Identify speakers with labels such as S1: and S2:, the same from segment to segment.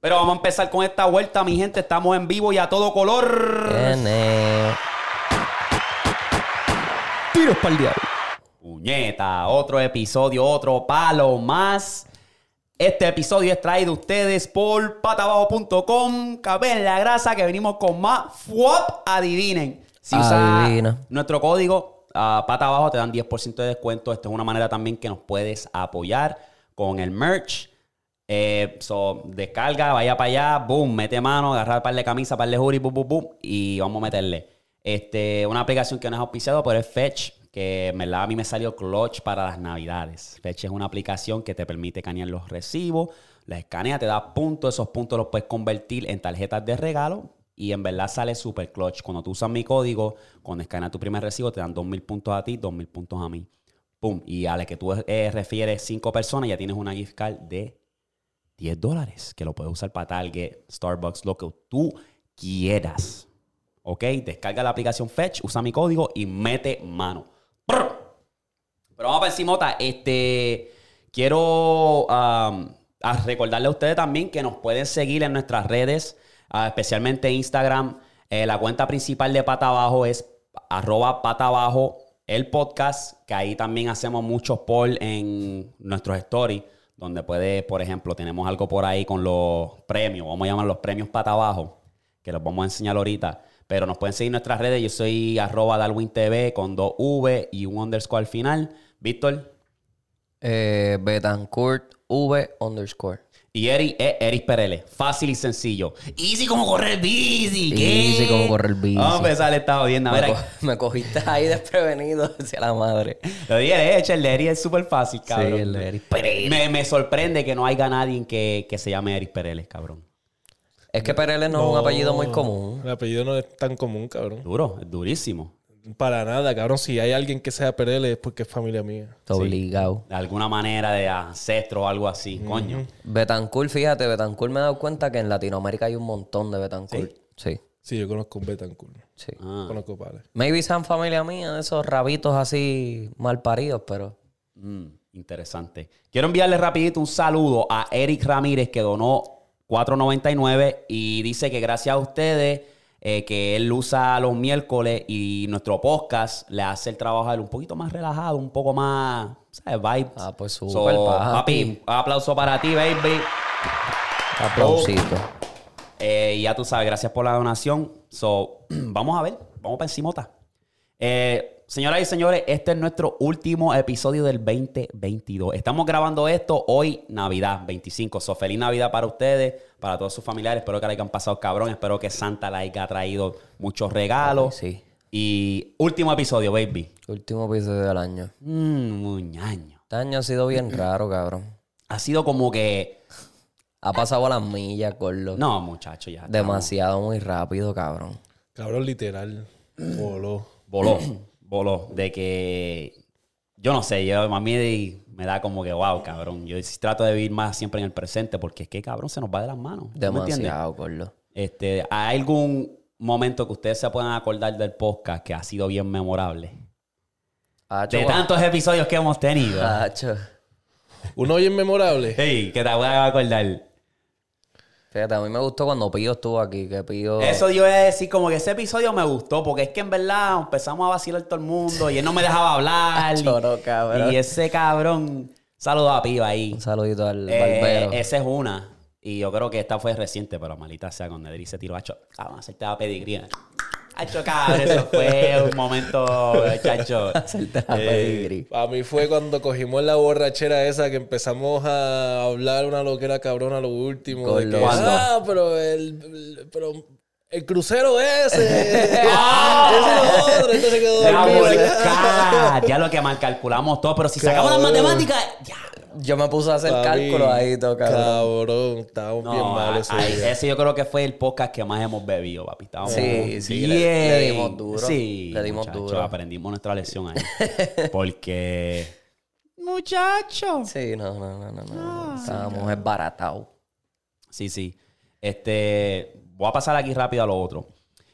S1: Pero vamos a empezar con esta vuelta, mi gente. Estamos en vivo y a todo color.
S2: Nene. Tiros para el diablo.
S1: Puñeta, otro episodio, otro palo más. Este episodio es traído a ustedes por patabajo.com. Cabe en la grasa que venimos con más FUOP. Adivinen. Si usas
S2: Adivina.
S1: nuestro código ah, pata abajo, te dan 10% de descuento. Esta es una manera también que nos puedes apoyar con el merch. Eh, so, descarga, vaya para allá, boom, mete mano, agarrar par de camisa, par de hoodie, boom, boom, boom, y vamos a meterle. Este, una aplicación que no es auspiciado, pero es Fetch, que en verdad a mí me salió clutch para las navidades. Fetch es una aplicación que te permite escanear los recibos, la escanea, te da puntos, esos puntos los puedes convertir en tarjetas de regalo y en verdad sale super clutch. Cuando tú usas mi código, cuando escaneas tu primer recibo, te dan 2.000 puntos a ti, 2.000 puntos a mí. Pum. Y a la que tú eh, refieres cinco personas, ya tienes una gift card de 10 dólares que lo puedes usar para Target, Starbucks, lo que tú quieras. ¿Ok? Descarga la aplicación Fetch, usa mi código y mete mano. ¡Prr! Pero vamos para encimota. Este, quiero am, a recordarle a ustedes también que nos pueden seguir en nuestras redes, ah, especialmente Instagram. Eh, la cuenta principal de Pata Abajo es arroba pata abajo el podcast, que ahí también hacemos muchos polls en nuestros stories, donde puede, por ejemplo, tenemos algo por ahí con los premios, vamos a llamar los premios pata abajo que los vamos a enseñar ahorita. Pero nos pueden seguir en nuestras redes. Yo soy arroba Darwin TV con dos V y un underscore al final. Víctor
S2: Eh, Betancourt V underscore.
S1: y Eri es Eris Perele. Fácil y sencillo. Easy como correr bici. ¿qué?
S2: Easy como correr bici.
S1: Vamos a empezar esta jodienda.
S2: Me,
S1: Mira,
S2: co- me cogiste ahí desprevenido, decía la madre.
S1: lo dije, eh, che, el de Eri es súper fácil, cabrón. Pues,
S2: el de Eris Perele.
S1: Me, me sorprende que no haya nadie que, que se llame Eris Perele, cabrón.
S2: Es que Perele no, es un apellido muy común.
S3: El apellido no es tan común, cabrón.
S1: Duro, es durísimo.
S3: Para nada, cabrón. Si hay alguien que sea Perele es porque es familia mía.
S2: Está obligado.
S1: De alguna manera de ancestro o algo así, coño.
S2: Betancourt, fíjate, Betancourt me he dado cuenta que en Latinoamérica hay un montón de Betancourt. Sí,
S3: Sí, yo conozco un Betancourt.
S2: sí.
S1: Ah.
S3: Conozco padre.
S2: Maybe sean familia mía, de esos rabitos así mal paridos, pero.
S1: Mm, interesante. Quiero enviarle rapidito un saludo a Eric Ramírez que donó 4.99 y dice que gracias a ustedes eh, que él usa los miércoles y nuestro podcast le hace el trabajo a él un poquito más relajado, un poco más, ¿sabes? Vibe.
S2: Ah, pues súper,
S1: papi,
S2: papi.
S1: aplauso para ti, baby.
S2: Oh. Aplausito.
S1: Eh, y ya tú sabes, gracias por la donación. So, vamos a ver, vamos para encimota. Eh, señoras y señores, este es nuestro último episodio del 2022. Estamos grabando esto hoy, Navidad 25. So, feliz Navidad para ustedes, para todos sus familiares. Espero que la hayan pasado cabrón. Espero que Santa la haya traído muchos regalos.
S2: Sí.
S1: Y último episodio, baby.
S2: Último episodio del año.
S1: Mm, muñaño.
S2: Este año ha sido bien raro, cabrón.
S1: Ha sido como que.
S2: Ha pasado a las millas, Corlo.
S1: No, muchacho, ya.
S2: Demasiado muy rápido, cabrón.
S3: Cabrón, literal. Voló.
S1: voló, voló, de que yo no sé, yo, a mí me da como que wow, cabrón. Yo sí trato de vivir más siempre en el presente porque es que cabrón se nos va de las manos. ¿Tú me entiendes?
S2: Demasiado, Corlo.
S1: Este, ¿hay algún momento que ustedes se puedan acordar del podcast que ha sido bien memorable?
S2: Hacho,
S1: De tantos episodios que hemos tenido.
S2: hacho.
S3: Uno bien memorable.
S1: Sí, que te voy a acordar.
S2: Fíjate, a mí me gustó cuando Pío estuvo aquí, que Pío...
S1: Eso yo iba a decir, como que ese episodio me gustó, porque es que en verdad empezamos a vacilar todo el mundo y él no me dejaba hablar. y-
S2: Choro, cabrón.
S1: Y ese cabrón, saludo a Piba ahí.
S2: Un saludito al
S1: Eh,
S2: barbero.
S1: esa es una. Y yo creo que esta fue reciente, pero malita sea cuando Edri se tiró a Vamos a hacerte la pedigría. Hacho, cabrón, eso fue un momento, chacho. Eh,
S2: Hacerte la pedigrí.
S3: A mí fue cuando cogimos la borrachera esa que empezamos a hablar una loquera cabrona lo último. De
S2: Con
S3: que,
S2: los-
S3: ah, pero el, el- pero el crucero ese.
S1: ¡Ah!
S3: ese es lo otro. Este se quedó
S1: La
S3: dormido.
S2: pues,
S1: volcada. Ya lo que mal calculamos todo, pero si sacamos las
S3: Cabrón.
S1: matemáticas, ya.
S2: Yo me puse a hacer
S3: Papi,
S2: cálculo ahí, todo, cabrón.
S3: Cabrón, estábamos bien
S1: No,
S3: mal ese
S1: ay,
S3: día.
S1: ese yo creo que fue el podcast que más hemos bebido, papi. Estábamos
S2: Sí, sí,
S1: bien.
S2: le- le dimos duro.
S1: Sí,
S2: Le dimos
S1: muchacho,
S2: duro.
S1: Aprendimos nuestra lección ahí. Porque. Muchacho.
S2: Sí, no, no, no, no.
S1: Ah,
S2: no. Estábamos esbaratados.
S1: Sí, sí. Este, voy a pasar aquí rápido a lo otro.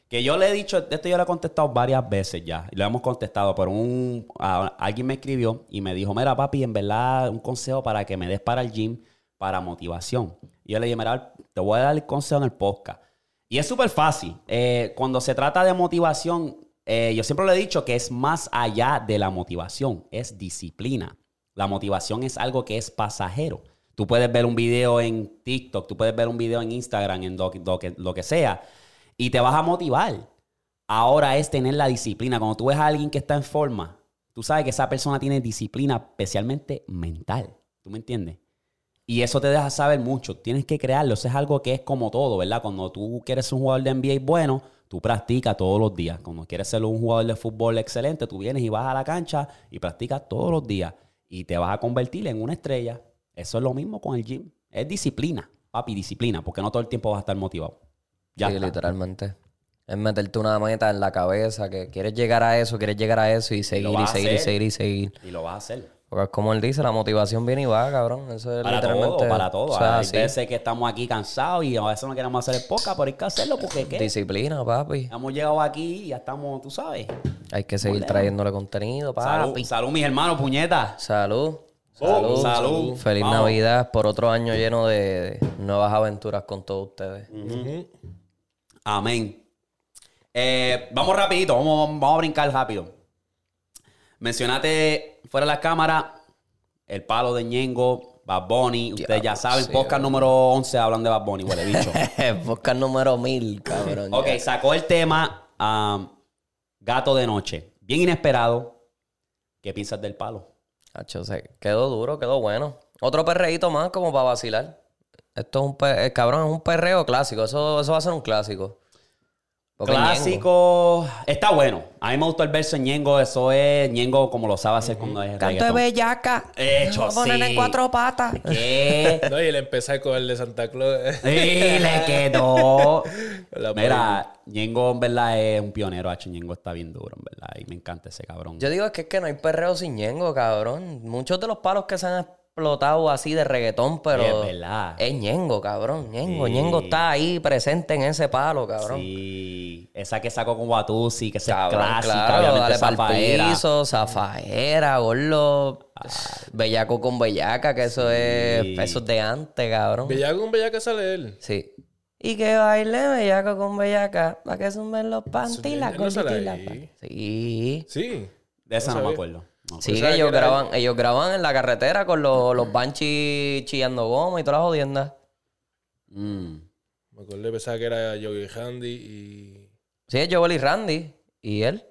S1: Que yo le he dicho, esto yo lo he contestado varias veces ya, y lo hemos contestado, pero un, a- alguien me escribió y me dijo, mira papi, en verdad, un consejo para que me des para el gym, para motivación. Y yo le dije, mira, te voy a dar el consejo en el podcast. Y es súper fácil. Eh, cuando se trata de motivación, eh, yo siempre le he dicho que es más allá de la motivación, es disciplina. La motivación es algo que es pasajero. Tú puedes ver un video en TikTok, tú puedes ver un video en Instagram, en lo, que- lo que, lo que sea, y te vas a motivar. Ahora es tener la disciplina. Cuando tú ves a alguien que está en forma, tú sabes que esa persona tiene disciplina, especialmente mental. ¿Tú me entiendes? Y eso te deja saber mucho. Tienes que crearlo. Eso es algo que es como todo, ¿verdad? Cuando tú quieres ser un jugador de NBA bueno, tú practicas todos los días. Cuando quieres ser un jugador de fútbol excelente, tú vienes y vas a la cancha y practicas todos los días. Y te vas a convertir en una estrella. Eso es lo mismo con el gym. Es disciplina, papi, disciplina. Porque no todo el tiempo vas a estar motivado. Ya
S2: sí,
S1: está.
S2: literalmente. Es meterte una meta en la cabeza que quieres llegar a eso, quieres llegar a eso y seguir y
S1: vas a
S2: seguir y
S1: hacer.
S2: seguir y seguir.
S1: Y lo vas a hacer.
S2: Porque es como él dice, la motivación viene y va, cabrón. Eso es
S1: Para
S2: literalmente.
S1: todo, para todo.
S2: o sea,
S1: Hay
S2: así.
S1: veces que estamos aquí cansados y a veces no queremos hacer el podcast, pero hay que hacerlo porque ¿qué?
S2: Disciplina, papi.
S1: Hemos llegado aquí y ya estamos, tú sabes.
S2: Hay que seguir trayéndole contenido,
S1: Salud,
S2: papi.
S1: salud, mis hermanos, puñetas.
S2: Salud.
S1: Salud,
S2: Salud.
S1: salud.
S2: Feliz
S1: Vamos.
S2: Navidad por otro año lleno de, de nuevas aventuras con todos ustedes.
S1: Mm. Amén. Eh, vamos rapidito, vamos, vamos a brincar rápido. Mencionate fuera de la cámara el palo de Ñengo, Bad Bunny. Ustedes ya
S2: Diablo,
S1: saben,
S2: sí,
S1: podcast número 11 hablan de Bad Bunny, huele bicho.
S2: Podcast número mil, cabrón.
S1: Ok, sacó el tema um, Gato de Noche. Bien inesperado. ¿Qué piensas del palo?
S2: Hacho, se quedó duro, quedó bueno. Otro perreíto más como para vacilar. Esto es un pe- eh, cabrón, es un perreo clásico. Eso, eso va a ser un clásico. Porque Ñengo,
S1: Clásico. Está bueno. A mí me gustó el verso en Ñengo. Eso es Ñengo como lo sabe hacer cuando es
S2: Canto de
S1: reggaetón.
S2: bellaca.
S1: Hecho,
S2: Vamos a ponerle
S1: sí.
S2: cuatro patas.
S1: ¿Qué?
S3: No, y le empecé con el de Santa Claus.
S1: Sí, le quedó.
S3: La
S1: Mira, Ñengo en verdad es un pionero, hacho. Ñengo está bien duro, en verdad. Y me encanta ese cabrón.
S2: Yo digo es que es que no hay perreo sin ñengo, cabrón. Muchos de los palos que se han explotado así de reggaetón, pero
S1: Es verdad.
S2: es ñengo, cabrón. Ñengo,
S1: Sí.
S2: ñengo está ahí presente en ese palo, cabrón.
S1: Sí. Esa que sacó con Watusi, que esa es
S2: Cabrón,
S1: clásica,
S2: claro,
S1: obviamente
S2: dale pa'l
S1: zafaera.
S2: piso, zafaera, gorlo, bellaco con bellaca, que eso es eso es de antes, cabrón.
S3: Bellaco con bellaca sale él.
S2: Sí. Y que baile bellaco con bellaca, para que sumen los panty,
S3: Eso
S2: la
S3: ya no sale
S2: colita y la
S3: ahí.
S2: pan- Sí.
S3: Sí.
S1: De esa no, me
S3: sabía.
S1: acuerdo. No me acuerdo.
S2: Sí,
S3: sea,
S2: que ellos
S3: que era-
S2: graban, ellos graban en la carretera con los, los banchis chillando goma y todas las jodiendas.
S1: Mm.
S3: Me acordé, pensaba que era Yogi Handy y.
S2: Sí, es Joel y Randy. ¿Y él?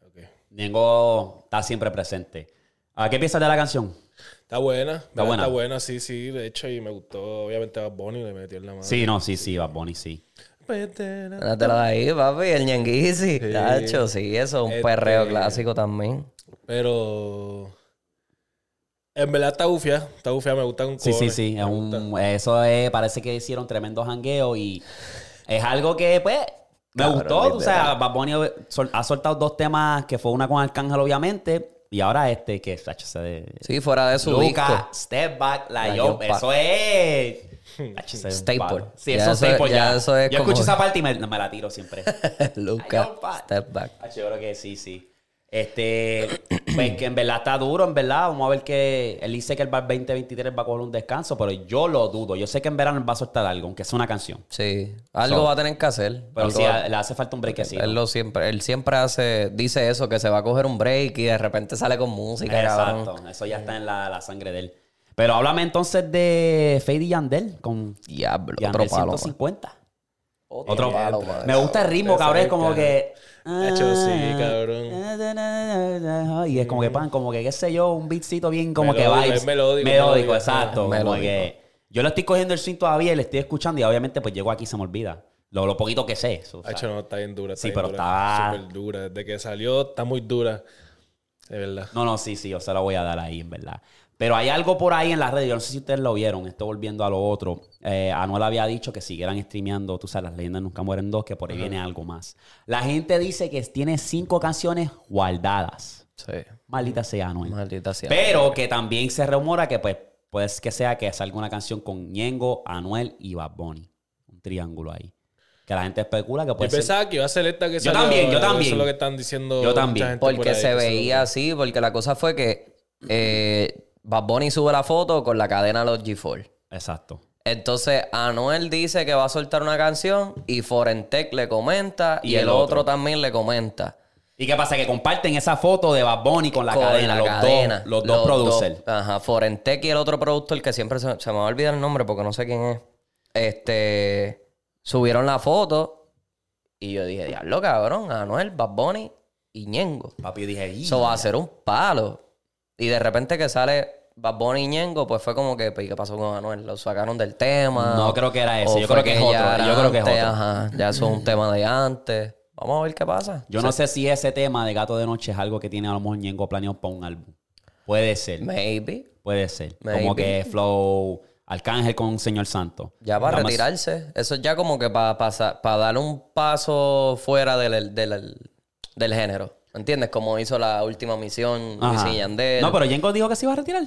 S3: Ok.
S1: Ñengo está siempre presente. Ah, ¿Qué piensas de la canción?
S3: Está buena. Está
S1: buena.
S3: Está buena, sí, sí. De hecho, y me gustó. Obviamente a Bonnie le metió en la mano.
S1: Sí, no, sí, sí, Bad Bunny, sí.
S3: Vete la-
S2: Dátelo ahí, papi, el ñanguisi. Tacho, sí, eso es un
S3: Este-
S2: perreo clásico también.
S3: Pero. En verdad está bufia. Está bufia, me gusta con
S1: Sí, sí,
S3: cojones.
S1: sí.
S3: Me
S1: es un-
S3: gusta.
S1: eso es, parece que hicieron tremendo jangueo y es algo que, pues, me
S2: Cabrón,
S1: gustó. O sea,
S2: literal.
S1: Bad Bunny sol- ha soltado dos temas que fue una con Arcángel, obviamente, y ahora este que es de...
S2: Sí, fuera de su
S1: Luca,
S2: disco.
S1: Step Back, La,
S2: La
S1: Yo.
S2: Yompa.
S1: Eso es... Hacho, ese es un
S2: Staple.
S1: palo. Sí,
S2: Ya
S1: eso es
S2: eso es-
S1: staple ya.
S2: ya eso es
S1: Yo
S2: como-
S1: escucho esa parte y me, me la tiro siempre.
S2: Luca,
S1: Ay, opa.
S2: step back.
S1: Ah, Yo creo que sí, sí. Este, pues que en verdad está duro, en verdad. Vamos a ver que él dice que el 2023 va a coger un descanso, pero yo lo dudo. Yo sé que en verano él va a soltar algo, aunque sea una canción.
S2: Sí, algo va a tener que hacer.
S1: Pero
S2: Algo
S1: sí, ah,
S2: va-
S1: a- le hace falta un break así.
S2: él lo siempre, él siempre hace, dice eso, que se va a coger un break y de repente sale con música, cabrón.
S1: Exacto, eso ya está en la, la sangre de él. Pero háblame entonces de Fade y Yandel con
S2: Diablo,
S1: Yandel
S2: otro palo. pues. man.
S1: 150.
S2: Otro,
S1: Otro
S2: palo, man.
S1: Me gusta el ritmo,
S3: Ese
S1: cabrón. Es
S3: es
S1: como
S3: cabrón.
S1: que.
S3: Hacho, sí, cabrón.
S1: Y es como que pan, como que qué sé yo, un beatcito bien como
S3: Melódico,
S1: que vibes.
S3: es melódico,
S1: Melódico,
S3: melódico.
S1: exacto. como
S2: Ah, Melódico.
S1: que yo lo estoy cogiendo el swing todavía y le estoy escuchando y obviamente pues llego aquí y se me olvida. Lo, lo poquito que sé. eso, o sea.
S3: Hacho, Ah, no, está bien dura. Está
S1: Sí,
S3: bien
S1: pero
S3: dura.
S1: está-
S3: Súper dura. Desde que salió, está muy dura. De verdad.
S1: No, no, sí, sí, yo se la voy a dar ahí, en verdad. Pero hay algo por ahí en las redes, yo no sé si ustedes lo vieron, esto volviendo a lo otro. Eh, Anuel había dicho que siguieran streameando, tú sabes, las leyendas nunca mueren dos, que por ahí viene algo más. La gente dice que tiene cinco canciones guardadas.
S2: Sí,
S1: Maldita sea Anuel.
S2: maldita sea.
S1: Pero que también se rumora que pues puede que sea que salga una canción con Ñengo, Anuel y Bad Bunny. Un triángulo ahí. Que la gente especula que
S3: Yo
S1: puede ser.
S3: pensaba que iba a ser esta que
S1: pues Yo también, yo
S3: Eso
S1: también.
S3: es lo que están diciendo.
S1: Yo también.
S3: mucha gente por
S2: Porque
S3: ahí,
S2: se
S3: que
S2: veía así, porque la cosa fue que eh, Bad Bunny sube la foto con la cadena de los G4.
S1: Exacto.
S2: Entonces, Anuel dice que va a soltar una canción y Forentec le comenta y, el, otro. también le comenta.
S1: ¿Y qué pasa? Que comparten esa foto de Bad Bunny con la cadena, los, Dos, los dos producers.
S2: Ajá, Forentec y el otro productor que siempre se, se me va a olvidar el nombre porque no sé quién es. Este. Subieron la foto y yo dije, diablo, cabrón, Anuel, Bad Bunny y Ñengo.
S1: Papi, yo dije,
S2: Eso va a ser un palo. Y de repente que sale Bad Bunny y Ñengo, pues fue como que, ¿y qué pasó con Anuel? Lo sacaron del tema.
S1: No creo que era ese,
S2: O
S1: yo
S2: fue
S1: creo que es otro,
S2: ya era
S1: yo creo que es
S2: antes,
S1: otro.
S2: Ajá, ya eso es un tema de antes. Vamos a ver qué pasa.
S1: Yo no sé si ese tema de Gato de Noche es algo que tiene a lo mejor Ñengo planeado para un álbum. Puede ser,
S2: Maybe.
S1: puede ser.
S2: Maybe.
S1: Como que Flow, Arcángel con Señor Santo.
S2: Ya para
S1: Vamos-
S2: retirarse. Eso es ya como que para dar un paso fuera del, del- del género. ¿Me entiendes? Como hizo la última misión
S1: Ajá.
S2: Wisin y Yandel.
S1: No, pero Ñengo dijo que se iba a retirar.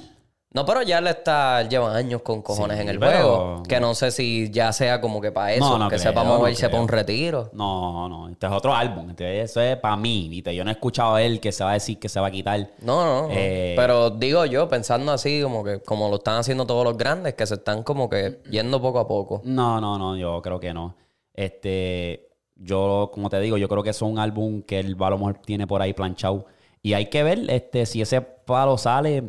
S2: No, pero ya le está, lleva años con cojones
S1: Sí,
S2: en el
S1: pero-
S2: juego. Que no sé si ya sea como que para eso,
S1: No, no
S2: que
S1: creo,
S2: sepa
S1: no
S2: moverse
S1: creo.
S2: para un retiro.
S1: No, no, este es otro álbum. este- eso es para mí, ¿viste? Yo no he escuchado a él que se va a decir que se va a quitar.
S2: No, no, no.
S1: Eh.
S2: Pero digo yo, pensando así, como que, como lo están haciendo todos los grandes, que se están como que yendo poco a poco.
S1: No, no, no, yo creo que no. Este, yo, como te digo, yo creo que eso es un álbum que el Balomor tiene por ahí planchado. Y hay que ver, este, si ese palo sale,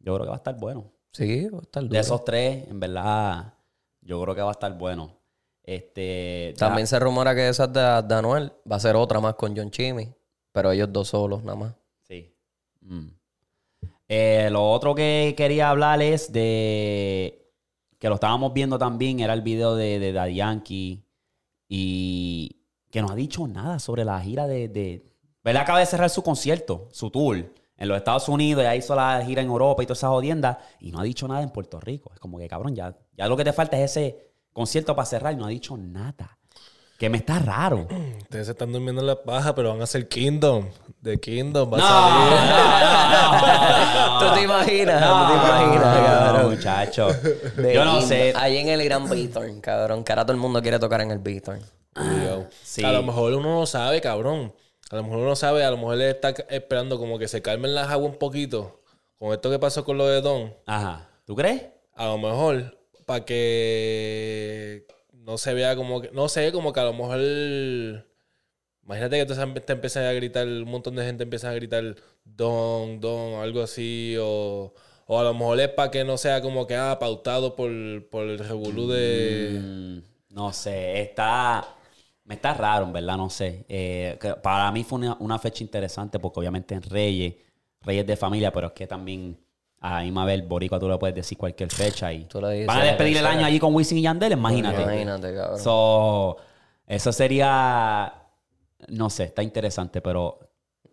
S1: yo creo que va a estar bueno.
S2: Sí, va a estar
S1: De
S2: duro.
S1: esos tres, en verdad, yo creo que va a estar bueno. Este, ya-
S2: También se rumora que esa de, de Anuel va a ser otra más con John Chimmy. Pero ellos dos solos nada más.
S1: Sí. Mm. Eh, lo otro que quería hablar es de. Que lo estábamos viendo también, era el video de, de Daddy Yankee. Y que no ha dicho nada sobre la gira de. de... Pero él acaba de cerrar su concierto, su tour, en los Estados Unidos, ya hizo la gira en Europa y todas esas jodiendas, y no ha dicho nada en Puerto Rico. Es como que, cabrón, ya, ya lo que te falta es ese concierto para cerrar, y no ha dicho nada. Que me está raro.
S3: Ustedes se están durmiendo en la paja, pero van a hacer Kingdom. The Kingdom va a
S1: No, no, no, no.
S2: ¿Tú
S3: salir.
S2: te imaginas? ¿Tú te
S1: No,
S2: imaginas, cabrón?
S1: muchacho.
S2: De
S1: Yo no
S2: Kingdom.
S1: sé.
S2: Ahí en el Irán Beaton, cabrón. Que ahora todo el mundo quiere tocar en el Beaton.
S3: Cuidado.
S1: Sí.
S3: A lo mejor uno no sabe, cabrón. A lo mejor uno no sabe, a lo mejor le está esperando como que se calmen las aguas un poquito. Con esto que pasó con lo de Don,
S1: Ajá. ¿Tú crees?
S3: a lo mejor para que no se vea como que. No sé, como que a lo mejor. Imagínate que tú sam- te empiezan a gritar, un montón de gente empieza a gritar Don, Don, o algo así, o. O a lo mejor es para que no sea como que ah, pautado por, por el revolú de.
S1: Mm, no sé. Está. Me está raro, en verdad, no sé. Eh, que para mí fue una, una fecha interesante porque obviamente en Reyes, Reyes de familia, pero es que también a Imabel Boricua tú le puedes decir cualquier fecha y
S2: Tú le dices
S1: van a
S2: lo que
S1: despedir el
S2: sea.
S1: año allí con Wisin y Yandel, imagínate.
S2: Imagínate, cabrón.
S1: So, eso sería. No sé, está interesante, pero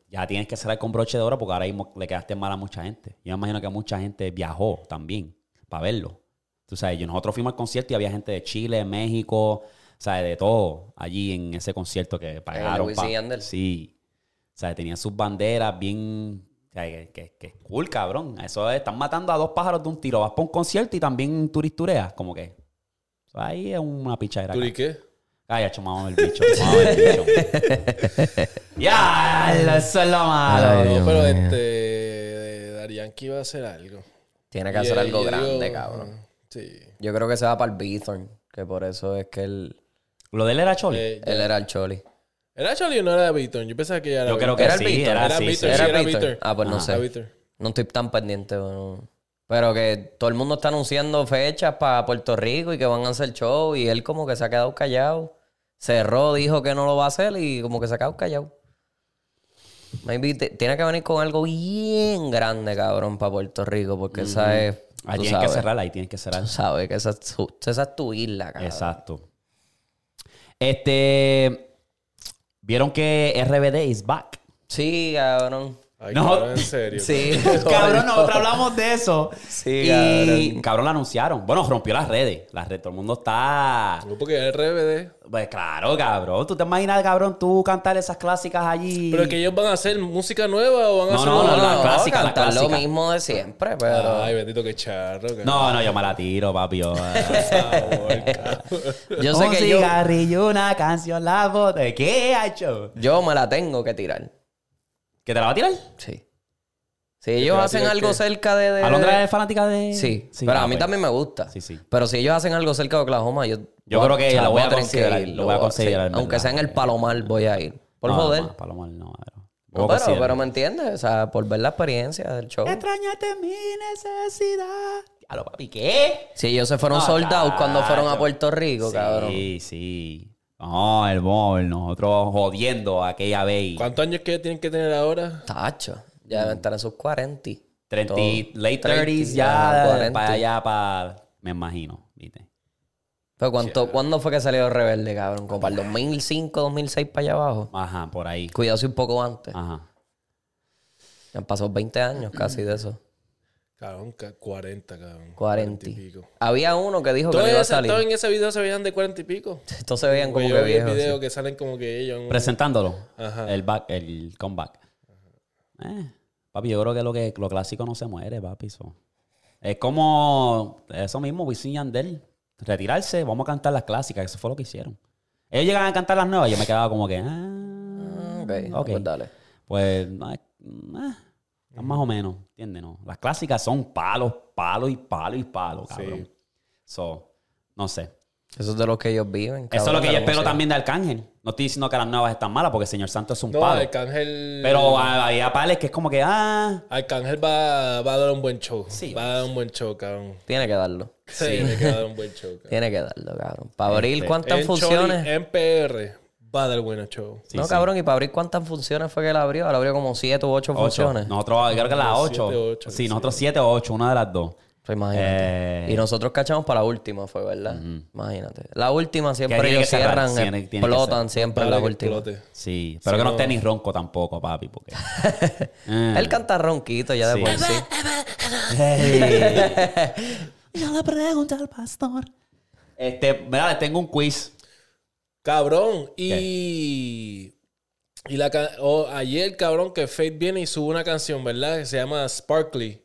S1: ya tienes que cerrar con broche de oro porque ahora mismo le quedaste mal a mucha gente. Yo me imagino que mucha gente viajó también para verlo. Tú sabes, yo- nosotros fuimos al concierto y había gente de Chile, México, sabes, de todo allí en ese concierto que pagaron.
S2: Wisin y Yandel.
S1: Sí. O sea, tenían sus banderas bien. o sea, que, que, que cool, cabrón. Eso es, están matando a dos pájaros de un tiro. Vas para un concierto y también turistureas, como que. eso Ahí es una pichadera.
S3: ¿Tú y
S1: cabrón.
S3: qué?
S1: Ay, chumamos el bicho. chumamos el bicho. ya, eso es lo malo.
S2: Ay, Dios
S3: no, pero
S2: mío.
S3: este. Darianki va a hacer algo.
S2: Tiene que
S3: Y,
S2: hacer
S3: eh,
S2: algo
S3: yo
S2: grande,
S3: digo,
S2: cabrón.
S3: Sí.
S2: Yo creo que se va para el Beaton. Que por eso es que él,
S1: Lo de él era Choli.
S3: Eh,
S2: él era el Choli.
S3: ¿Era Choli o no era Beaton? Yo pensaba que ya era.
S1: Yo creo que
S2: ¿era el
S1: sí,
S2: Beatle?
S1: era
S3: Era
S1: sí, sí.
S3: Beatle,
S1: Era-
S2: ¿Era
S3: sí, era
S2: Beaton?
S3: Beaton.
S2: Ah, pues no
S3: Ajá.
S2: sé.
S3: Era Beaton.
S2: No estoy tan pendiente, bueno. pero que todo el mundo está anunciando fechas para Puerto Rico y que van a hacer show y él como que se ha quedado callado. Cerró, dijo que no lo va a hacer y como que se ha quedado callado. Maybe te- tiene que venir con algo bien grande, cabrón, para Puerto Rico, porque esa es...
S1: Ahí
S2: tú
S1: tienes
S2: sabes,
S1: que cerrar, ahí tienes que cerrar.
S2: tú sabes que esa es, tu- esa es tu isla, cabrón.
S1: Exacto. Este. Vieron que RBD is back.
S2: Sí, cabrón.
S3: Ay,
S1: No.
S3: cabrón, en serio.
S2: Sí.
S1: Cabrón, nosotros hablamos de eso.
S2: Sí,
S1: y cabrón, la anunciaron. Bueno, rompió las redes. Las redes, todo el mundo está.
S3: No, porque era RBD.
S1: Pues claro, cabrón. ¿Tú te imaginas, cabrón, tú cantar esas clásicas allí?
S3: Pero que ellos van a hacer música nueva o van a
S1: No,
S3: hacer.
S1: no,
S3: una-
S1: no, la clásica, la
S2: cantar lo
S1: clásica.
S2: mismo de siempre, pero...
S3: Ay, bendito que charro. cabrón.
S1: No, no, yo me la tiro, papi. yo- eh.
S3: Por favor, cabrón.
S2: Yo sé
S1: un
S2: que yo,
S1: cigarrillo, una canción, la bota. ¿Qué ha hecho?
S2: yo me la tengo que tirar. Eh,
S1: ¿Que te la va a tirar?
S2: Sí. Si ellos
S3: fanática
S2: hacen
S3: es
S2: algo
S3: que-
S2: cerca de. de-
S1: Alondra es fanática de.
S2: Sí, pero a
S1: ah,
S2: mí
S1: pues.
S2: también me gusta.
S1: Sí, sí.
S2: Pero si ellos hacen algo cerca de Oklahoma, yo.
S1: Yo creo que
S2: o sea,
S1: lo voy a
S2: tener que
S1: considerar,
S2: ir,
S1: lo voy a considerar, en
S2: Aunque
S1: verdad,
S2: sea en el
S1: porque-
S2: Palomar, voy a ir. Por
S1: No,
S2: joder.
S1: no, Palomar, no, pero.
S2: No, pero, pero me entiendes, o sea, por ver la experiencia del show.
S1: Este- Extrañate mi necesidad. A lo papi, ¿qué?
S2: Si ellos se fueron
S1: No,
S2: soldados cuando fueron a
S1: tacho.
S2: Puerto Rico, cabrón.
S1: Sí, sí. No, el móvil, nosotros jodiendo aquella vez.
S3: ¿Cuántos años que tienen que tener ahora?
S2: Tacho, ya deben estar en sus 40.
S1: 30,
S2: Todo.
S1: late 30s
S2: 30,
S1: ya,
S2: ah, 40.
S1: para allá, para... Me imagino, ¿viste?
S2: Pero ¿cuánto, ¿cuándo fue que salió Rebelde, cabrón? Como para el 2005, 2006 para allá abajo.
S1: Ajá, por ahí.
S2: Cuidado si un poco antes.
S1: Ajá.
S2: Ya han pasado 20 años casi de eso.
S3: Cabrón, ca- 40, cabrón.
S2: 40.
S3: y pico.
S2: Había uno que dijo que
S3: Todo
S2: no iba a
S3: ese- todo
S2: salir.
S3: en ese video se veían de 40 y pico.
S2: Entonces se veían como
S3: Porque
S2: que
S3: yo vi el
S2: viejos.
S3: video que salen como que ellos. en un-
S1: Presentándolo.
S3: Eh, Ajá.
S1: El back, el comeback. Eh, papi, yo creo que lo que lo clásico no se muere, papi. so. Es como eso mismo, Wisin y Yandel. Retirarse, vamos a cantar las clásicas. Eso fue lo que hicieron. Ellos llegaban a cantar las nuevas, yo me quedaba como que... Ah,
S2: sí. Ok,
S1: ok.
S2: pues dale.
S1: Pues, no, es- eh, es más o menos, ¿entiendes? No? Las clásicas son palos, palos y palos y palos, cabrón. So, no sé.
S2: Eso es de los que ellos viven.
S1: Eso es lo
S2: cabrón,
S1: que yo
S2: de la
S1: espero
S2: música.
S1: también de Arcángel. No estoy diciendo que las nuevas están malas porque Señor Santo es un
S3: No,
S1: palo.
S3: Arcángel.
S1: Pero a- había pales que es como que, ah,
S3: Arcángel va, va a dar un buen show.
S1: Sí.
S3: Va a dar un buen show, cabrón.
S2: Tiene que darlo.
S3: Sí, tiene que dar un buen show, cabrón.
S2: Tiene que darlo, cabrón. Para abrir
S1: Este,
S2: cuántas
S3: En Chori,
S2: funciones.
S3: En PR va a dar buen show.
S1: Sí,
S2: no,
S1: sí.
S2: cabrón, y para abrir cuántas funciones fue que él abrió. Él abrió como siete u ocho,
S1: ocho.
S2: funciones.
S1: Nosotros, creo que las
S3: Siete,
S1: ocho.
S3: ocho,
S1: Sí, nosotros siete o ocho, una de las dos.
S2: Pues imagínate.
S1: Eh.
S2: Y nosotros cachamos para la última, fue, ¿verdad? Imagínate. La última
S1: Que
S2: siempre
S1: tiene
S2: ellos
S1: que cerrar,
S2: cierran,
S1: tiene- tiene que
S2: explotan siempre en
S3: Para
S2: la
S3: que
S2: última.
S3: explote.
S1: Sí, pero que no, esté ni ronco tampoco, papi, porque... Eh,
S2: Él canta ronquito ya de
S1: Sí.
S2: por sí.
S1: Hey. Yo le pregunto al pastor. Este, mira, les tengo un quiz.
S3: Cabrón, y. Y la ca- oh, ayer, cabrón, que Faith viene y sube una canción, ¿verdad? Que se llama Sparkly.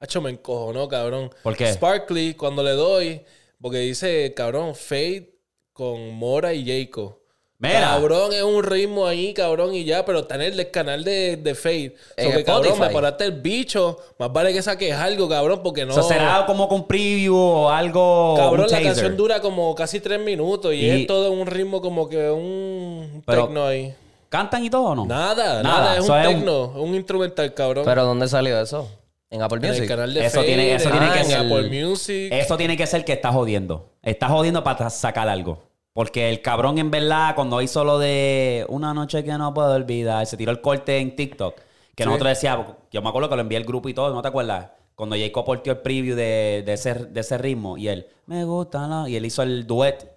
S3: Hacho, me encojonó, cabrón.
S1: ¿Por qué?
S3: Sparkly, cuando le doy, porque dice, cabrón, Faith con Mora y Jacob.
S1: Mira.
S3: Cabrón, es un ritmo ahí, cabrón, y ya, pero está en el canal de, de Faith.
S2: En
S3: So que, cabrón,
S2: Spotify.
S3: me paraste el bicho. Más vale que saques algo, cabrón, porque no.
S1: Eso será como con preview o algo...
S3: Cabrón,
S1: Oh, un
S3: la
S1: taser.
S3: canción dura como casi tres minutos y,
S1: Y-
S3: es todo un ritmo como que un
S1: Pero-
S3: tecno ahí.
S1: ¿Cantan y todo o no?
S3: Nada, nada,
S1: Nada,
S3: es
S1: eso
S3: un
S1: es un-
S3: tecno, un... instrumental, cabrón.
S2: Pero ¿dónde salió eso? En Apple
S3: en el
S2: Music.
S3: canal de
S1: Eso tiene-
S3: Fade,
S1: eso
S3: en
S1: tiene que
S3: en
S1: ser-
S3: Apple Music.
S1: Eso tiene que ser que está jodiendo. Está jodiendo para sacar algo. Porque el cabrón, en verdad, cuando hizo lo de una noche que no puedo olvidar, se tiró el corte en TikTok. Que nosotros decíamos, yo me acuerdo que lo envié al grupo y todo, ¿no te acuerdas? Cuando Jacob portió el preview de, de ese, de ese ritmo y él, me gusta, la-", y él hizo el duet.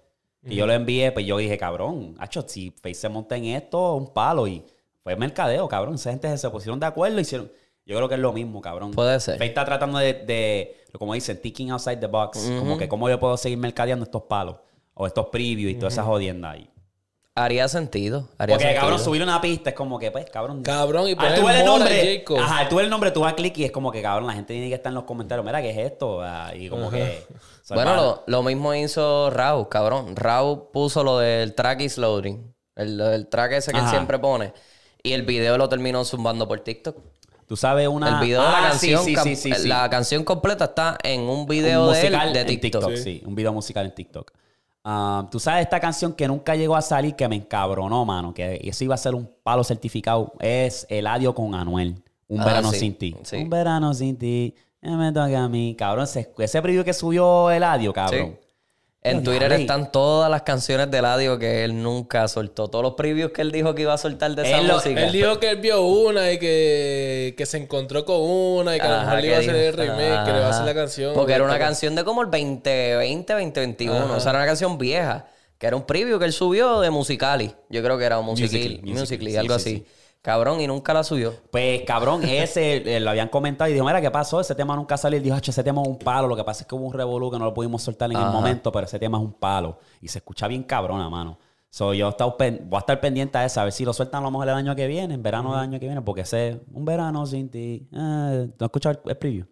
S1: Y yo lo envié, pues yo dije, cabrón, hacho, si Face se monta en esto, un palo. Y fue mercadeo, cabrón. Esa gente se pusieron de acuerdo, hicieron. Yo creo que es lo mismo, cabrón.
S2: Puede ser.
S1: Faith está tratando de, de, como dicen, thinking outside the box. Como que cómo yo puedo seguir mercadeando estos palos o estos previews y toda esa jodienda ahí.
S2: Haría sentido. Haría
S1: Porque,
S2: sentido.
S1: cabrón, subir una pista es como que, pues, cabrón.
S3: Cabrón, y
S1: al
S3: poner
S1: tú ver el
S3: Mora
S1: nombre.
S3: Jacob.
S1: Ajá, al tú ver el nombre, tú vas a clic y es como que, cabrón, la gente tiene que estar en los comentarios. Mira, ¿qué es esto? Ah, Y como que.
S2: Bueno, lo, lo mismo hizo Raúl, cabrón. Raúl puso lo del track is loading. El, el track ese que él
S1: Ajá.
S2: siempre pone. Y el video lo terminó zumbando por TikTok.
S1: Tú sabes una.
S2: El video de la
S1: Ah, sí,
S2: canción.
S1: sí,
S2: cam-
S1: sí, sí, sí.
S2: La canción completa está en un video
S1: un
S2: de, él
S1: musical
S2: de
S1: en
S2: TikTok.
S1: sí. un video musical en TikTok. Ah, Tú sabes esta canción que nunca llegó a salir, que me encabronó, mano, que eso iba a ser un palo certificado, es Eladio con Anuel. Un
S2: Ah,
S1: verano
S2: sí,
S1: sin ti.
S2: sí.
S1: Un verano sin ti. eh, Me toca a mí. Cabrón, ese, ese preview que subió Eladio, cabrón.
S2: Sí. En
S1: Yo,
S2: Twitter
S1: dale.
S2: están todas las canciones de Eladio que él nunca soltó. Todos los previews que él dijo que iba a soltar de esa
S1: Él lo-
S2: música.
S3: Él dijo que él vio una y que, que se encontró con una y que a lo
S2: Ajá,
S3: mejor le iba a
S2: que
S3: hacer el
S2: dijo-
S3: remake, que le va a hacer la
S2: Ajá.
S3: canción.
S2: Porque era una
S3: Pero-
S2: canción de como el 2020, 2021. O sea, era una canción vieja. Que era un preview que él subió de Musicali. Yo creo que era un Musicali,
S1: Musical.ly,
S2: Musically,
S1: sí,
S2: algo
S1: sí,
S2: así. Cabrón, y nunca la subió.
S1: Pues cabrón, ese eh, lo habían comentado y dijo, mira, ¿qué pasó? Ese tema nunca salió. Y dijo, "Acho, ese tema es un palo. Lo que pasa es que hubo un revolú que no lo pudimos soltar en el momento, pero ese tema es un palo. Y se escucha bien cabrona, mano. So, yo he estado pen- voy a estar pendiente a eso, a ver si lo sueltan a lo mejor el año que viene, en verano del año que viene, porque ese, un verano sin ti. eh, ¿No has escuchado el, el preview?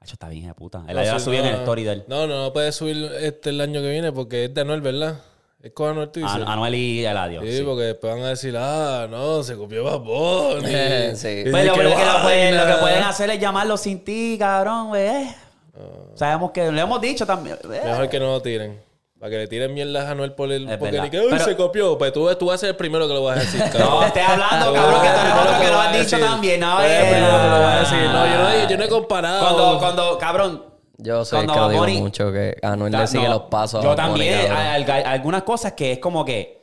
S1: Acho, está bien, hija de puta. Él la
S3: No,
S1: había
S3: sí,
S1: subido en
S3: no,
S1: el story de él.
S3: No, no, no puede subir este el año que viene porque es de Anuel, ¿verdad? Es con Anuel tú dices.
S1: An- Anuel y Eladio.
S3: Sí,
S1: sí.
S3: porque después van a decir, ah, no, se copió Bad Bunny.
S2: Eh, sí.
S3: Y dice,
S1: Bueno,
S3: "Qué
S1: pero que Pues, lo, pueden, lo que
S3: vaina".
S1: pueden hacer es llamarlo sin ti, cabrón, güey.
S3: Ah.
S1: Sabemos que le hemos dicho también. eh.
S3: Mejor que no lo tiren. Para que le tiren mierdas a Anuel por el.
S1: Es
S3: porque
S1: verdad.
S3: ni que, uy,
S1: Pero-
S3: se copió. Pues tú, tú vas a ser el primero que lo vas a decir.
S1: No,
S3: cabrón.
S1: estés hablando,
S3: Tú
S1: cabrón, que tú
S3: vas a ser
S1: eres
S3: el
S1: otro
S3: primero
S1: que lo
S3: vas
S1: has
S3: a
S1: dicho
S3: decir. Pues,
S1: también. No,
S3: Tú eres el
S1: eh.
S3: primero que lo
S2: Ah.
S3: vas a decir. No, yo no, he- yo no he comparado.
S1: Cuando, cuando, cabrón.
S2: Yo soy el
S1: Cuando
S2: que
S1: Bad
S2: lo digo
S1: Bunny-
S2: mucho que Anuel
S1: Ta-
S2: le sigue
S1: no,
S2: los pasos. a
S1: Yo
S2: Bad Bunny,
S1: también.
S2: cabrón.
S1: al- al- algunas cosas que es como que.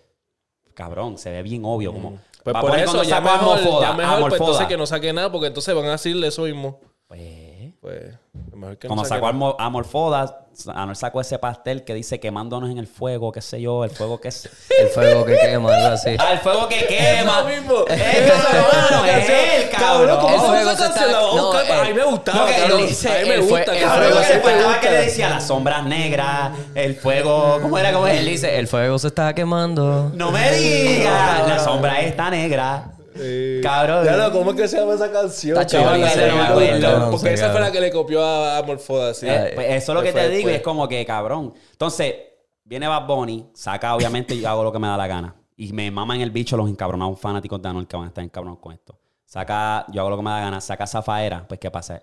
S1: Cabrón, se ve bien obvio. Como,
S3: Pues
S1: Bad
S3: por
S1: Bunny
S3: eso,
S1: cuando
S3: ya
S1: sacó
S3: mejor,
S1: Amorfoda,
S3: ya mejor pues,
S1: Amorfoda.
S3: entonces que no saque nada, porque entonces van a decirle eso mismo.
S1: Pues,
S3: Pues, mejor que no
S1: Cuando
S3: saque
S1: sacó
S3: nada.
S1: Amor- Amorfoda, Anuel sacó ese pastel que dice quemándonos en el fuego, qué sé yo, el fuego que es.
S2: El fuego que quema, algo así.
S1: Al fuego que quema.
S3: Eso mismo.
S1: Es que eso, hermano, es él, cabrón.
S2: ¿cómo
S1: Eso
S2: fue
S1: es
S2: se está- no,
S3: a mí
S2: eh,
S3: me gustaba,
S1: no, que
S3: cabrón.
S1: él dice,
S3: a mí me
S2: él fue-
S3: gusta,
S2: él
S1: lo único que le
S2: fue-
S3: cabrón.
S2: se te
S1: faltaba que le decía las sombras negras, el fuego. ¿Cómo era? ¿Cómo es?
S2: Él dice, el fuego se está quemando.
S1: No me digas. La sombra está negra.
S3: Sí.
S1: Cabrón.
S3: Ya no, ¿cómo es que se llama esa canción?
S2: Está
S3: chaval?
S2: chévere,
S3: La
S2: no me
S3: de-
S2: acuerdo.
S3: Porque
S2: No sé,
S3: esa fue la
S2: cabrón.
S3: que le copió a, a Morfoda, sí.
S1: Eh, pues eso es lo que te
S3: Después,
S1: digo y es
S3: después.
S1: como que, cabrón. Entonces, viene Bad Bunny, saca, obviamente, yo hago lo que me da la gana. Y me maman el bicho los encabronados fanáticos de Anuel que van a estar encabronados con esto. Saca, yo hago lo que me da la gana, saca Zafaera, pues ¿qué pasa?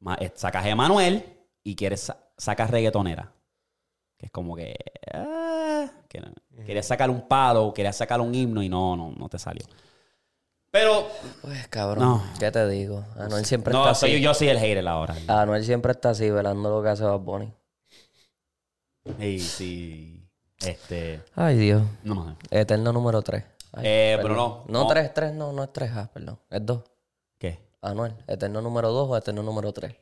S1: Ma- eh, Sacas a Emanuel y quieres sa- sacas reggaetonera. Que es como que... ah, que no- querías sacar un palo, querías sacar un himno y no, no, no te salió. Pero...
S2: Pues cabrón,
S1: No.
S2: ¿qué te digo? Anuel siempre está
S1: No, soy,
S2: así.
S1: yo soy el hater ahora.
S2: Anuel siempre está así, velando lo que hace Bad Bunny.
S1: Sí, sí. Este...
S2: Ay, Dios.
S1: No más.
S2: Eterno número 3.
S1: Eh, pero no.
S2: No
S1: No.
S2: 3, 3, no, no es 3A, perdón. Es 2.
S1: ¿Qué?
S2: Anuel. Eterno número 2 o Eterno número 3.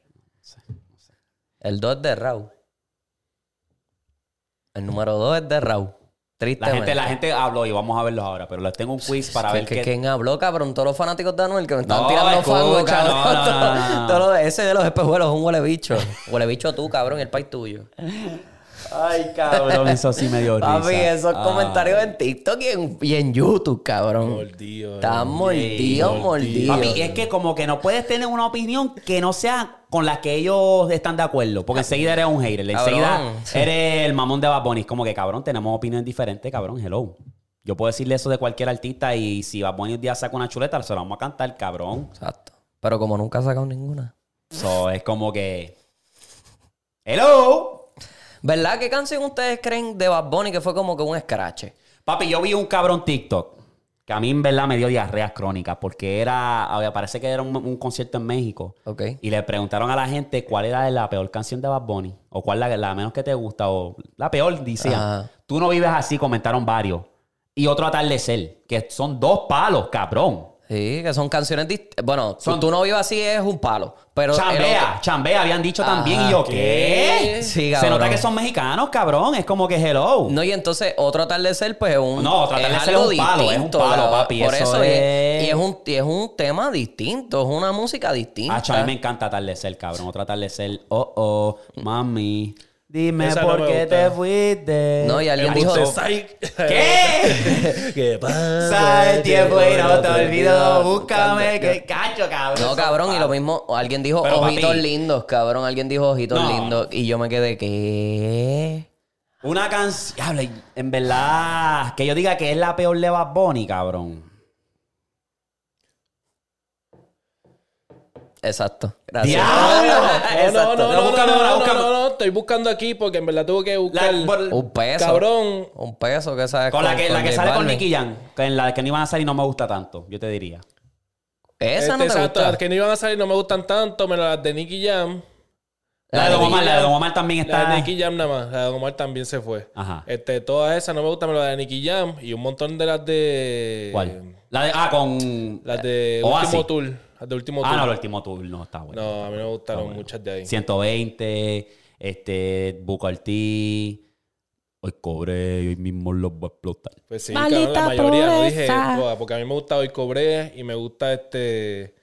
S2: El 2 es de Raúl. El número 2 es de Raúl.
S1: La
S2: Tristemente.
S1: gente, la gente habló y vamos a verlos ahora, pero les tengo un quiz para
S2: Que-
S1: ver
S2: que-
S1: qué.
S2: ¿Quién habló, cabrón? Todos los fanáticos de Anuel que me están
S1: No,
S2: tirando fango,
S1: escucha,
S2: cabrón.
S1: no, no, no, no, no.
S2: Todos los- ese de los espejuelos es un huele bicho. Huele bicho tú, cabrón, el país tuyo.
S1: Ay, cabrón, eso sí me dio risa.
S2: Papi, esos
S1: Ah,
S2: comentarios en TikTok y en, y en YouTube, cabrón.
S3: Mordido, eh.
S2: Están mordidos, mordidos.
S1: Ah. Papi, es que como que no puedes tener una opinión que no sea con la que ellos están de acuerdo, porque enseguida eres un hater,
S2: Cabrón.
S1: enseguida eres el mamón de Bad Bunny. Es como que, cabrón, tenemos opiniones diferentes, cabrón, hello. Yo puedo decirle eso de cualquier artista y si Bad Bunny un día saca una chuleta, se la vamos a cantar, cabrón.
S2: Exacto. Pero como nunca ha sacado ninguna.
S1: So, es como que... Hello.
S2: ¿Verdad? ¿Qué canción ustedes creen de Bad Bunny que fue como que un escrache?
S1: Papi, yo vi un cabrón TikTok que a mí en verdad me dio diarreas crónicas porque era, a ver, parece que era un, un concierto en México
S2: Ok.
S1: y le preguntaron a la gente cuál era la peor canción de Bad Bunny o cuál la, la menos que te gusta o la peor, decían.
S2: Ajá.
S1: Tú no vives así, comentaron varios. Y otro atardecer, que son dos palos, cabrón.
S2: Sí, que son canciones dist- Bueno, son... tú no vives así es un palo. Pero el
S1: Chambea,
S2: otro-
S1: chambea, habían dicho también.
S2: Ajá.
S1: Y yo, ¿qué?
S2: Sí,
S1: Se
S2: cabrón.
S1: nota que son mexicanos, cabrón. Es como que hello.
S2: No, y entonces otro atardecer, pues es un.
S1: No, otro atardecer
S2: algo
S1: es un palo, es un palo,
S2: ¿verdad?
S1: papi,
S2: Por
S1: eso
S2: eso, y
S1: es-
S2: y es, un, y es un tema distinto, es una música distinta.
S1: Acho, a mí me encanta atardecer, cabrón. Otro atardecer. Oh, oh, mami. Dime
S3: Esa no
S1: por
S3: me
S1: qué
S3: gusta.
S1: te fuiste.
S2: No, y alguien dijo.
S1: ¿Qué?
S3: eh, ¿Qué pasa?
S1: Sabe el tiempo y no te olvido. Búscame,
S2: Canta,
S1: que cacho, cabrón.
S2: No, cabrón, y lo mismo, alguien dijo
S1: Pero,
S2: ojitos
S1: papi.
S2: lindos, cabrón, alguien dijo ojitos
S1: No.
S2: lindos, y yo me quedé, ¿qué?
S1: Una canción. habla, En verdad, que yo diga que es la peor de Bad Bunny, cabrón.
S2: Exacto, gracias.
S1: ¡Diablo! No,
S3: No, no, no, no, no,
S1: búscame una,
S3: no, no,
S1: búscame.
S3: no, no, estoy buscando aquí porque en verdad tuve que buscar.
S1: La- por-
S2: Un peso.
S3: Cabrón.
S2: Un peso que sabes.
S1: Con la que, la que
S2: Oh, J
S1: sale con
S2: Balvin.
S1: Nicky Jam. Que en la que no iban a salir no me gusta tanto, yo te diría.
S2: Esa no te
S3: Este, exacto,
S2: gusta.
S3: Las que no iban a salir no me gustan tanto, menos las de Nicky Jam.
S1: La de Don Omar, la de Don Omar también
S3: La de
S1: está.
S3: Nicky Jam nada más. La de Don Omar también se fue.
S1: Ajá.
S3: Este, todas esas no me gustan, menos la de Nicky Jam y un montón de las de.
S1: ¿Cuál? La de. Ah, con.
S3: Las de
S1: Oasis.
S3: Último Tour. Las de Último
S1: Ah, no, el
S3: Tour.
S1: último turno está bueno.
S3: No, a mí me gustaron muchas de ahí.
S1: 120, este, Booker T. Hoy cobré y hoy mismo los voy a explotar.
S3: Pues sí, cabrón, la mayoría, no dije todas, porque a mí me gusta Hoy Cobré y me gusta este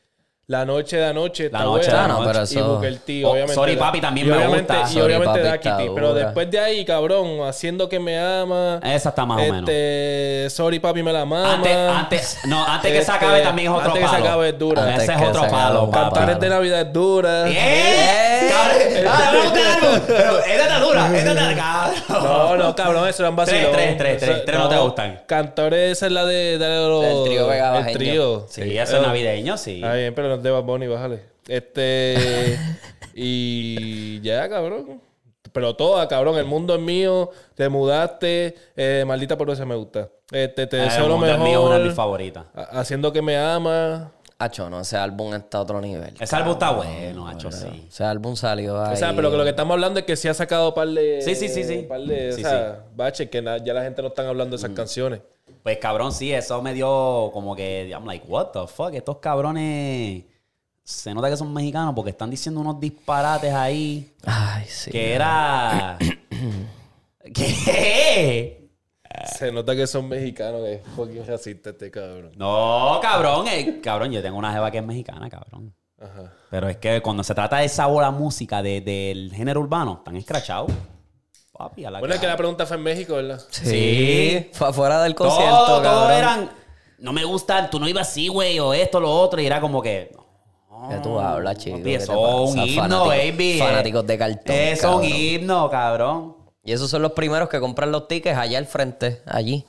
S3: La noche de anoche.
S1: La
S3: está
S1: noche de
S3: buena.
S1: anoche.
S2: Ah, no, pero
S3: Y
S2: eso-
S3: Booker T,
S1: Oh,
S3: obviamente.
S1: Sorry,
S3: da-
S1: papi, también
S3: y
S1: me
S3: obviamente-
S1: gusta.
S3: Y
S1: Sorry,
S3: obviamente
S2: papi,
S3: da
S2: está
S3: Kitty. Pero
S2: dura.
S3: después de ahí, cabrón, haciendo que me ama.
S1: Esa está Eh, más o menos.
S3: Este, sorry, papi, me la mama.
S1: Antes, antes, no, antes que se
S3: Este,
S1: acabe también es otro
S3: antes
S1: palo.
S3: que se acabe es dura.
S1: Ese
S2: Antes
S1: es
S2: que
S1: otro
S2: se acabe
S1: palo,
S2: un palo.
S1: papá.
S3: Cantares de Navidad es dura.
S1: ¡Eh! ¡Cabrón! ¡Ah, vamos a buscar algo! Pero esta está dura, esta está cabrón.
S3: No, no, cabrón, eso eran vacilón.
S1: Tres, tres, tres, tres.
S3: Eso-
S1: Tres no te gustan.
S3: Cantores, esa es la de... dale a los-
S2: El trío pegabajeño.
S3: El trío. Eh,
S1: Sí, eso es navideño, sí.
S3: Está bien, pero no te vas Bonnie, bájale. Este... y ya, cabrón. Pero toda, cabrón. El mundo es mío. Te mudaste. Eh, maldita por eso me gusta. Este, te
S1: Ah,
S3: deseo
S1: el
S3: lo
S1: mundo es mío, es una de mis
S3: mejor.
S1: favoritas.
S3: ha- Haciendo que me ama.
S2: Hacho, no, ese álbum está a otro nivel.
S1: Ese álbum está bueno, hacho, sí.
S2: Ese álbum salió ahí.
S3: O sea, pero que lo que estamos hablando es que sí ha sacado par de...
S1: Sí, sí, sí, sí.
S3: Par de,
S1: Sí, Mm.
S3: o sea, baches que na- ya la gente no están hablando de esas canciones.
S1: Pues cabrón, sí, eso me dio como que. I'm like, what the fuck, estos cabrones. Se nota que son mexicanos porque están diciendo unos disparates ahí.
S2: Ay, sí.
S1: Que era. ¿Qué?
S3: Se nota que son mexicanos, que es fucking racista este cabrón.
S1: No, cabrón. eh, cabrón, yo tengo una jeva que es mexicana, cabrón.
S3: Ajá.
S1: Pero es que cuando se trata de sabor a música de- del género urbano, están escrachados. Papi, a la
S3: Bueno, es que
S1: cara.
S3: la pregunta fue en México, ¿verdad?
S2: Sí. Fue afuera del concierto,
S1: Todo, todo
S2: cabrón.
S1: eran. No me gusta, tú no ibas así, güey, o esto, lo otro. Y era como que. No,
S2: Ya tú hablas, chico.
S1: Oh, papi,
S2: ¿qué
S1: Eso
S2: te pasa?
S1: es un himno,
S2: Fanáticos-
S1: baby. eh.
S2: Fanáticos de cartón.
S1: Eso es un
S2: cabrón.
S1: himno, cabrón.
S2: Y esos son los primeros que compran los tickets allá al frente, allí.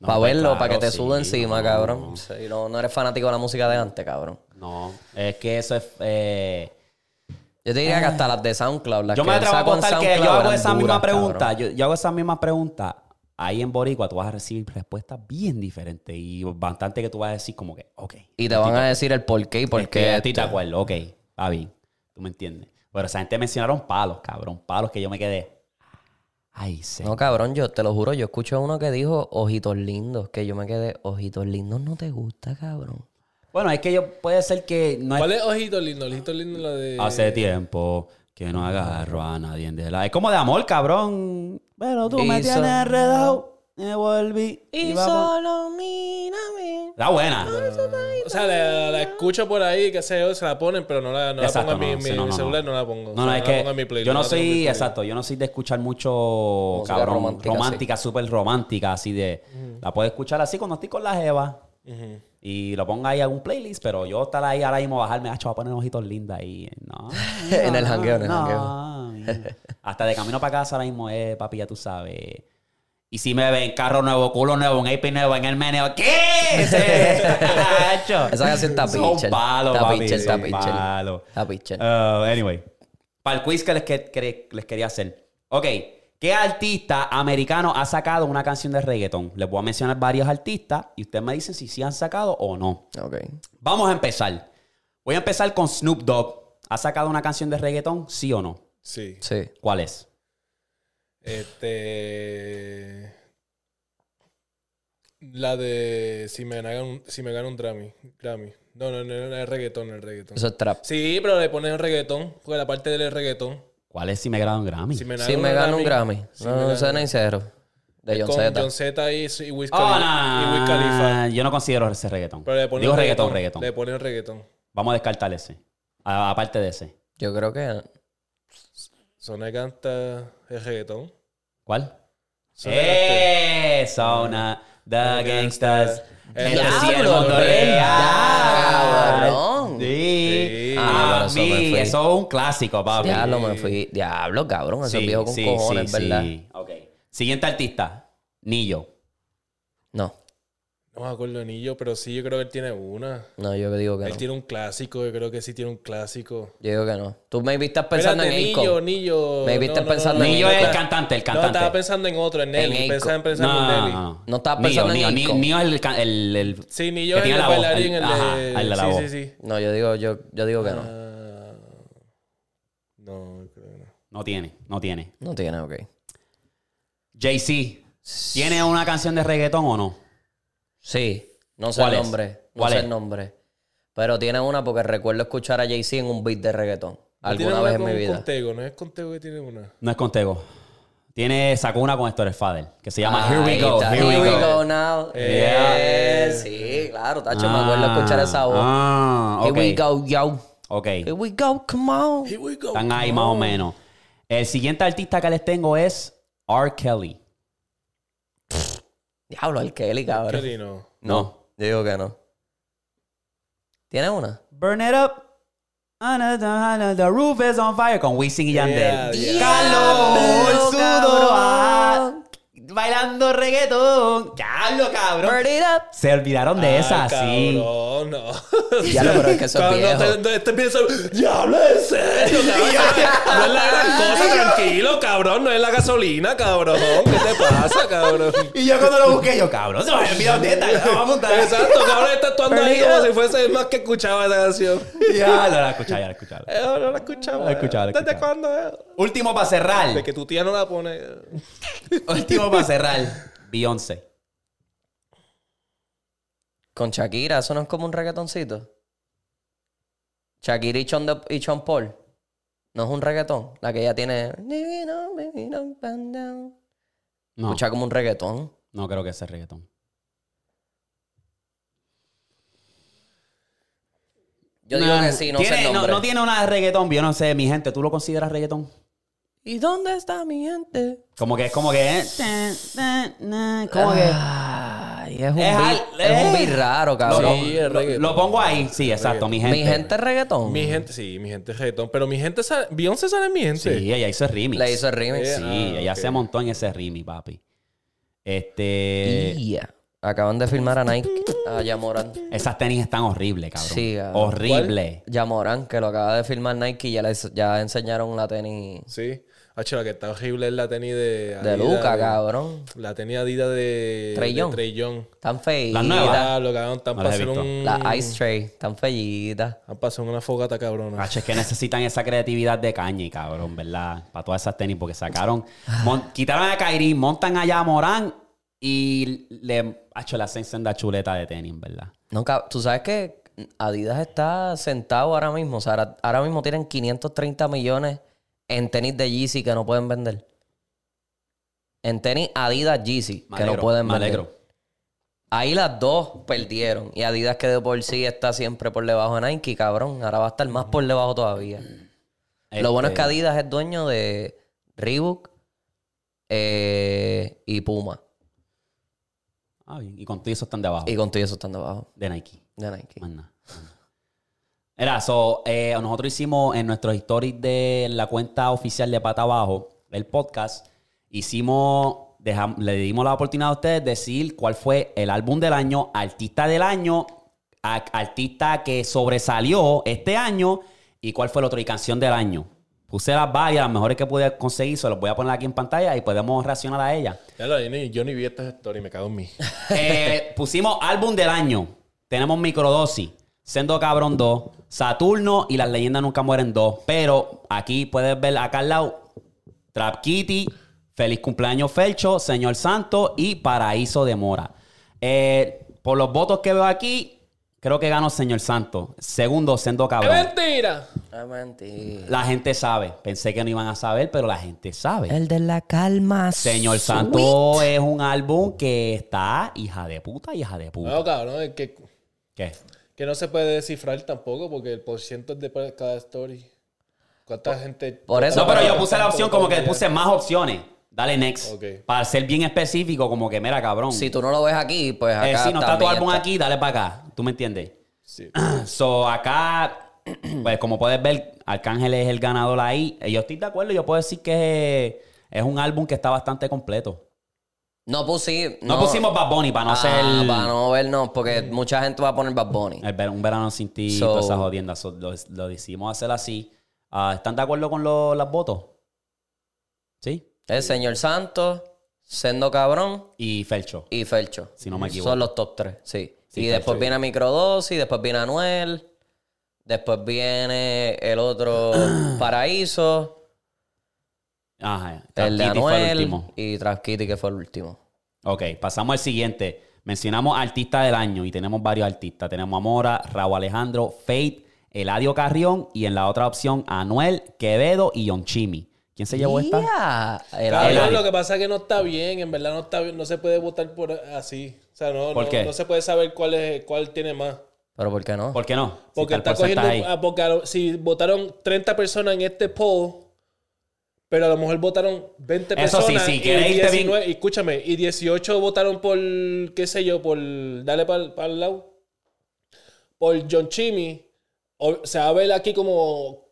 S1: No,
S2: para
S1: pues,
S2: verlo,
S1: claro,
S2: para que te
S1: sí,
S2: suba encima,
S1: no,
S2: cabrón. Sí, no, no eres fanático de la música de antes, cabrón.
S1: No, es que eso es. eh,
S2: Yo te diría que hasta las de SoundCloud, las
S1: Yo
S2: que
S1: me
S2: él
S1: atrevo a
S2: sacó en
S1: contar que yo
S2: SoundCloud
S1: hago
S2: eran
S1: esa misma
S2: duras,
S1: pregunta.
S2: cabrón.
S1: Yo, yo hago esa misma pregunta. Ahí en Boricua tú vas a recibir respuestas bien diferentes y bastante que tú vas a decir como que, ok.
S2: Y te van a decir el por qué y por
S1: Porque
S2: qué.
S1: a ti te
S2: esto.
S1: acuerdo, ok, está bien, tú me entiendes. Pero esa gente mencionaron palos, cabrón, palos que yo me quedé. Ay, se.
S2: No, cabrón, yo te lo juro, yo escuché uno que dijo ojitos lindos, que yo me quedé, ojitos lindos no te gusta, cabrón.
S1: Bueno, es que yo puede ser que no es-
S3: ¿Cuál es Ojito Lindo? Ojito Lindo es la de...
S1: hace tiempo que no agarro a nadie en de la. Es como de amor, cabrón. Pero tú me
S2: Y
S1: tienes
S2: solo-
S1: enredado, me volví y, vamos.
S2: solo mírame.
S1: Está buena.
S3: O sea, la, la escucho por ahí, qué sé yo, se la ponen, pero no la, no la
S1: Exacto,
S3: pongo en mi,
S1: no, sí,
S3: mi
S1: no, no,
S3: celular, no. la pongo. O
S1: No,
S3: sea,
S1: no, es
S3: la
S1: que
S3: pongo en mi playlist,
S1: yo no
S3: la tengo en mi
S1: soy,
S3: playlist.
S1: exacto, yo no soy de escuchar mucho,
S2: Música
S1: cabrón,
S2: romántica,
S1: romántica, súper romántica, así de, la puedo escuchar así cuando estoy con la jeva
S3: Ujú.
S1: y lo ponga ahí a algún playlist, pero yo estar ahí ahora mismo bajarme, ah, chaval, poner ojitos lindas ahí, no.
S2: En
S1: no,
S2: el jangueo, en el
S1: no. Hasta de camino para casa ahora mismo, eh, papi, ya tú sabes. Y si me ven carro nuevo, culo nuevo, un AP nuevo, en el meneo, ¿qué? Ese- Hacho.
S2: Esa canción está
S1: Son
S2: pitcher.
S1: palos,
S2: Está
S1: papi,
S2: pitcher, está
S1: son
S2: pitcher.
S1: palos.
S2: La pichel.
S1: Uh, anyway, para el quiz que les, que- que- les quería hacer. Ok, ¿qué artista americano ha sacado una canción de reggaetón? Les voy a mencionar varios artistas y ustedes me dicen si sí han sacado o no.
S2: Ok.
S1: Vamos a empezar. Voy a empezar con Snoop Dogg. ¿Ha sacado una canción de reggaetón? ¿Sí o no?
S3: Sí.
S2: Sí.
S1: ¿Cuál es?
S3: Este... La de... Si me gana un, si me gana un Grammy. Grammy. No, no, no, no, es reggaetón, no es reggaetón.
S2: Eso es trap.
S3: Sí, pero le ponen reggaetón, porque la parte del reggaetón.
S1: ¿Cuál es si me graban Grammy?
S3: Si me
S2: Si me gano un Grammy.
S3: si me
S2: No, no
S3: gana-
S2: sé ni cero. De John
S3: con
S2: Z.
S3: John Zeta y, y Wiz
S1: Oh, no.
S3: Khalifa. Y Wiz Khalifa.
S1: Yo no considero ese reggaetón.
S3: Pero le ponen
S1: Digo reggaetón, reggaetón.
S3: Le ponen reggaetón.
S1: Vamos a descartar ese. A- Aparte de ese.
S2: Yo creo que.
S3: Sona canta el reggaetón.
S1: ¿Cuál?
S3: Sona
S1: Eh. Eso, una The Gangsters. El cielo, mundo real.
S2: Cabrón.
S1: Sí.
S3: Sí.
S1: Ah,
S2: Ah, pero eso me
S1: sí.
S2: fui.
S1: Eso es un clásico, papi.
S2: Diablo, me fui. Diablo, cabrón. Ese
S1: Sí,
S2: viejo con
S1: sí,
S2: cojones,
S1: sí,
S2: ¿verdad?
S1: sí. Ok. Siguiente artista, Nillo.
S2: No,
S3: No me acuerdo de Nillo, pero sí, yo creo que él tiene una.
S2: no, yo digo que
S3: Él
S2: no.
S3: tiene un clásico, yo creo que sí tiene un clásico.
S2: Yo digo que no. Tú maybe estás pensando
S3: Espérate,
S2: en
S3: Nillo,
S2: Akon.
S3: Nillo.
S2: Maybe estás pensando en
S1: Nillo
S2: Nillo
S1: es el
S2: está-
S1: cantante, el
S3: No,
S1: cantante.
S3: estaba pensando en otro, en Nelly.
S2: En
S3: Pensaba
S2: Akon.
S3: pensando en Nelly.
S2: No estaba pensando
S1: Nillo,
S2: en
S1: Nillo,
S2: Nico.
S1: Nillo es el, can- el, el-
S3: Sí, Nillo
S1: que
S3: es el
S1: tiene la voz,
S3: bailarín, el,
S1: ajá,
S3: de...
S1: el de la
S3: sí,
S1: voz.
S3: sí, sí.
S2: No, yo digo, yo, yo digo que no.
S3: Ah, no, creo que no.
S1: No tiene, no tiene.
S2: No tiene, ok.
S1: Jay-Z, ¿tiene una canción de reggaetón o no?
S2: Sí, no sé
S1: ¿Cuál
S2: el
S1: es?
S2: nombre. No
S1: ¿Cuál
S2: sé
S1: es?
S2: el nombre. Pero tiene una porque recuerdo escuchar a Jay-Z en un beat de reggaetón.
S3: Tiene
S2: Alguna
S3: una
S2: vez en
S3: con
S2: mi vida.
S3: Contego, ¿no es Contego que tiene una?
S1: No es Contego. Tiene, sacó una con Héctor Fader, que se llama Here
S2: Ahí
S1: We Go,
S2: está.
S1: Here We Go. Yeah.
S2: Now. Eh, sí, claro, tacho, me
S1: Ah,
S2: acuerdo escuchar esa voz.
S1: Ah, ok.
S2: Here we go, yo.
S1: Ok,
S2: Here we go, come on.
S3: Here we go.
S1: están ahí
S2: Oh.
S1: más o menos. El siguiente artista que les tengo es R. Kelly.
S2: Diablo, el Kelly, cabrón.
S3: Kelly, no.
S1: No.
S2: Yo digo que no. ¿Tienes una?
S1: Burn It Up. The roof is on fire con Wisin y Yandel.
S3: Yeah, yeah.
S1: Calor,
S2: Diablo,
S1: sudor, ah,
S2: cabrón.
S1: bailando reggaetón. Diablo, cabrón.
S2: Burn it up.
S1: Se olvidaron de esa,
S3: Ay,
S1: sí.
S3: cabrón, no.
S2: Ya lo, pero es que eso es
S3: Cuando
S2: viejo.
S3: te- te- te pienso, ya habla en serio, cabrón. No es la gran cosa, tranquilo, cabrón. No es la gasolina, cabrón. ¿Qué te pasa, cabrón?
S1: Y yo cuando lo busqué, yo, cabrón, se me había olvidado de esta. Vamos a apuntar.
S3: Exacto, cabrón, está actuando ahí
S1: Perdido.
S3: como si fuese el más que escuchaba esa canción.
S1: Ya, la, la escuchaba, ya la escuchaba.
S3: Eh, no la escuchaba.
S1: La escuchaba, la
S3: ¿Desde
S1: escuchaba.
S3: cuándo? eh?
S1: Último para cerrar.
S3: De que tu tía no la pone.
S1: Último para cerrar. Beyoncé.
S2: Con Shakira, eso no es como un reggaetoncito. Shakira y Sean, de- y Sean Paul. No es un reggaetón. La que ella tiene.
S1: No,
S2: Escucha como un reggaetón.
S1: no creo que sea reggaetón.
S2: Yo digo que sí, no
S1: tiene,
S2: sé el
S1: no,
S2: nombre.
S1: no tiene una de reggaetón, yo no sé, mi gente, ¿tú lo consideras reggaetón?
S2: ¿Y dónde está mi gente?
S1: Como que es como que. eh, Como que.
S2: Ay, es un,
S1: Es
S2: beat,
S1: al-
S2: es un
S1: eh.
S2: beat raro,
S1: Lo,
S2: cabrón.
S1: pongo-
S3: Sí, es reggaetón.
S1: lo pongo ahí. Sí, exacto, mi gente.
S2: mi gente es reggaetón.
S3: Mi gente, sí, mi gente es reggaetón. Pero mi gente sale. Beyoncé sale en mi gente.
S1: Sí, ella hizo el remix.
S2: Le hizo el remix.
S1: Sí,
S3: Ah,
S1: ella
S3: ok.
S1: se montó en ese remix, papi. Este.
S2: Yeah. Acaban de filmar a Nike. A Yamoran.
S1: Esas tenis están horribles, cabrón.
S2: Sí, cabrón.
S1: Horrible.
S2: Yamoran, que lo acaba de filmar Nike y ya, les, ya enseñaron la tenis
S3: Sí. Hacho, la que está horrible es la tenis de.
S2: de
S3: Adidas,
S2: Luca,
S3: de-
S2: cabrón.
S3: La tenis Adidas de.
S2: Trey
S3: de
S2: Young.
S3: Trey Young.
S2: Tan feitas.
S1: Las nuevas.
S2: La,
S3: Ah, lo cagaron. Están
S1: No
S3: para
S1: las he
S3: hacer
S1: visto.
S3: un.
S2: Ice Tray. Tan feitas.
S3: Han pasado una fogata cabrona.
S1: Hacho, es que necesitan esa creatividad de caña, y cabrón, ¿verdad? Para todas esas tenis, porque sacaron, mon- quitaron a Kairi, montan allá a Morán y le hacho la senda chuleta de tenis, ¿verdad?
S2: No, cab- tú sabes que Adidas está sentado ahora mismo. O sea, ahora, ahora mismo tienen 530 millones en tenis de Yeezy que no pueden vender. En tenis Adidas Yeezy
S1: Me
S2: que no
S1: alegro,
S2: pueden
S1: me
S2: vender.
S1: alegro.
S2: Ahí las dos perdieron. Y Adidas que de por sí está siempre por debajo de Nike, cabrón. Ahora va a estar más por debajo todavía. ¿eh? Lo bueno es que
S1: Este,
S2: Adidas es dueño de Reebok eh, y Puma.
S1: ah, bien, y contigo eso están de abajo,
S2: Y con todo eso están debajo
S1: de Nike.
S2: de Nike.
S1: Más nada, más nada. Era, so, eh, nosotros hicimos en nuestros stories de la cuenta oficial de Pata Abajo, el podcast, hicimos, dejam- le dimos la oportunidad a ustedes de decir cuál fue el álbum del año, artista del año, a- artista que sobresalió este año y cuál fue el otro y canción del año. Puse las varias, las mejores que pude conseguir, se los voy a poner aquí en pantalla y podemos reaccionar a ellas.
S3: Ya lo, yo, ni, yo ni vi esta historia y me cago en mí.
S1: Eh, pusimos álbum del año. Tenemos Microdosis, Sendo Cabrón 2, Saturno y Las Leyendas Nunca Mueren 2. Pero aquí puedes ver acá al lado Trap Kitty, Feliz Cumpleaños Felcho, Señor Santo y Paraíso de Mora. Eh, por los votos que veo aquí, creo que ganó Señor Santo. Segundo, Sendo Cabrón.
S3: mentira!
S2: Ah, mentira.
S1: La gente sabe. Pensé que no iban a saber, pero la gente sabe.
S2: El de la calma.
S1: Pues, Señor Santo es un álbum que está hija de puta, hija de puta.
S3: No, cabrón, es que,
S1: ¿Qué?
S3: que no se puede descifrar tampoco porque el por ciento es de pa- cada story. ¿Cuánta gente.?
S2: por eso-
S1: No, pero yo puse
S3: cuánta
S1: la opción
S3: gente
S1: como que
S3: ya?
S1: puse más opciones. Dale next.
S3: Ok.
S1: Para ser bien específico, como que mira, cabrón.
S2: Si tú no lo ves aquí, pues acá
S1: Eh, si no está tu
S2: también
S1: álbum
S2: está.
S1: aquí, dale para acá. ¿Tú me entiendes?
S3: Sí.
S1: So, acá, pues como puedes ver, Arcángel es el ganador ahí. Eh, Yo estoy de acuerdo, yo puedo decir que es un álbum que está bastante completo.
S2: No Ah, pusimos.
S1: No, pusimos Bad Bunny para no ser
S2: Para no vernos, porque mucha gente va a poner Bad Bunny.
S1: el ver- un verano sin ti,
S2: So-
S1: todas esas jodiendas. So, lo, lo decidimos hacer así. Ah, ¿Están de acuerdo con los las votos? ¿Sí?
S2: El Señor Santos, Sendo Cabrón
S1: Y Felcho.
S2: y Felcho.
S1: Si no me equivoco.
S2: Son los top tres, sí.
S1: Sí,
S2: y
S1: Felcho,
S2: después
S1: sí.
S2: viene Microdosis, después viene Anuel, después viene el otro Paraíso,
S1: Ajá.
S2: el de
S1: Kitty fue el
S2: Anuel
S1: último.
S2: y Trap Kitty, que fue el último.
S1: Ok, pasamos al siguiente. Mencionamos artista del año y tenemos varios artistas. Tenemos a Mora, Raúl Alejandro, Fate, Eladio Carrión y en la otra opción Anuel, Quevedo y Yonchimi. ¿Quién se llevó esta?
S2: Ya, el-
S3: Cabrón,
S2: el-
S3: lo que pasa es que no está bien, en verdad no está bien, no se puede votar por así. O sea, no,
S1: ¿Por
S3: no,
S1: qué?
S3: no se puede saber cuál es cuál tiene más.
S2: Pero ¿por qué no?
S1: ¿Por qué no? Si
S3: Porque
S1: está
S3: está
S1: el porcentaje
S3: cogiendo.
S1: ahí.
S3: ah, porque a lo- si votaron 30 personas en este poll, pero a lo mejor votaron 20
S1: Eso sí,
S3: personas.
S1: si
S3: y
S1: quieres irte bien-
S3: 19 y escúchame, y 18 votaron por, qué sé yo, por. Dale para el lado. Por John Chimmy. O, se va a ver aquí como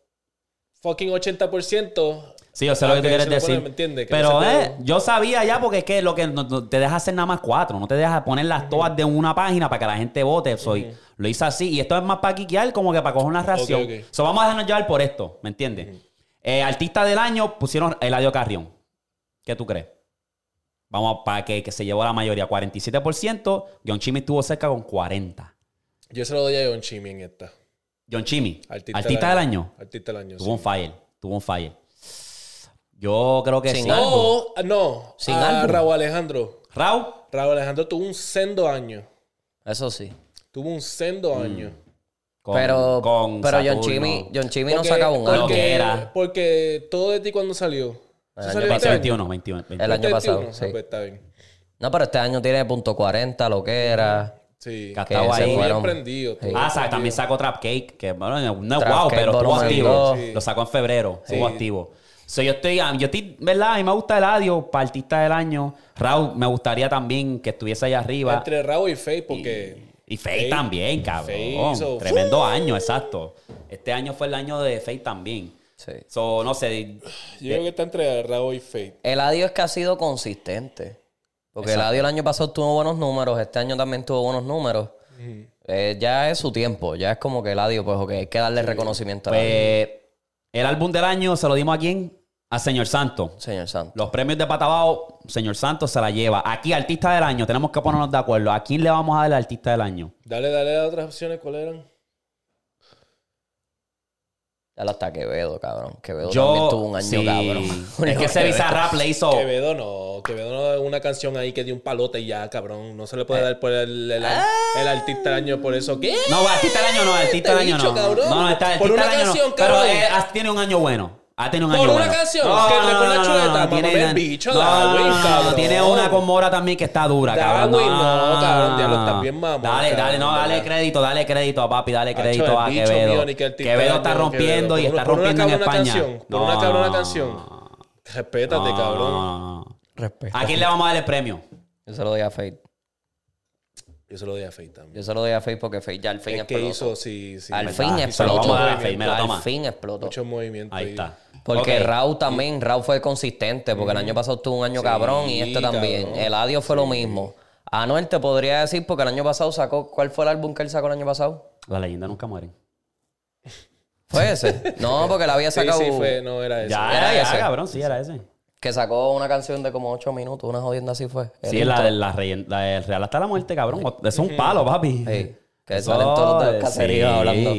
S3: fucking 80%.
S1: Sí, yo sé lo
S3: Ah,
S1: que tú
S3: que
S1: quieres
S3: se lo
S1: decir.
S3: ponen, ¿me entiendes? Que
S1: Pero
S3: no se puede-
S1: eh, yo sabía ya porque es que lo que no- no- te deja hacer nada más cuatro, no te deja poner las todas de una página para que la gente vote. Soy, Lo hice así y esto es más para quiquear, como que para coger una ración.
S3: ok.
S1: So, vamos a dejarnos llevar por esto, ¿me entiendes? Eh, artista del año pusieron Eladio Carrión. ¿Qué tú crees? Vamos para que, que se llevó la mayoría, 47%. John Chimmy estuvo cerca con 40%.
S3: Yo se lo doy a John Chimmy en esta.
S1: John Chimmy, artista, del año.
S3: Artista del año.
S1: Tuvo
S3: sí.
S1: un fire, tuvo un fire. Yo creo que
S2: Sin
S1: sí.
S2: algo.
S3: O, ah, no,
S2: Sin
S3: a
S2: álbum.
S3: Raúl Alejandro.
S1: Raúl.
S3: Raúl Alejandro tuvo un sendo año.
S2: Eso sí.
S3: Tuvo un sendo año.
S1: con-
S2: pero
S1: con
S2: pero John
S1: Saturno.
S2: Chimmy, John Chimmy no
S3: Porque-
S2: sacaba un álbum.
S1: Lo que
S3: Porque,
S1: era.
S3: porque todo de ti cuando salió.
S2: El
S3: ¿Eso
S2: año
S3: salió
S1: Pasó
S3: este
S1: 21, 21, 21.
S2: El año
S3: 21?
S2: pasado,
S3: Ah,
S2: sí.
S3: pues está bien.
S2: No, pero este año tiene punto .40, lo que era.
S3: Sí.
S1: Cata-
S2: que
S1: Estaba
S2: se
S1: ahí.
S3: Muy
S2: fueron.
S3: prendido. todo.
S1: Ah, sa- también sacó Trap Cake, que bueno, no es
S2: Trap
S1: guau,
S2: Cake
S1: pero estuvo
S2: volumen
S1: activo.
S2: dos.
S3: Sí.
S1: Lo sacó en febrero, estuvo
S3: Sí.
S1: activo. So, yo estoy, ah, yo estoy, ¿verdad? A mí me gusta el adio, para artista del año. Raúl, me gustaría también que estuviese allá arriba.
S3: Entre Raúl y Faye, porque.
S1: Y Faye
S3: Faye-
S1: también, cabrón.
S3: Faye hizo- ¡Uh!
S1: Tremendo año, exacto. Este año fue el año de Faye también.
S2: Sí.
S1: So, no sé,
S3: Yo creo que está entre Raúl y Faye.
S2: Eladio es que ha sido consistente. Porque
S1: Exacto.
S2: Eladio el año pasado tuvo buenos números, este año también tuvo buenos números. Eh, ya es su tiempo, ya es como que Eladio, pues ok, hay que darle reconocimiento a Eladio,
S1: pues, el álbum del año se lo dimos a quién? A Señor Santo.
S2: señor Santos.
S1: Los premios de Patabao, señor Santos se la lleva. Aquí, artista del año, tenemos que ponernos de acuerdo. ¿A quién le vamos a dar el artista del año?
S3: Dale, dale a otras opciones, ¿cuáles eran?
S2: Ya lo está Quevedo, cabrón. Quevedo
S1: Yo.
S2: también tuvo un año,
S1: sí.
S2: cabrón.
S1: Es que ese Bizarrap le
S2: Oh.
S1: hizo.
S3: Quevedo no. Quevedo no es una canción ahí que dio un palote y ya, cabrón. No se le puede dar por el, el,
S2: Ah.
S3: el artista del año por eso. ¿Qué?
S1: No, artista del año no, artista del
S3: Te he
S1: año
S3: dicho,
S1: no.
S3: cabrón.
S1: No, no, está
S3: Por
S1: artista
S3: una
S1: del año no.
S3: canción,
S1: Pero
S3: cabrón.
S1: eh, ha- tiene un año bueno. Ha tenido un año
S3: Por
S1: bueno.
S3: una canción, que le pone la chuleta, mamá, ven, bicho, Darwin, cabrón.
S1: Tiene una con Mora también que está dura, cabrón.
S3: Darwin, no, cabrón, diablo, estás bien mamón,
S1: Dale, dale,
S3: cabrón,
S1: no,
S3: de
S1: dale
S3: verdad.
S1: crédito, dale crédito a papi, dale
S3: Hacho,
S1: crédito
S3: el
S1: a
S3: bicho
S1: Quevedo.
S3: mío, ni que el artista
S1: Quevedo está
S3: del año,
S1: rompiendo
S3: Quevedo.
S1: y
S3: Por
S1: está
S3: una- por una
S1: rompiendo en
S3: cabrona
S1: España.
S3: canción, por una
S1: No,
S3: cabrona
S1: no,
S3: canción.
S1: no,
S3: Respétate,
S2: Ah.
S1: no,
S3: cabrón.
S1: no, no, no.
S2: Respeto.
S1: ¿A quién le vamos a dar el premio?
S2: Yo se lo doy a Fate.
S3: Yo se lo doy a Faye también.
S2: Yo se lo doy a Fate porque Fate ya al fin
S3: Es que
S2: explotó.
S3: hizo, sí, sí.
S2: al
S3: hizo
S2: fin
S1: verdad. Se lo
S2: explotó.
S1: vamos a dar a Fate, mira, toma.
S2: al fin explotó.
S3: Muchos movimientos.
S1: Ahí
S3: y-
S1: está.
S2: Porque
S1: Ok.
S2: Raúl también, Raúl fue consistente, porque el año pasado tuvo un año cabrón y este también.
S3: cabrón.
S2: El Adio fue lo mismo. Anuel te podría decir, porque el año pasado sacó, ¿cuál fue el álbum que él sacó el año pasado?
S1: La leyenda nunca muere.
S2: ¿Fue ese? No, porque él había
S3: Sí,
S2: sacado,
S3: sí, fue, no era eso.
S1: Ya,
S2: Era
S1: era, ya,
S2: ese.
S1: cabrón, sí, era ese.
S2: que sacó una canción de como 8 minutos, una jodienda así fue. El
S1: Sí, la,
S2: intro.
S1: la, rey- la del Real hasta la muerte, cabrón. Es un palo, papi.
S2: Sí, que
S1: Eso,
S2: salen todos los de los
S1: eh,
S2: caseríos
S1: sí.
S2: hablando.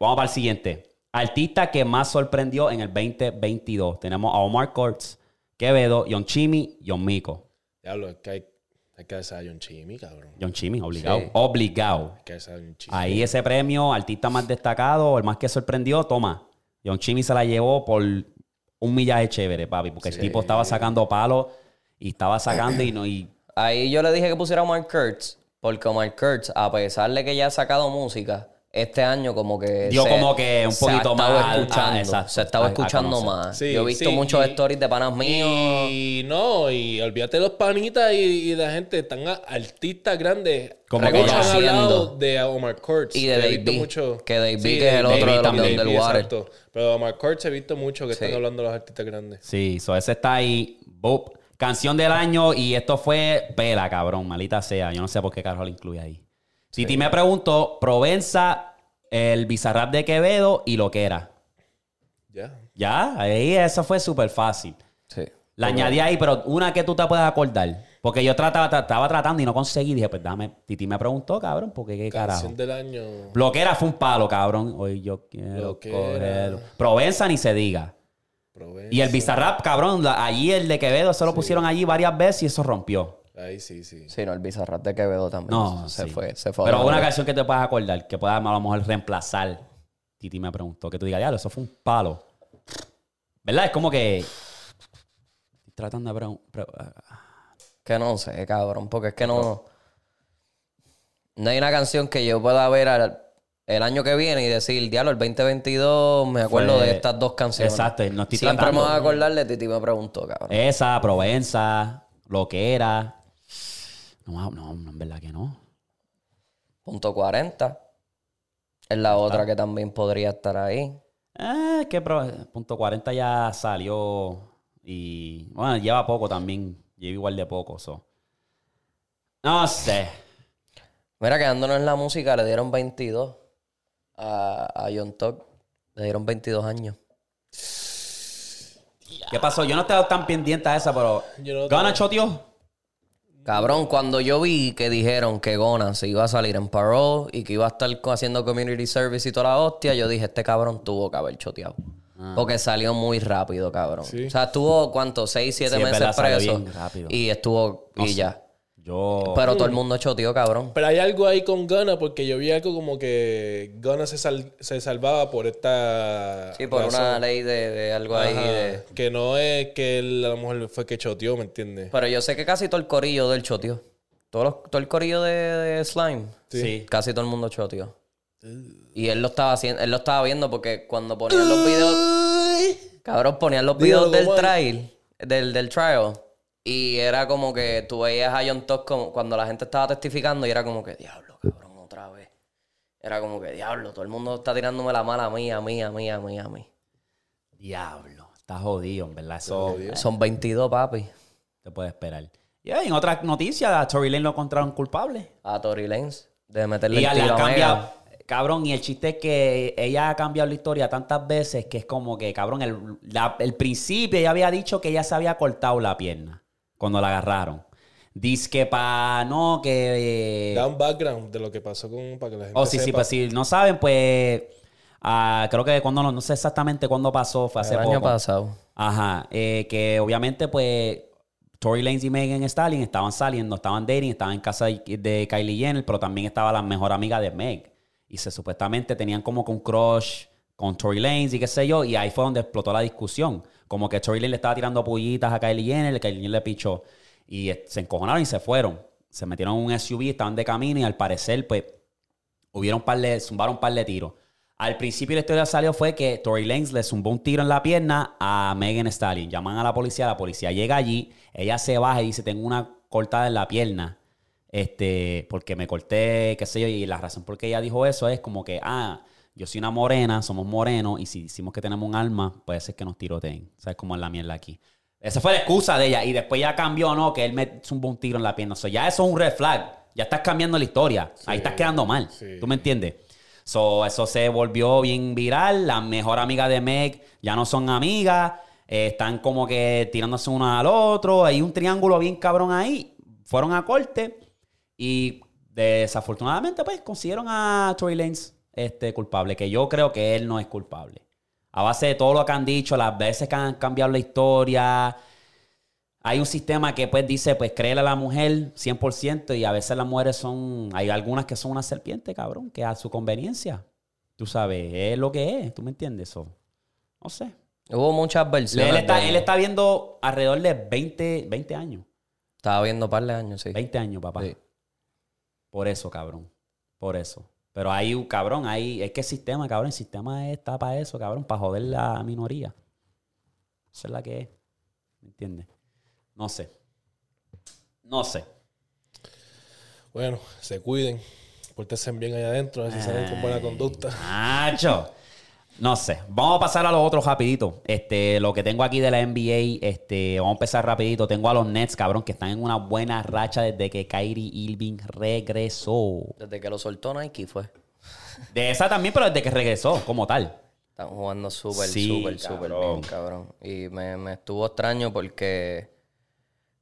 S1: Vamos para el siguiente. Artista que más sorprendió en el 2022. Tenemos a Omar Courts, Quevedo, John Chimi, John Mico.
S3: Diablo, es que hay, hay que alzar a John Chimmy, cabrón.
S1: John Chimi, obligado.
S2: Sí.
S1: Obligado.
S3: Hay que alzar a John Chimmy.
S1: Ahí ese premio, artista más destacado, el más que sorprendió, toma. John Chimmy se la llevó por un millaje chévere, papi, porque el tipo estaba sacando palos y estaba sacando y no. Y,
S2: Ahí yo le dije que pusiera a Mark Kurtz, porque Mark Kurtz, a pesar de que ya ha sacado música, este año como que...
S1: Dio como que un poquito
S2: se ha estado
S1: más al-
S2: escuchando,
S1: ah, exacto,
S2: se estaba
S1: a- a
S2: escuchando
S1: conocer.
S2: más.
S3: Sí,
S2: yo he visto
S3: sí,
S2: muchos
S3: y-
S2: stories de panas míos.
S3: Y no, y olvídate de los panitas y, y la gente, tan artistas grandes.
S1: Como
S3: Muchos han
S2: reconociendo.
S3: hablado de Omar Kurtz.
S2: Y de
S3: He
S2: Dave
S3: visto
S2: B,
S3: mucho-
S2: que Dave B, que es el otro de
S3: B
S2: los
S3: también,
S2: del
S3: Dave B,
S2: Water.
S3: exacto. Pero Omar Kurtz he visto mucho que están
S2: Sí.
S3: hablando los artistas grandes.
S1: Sí, so ese está ahí. Boop. Canción del año y esto fue pela, cabrón. Malita sea. Yo no sé por qué Carlos lo incluye ahí. Titi me preguntó, Provenza, el Bizarrap de Quevedo y lo que era.
S3: Ya.
S1: Ya, ahí eso fue súper fácil.
S2: Sí.
S1: La añadí ahí, pero una que tú te puedas acordar. Porque yo trataba, tra- estaba tratando y no conseguí. Dije, pues dame. Titi me preguntó, cabrón, porque qué carajo.
S3: Canción del año.
S1: Bloquera fue un palo, cabrón. Hoy yo quiero
S3: Bloquera.
S1: correr. Provenza ni se diga.
S3: Provenza.
S1: Y el Bizarrap, cabrón, la- allí el de Quevedo, se lo pusieron allí varias veces y eso rompió.
S3: Ahí sí, sí.
S2: Sí, no, el Bizarrap de Quevedo también.
S1: No,
S2: se
S1: sí.
S2: fue, se fue. a
S1: Pero
S2: otra
S1: una
S2: vez.
S1: canción que te puedas acordar, que puedas a lo mejor reemplazar. Titi me preguntó, que tú digas, diablo, eso fue un palo. ¿Verdad? Es como que. Estoy Tratando de. pregun- pre-
S2: Que no sé, cabrón, porque es que no. No hay una canción que yo pueda ver al- el año que viene y decir, diablo, el 2022 me acuerdo
S1: Fue-
S2: de estas dos canciones.
S1: Exacto, y no estoy
S2: Siempre
S1: tratando.
S2: me voy a acordar de Titi me preguntó, cabrón.
S1: Esa, Provenza, lo que era. No, no, no, en verdad que no.
S2: Punto 40. Es la otra que también podría estar ahí.
S1: Ah, es que Pro- punto 40 ya salió y bueno, lleva poco también, lleva igual de poco, so. No sé.
S2: Mira, quedándonos en la música, le dieron 22 a, a John Talk. Le dieron 22 años.
S1: ¿Qué pasó? Yo no estaba tan pendiente a esa, pero
S3: Yo no-
S1: gana chotio.
S2: Cabrón, cuando yo vi que dijeron que Gona se iba a salir en parole y que iba a estar co- haciendo community service y toda la hostia, yo dije, este cabrón tuvo que haber choteado.
S1: Ah.
S2: Porque salió muy rápido, cabrón.
S3: Sí.
S2: O sea, estuvo, ¿cuánto? Seis, siete
S1: Sí, es
S2: meses
S1: verdad, salió
S2: preso.
S1: bien rápido.
S2: Y estuvo, y ya.
S1: Yo
S2: Pero todo el mundo choteó, cabrón.
S3: Pero hay algo ahí con Gunna, porque yo vi algo como que Gunna se, sal- se salvaba por esta.
S2: Sí, por una ley de, de algo ahí
S3: Ajá,
S2: de...
S3: Que no es que él a lo mejor fue que choteó, ¿me entiendes?
S2: Pero yo sé que casi todo el corillo del choteó. Todo, los- todo el corillo de, de Slime.
S1: sí.
S2: Casi todo el mundo choteó. Y él lo estaba haciendo, él lo estaba viendo porque cuando ponían los videos... Cabrón, ponían los
S3: Dígalo,
S2: videos del
S3: Gobal.
S2: trial, del, del trial. Y era como que tú veías a John Todd como- cuando la gente estaba testificando y era como que, diablo, cabrón, otra vez. Era como que, diablo, todo el mundo está tirándome la mala a mí, a mí, a mí, a mí, a mí.
S1: Diablo, está jodido, en verdad. Eso
S2: Son 22, papi.
S1: te puede esperar. Y eh, en otras noticias, a Tory Lane lo encontraron culpable.
S2: A Tory Lanez de meterle
S1: Y
S2: el
S1: le
S2: tiro
S1: ha
S2: a Megan.
S1: cambiado. Cabrón, y el chiste es que ella ha cambiado la historia tantas veces que es como que, cabrón, el, la- el principio ella había dicho que ella se había cortado la pierna cuando la agarraron. Dice que pa, no, que... eh,
S3: Da un background de lo que pasó con. Para que la gente.
S1: Oh, sí, sí,
S3: sepa.
S1: pues si no saben, pues... ah, creo que cuando, no, no sé exactamente cuándo pasó, fue hace
S2: El año
S1: poco.
S2: pasado.
S1: Ajá, eh, que obviamente pues Tory Lanez y Megan Stalin estaban saliendo, estaban dating, estaban en casa de- de Kylie Jenner, pero también estaba la mejor amiga de Meg. Y se supuestamente tenían como que un crush con Tory Lanez y qué sé yo, y ahí fue donde explotó la discusión. Como que Tory Lanez le estaba tirando pullitas a Kylie Jenner, Kylie Jenner le pichó. Y eh, se encojonaron y se fueron. Se metieron en un SUV, estaban de camino y al parecer pues hubieron un par de, zumbaron un par de tiros. Al principio la historia salió fue que Tory Lanez le zumbó un tiro en la pierna a Megan Stallion. Llaman a la policía, la policía llega allí, ella se baja y dice, tengo una cortada en la pierna, este, porque me corté, qué sé yo, y la razón por qué ella dijo eso es como que, ah, yo soy una morena, somos morenos, y si decimos que tenemos un alma, puede ser que nos tiroteen. ¿Sabes cómo es la mierda aquí? Esa fue la excusa de ella. Y después ya cambió, ¿no? Que él me zumbó un tiro en la pierna. O sea, ya eso es un red flag. Ya estás cambiando la historia. Ahí estás quedando mal.
S3: sí.
S1: ¿Tú me entiendes? So, eso se volvió bien viral. La mejor amiga de Meg ya no son amigas. Eh, están como que tirándose uno al otro. Hay un triángulo bien cabrón ahí. Fueron a corte. Y desafortunadamente, pues, consiguieron a Tory Lanez este, culpable. Que yo creo que él no es culpable. A base de todo lo que han dicho, las veces que han cambiado la historia, hay un sistema que pues dice, pues créele a la mujer 100% y a veces las mujeres son, hay algunas que son una serpiente, cabrón, que a su conveniencia, tú sabes, es lo que es, ¿tú me entiendes? eso no sé.
S2: Hubo muchas versiones.
S1: él, está,
S2: de-
S1: él está viendo alrededor de 20, 20 años,
S2: Estaba viendo par de años, sí.
S1: 20 años, papá.
S2: Sí.
S1: Por eso, cabrón, por eso. Pero hay, un- cabrón, hay, es que el sistema, cabrón, el sistema está para eso, cabrón, para joder la minoría. Esa es la que es, ¿me entiendes? No sé. No sé.
S3: Bueno, se cuiden. Pórtense bien allá adentro, a ver si salen con buena
S1: Ay,
S3: conducta.
S1: Nacho. Eh, No sé. Vamos a pasar a los otros rapidito. Este, lo que tengo aquí de la NBA, este, vamos a empezar rapidito. Tengo a los Nets, cabrón, que están en una buena racha desde que Kyrie Irving regresó.
S2: Desde que lo soltó Nike fue.
S1: De esa también, pero desde que regresó, como tal.
S2: Están jugando súper,
S1: Sí,
S2: súper, súper bien, cabrón. Y me, me estuvo extraño porque,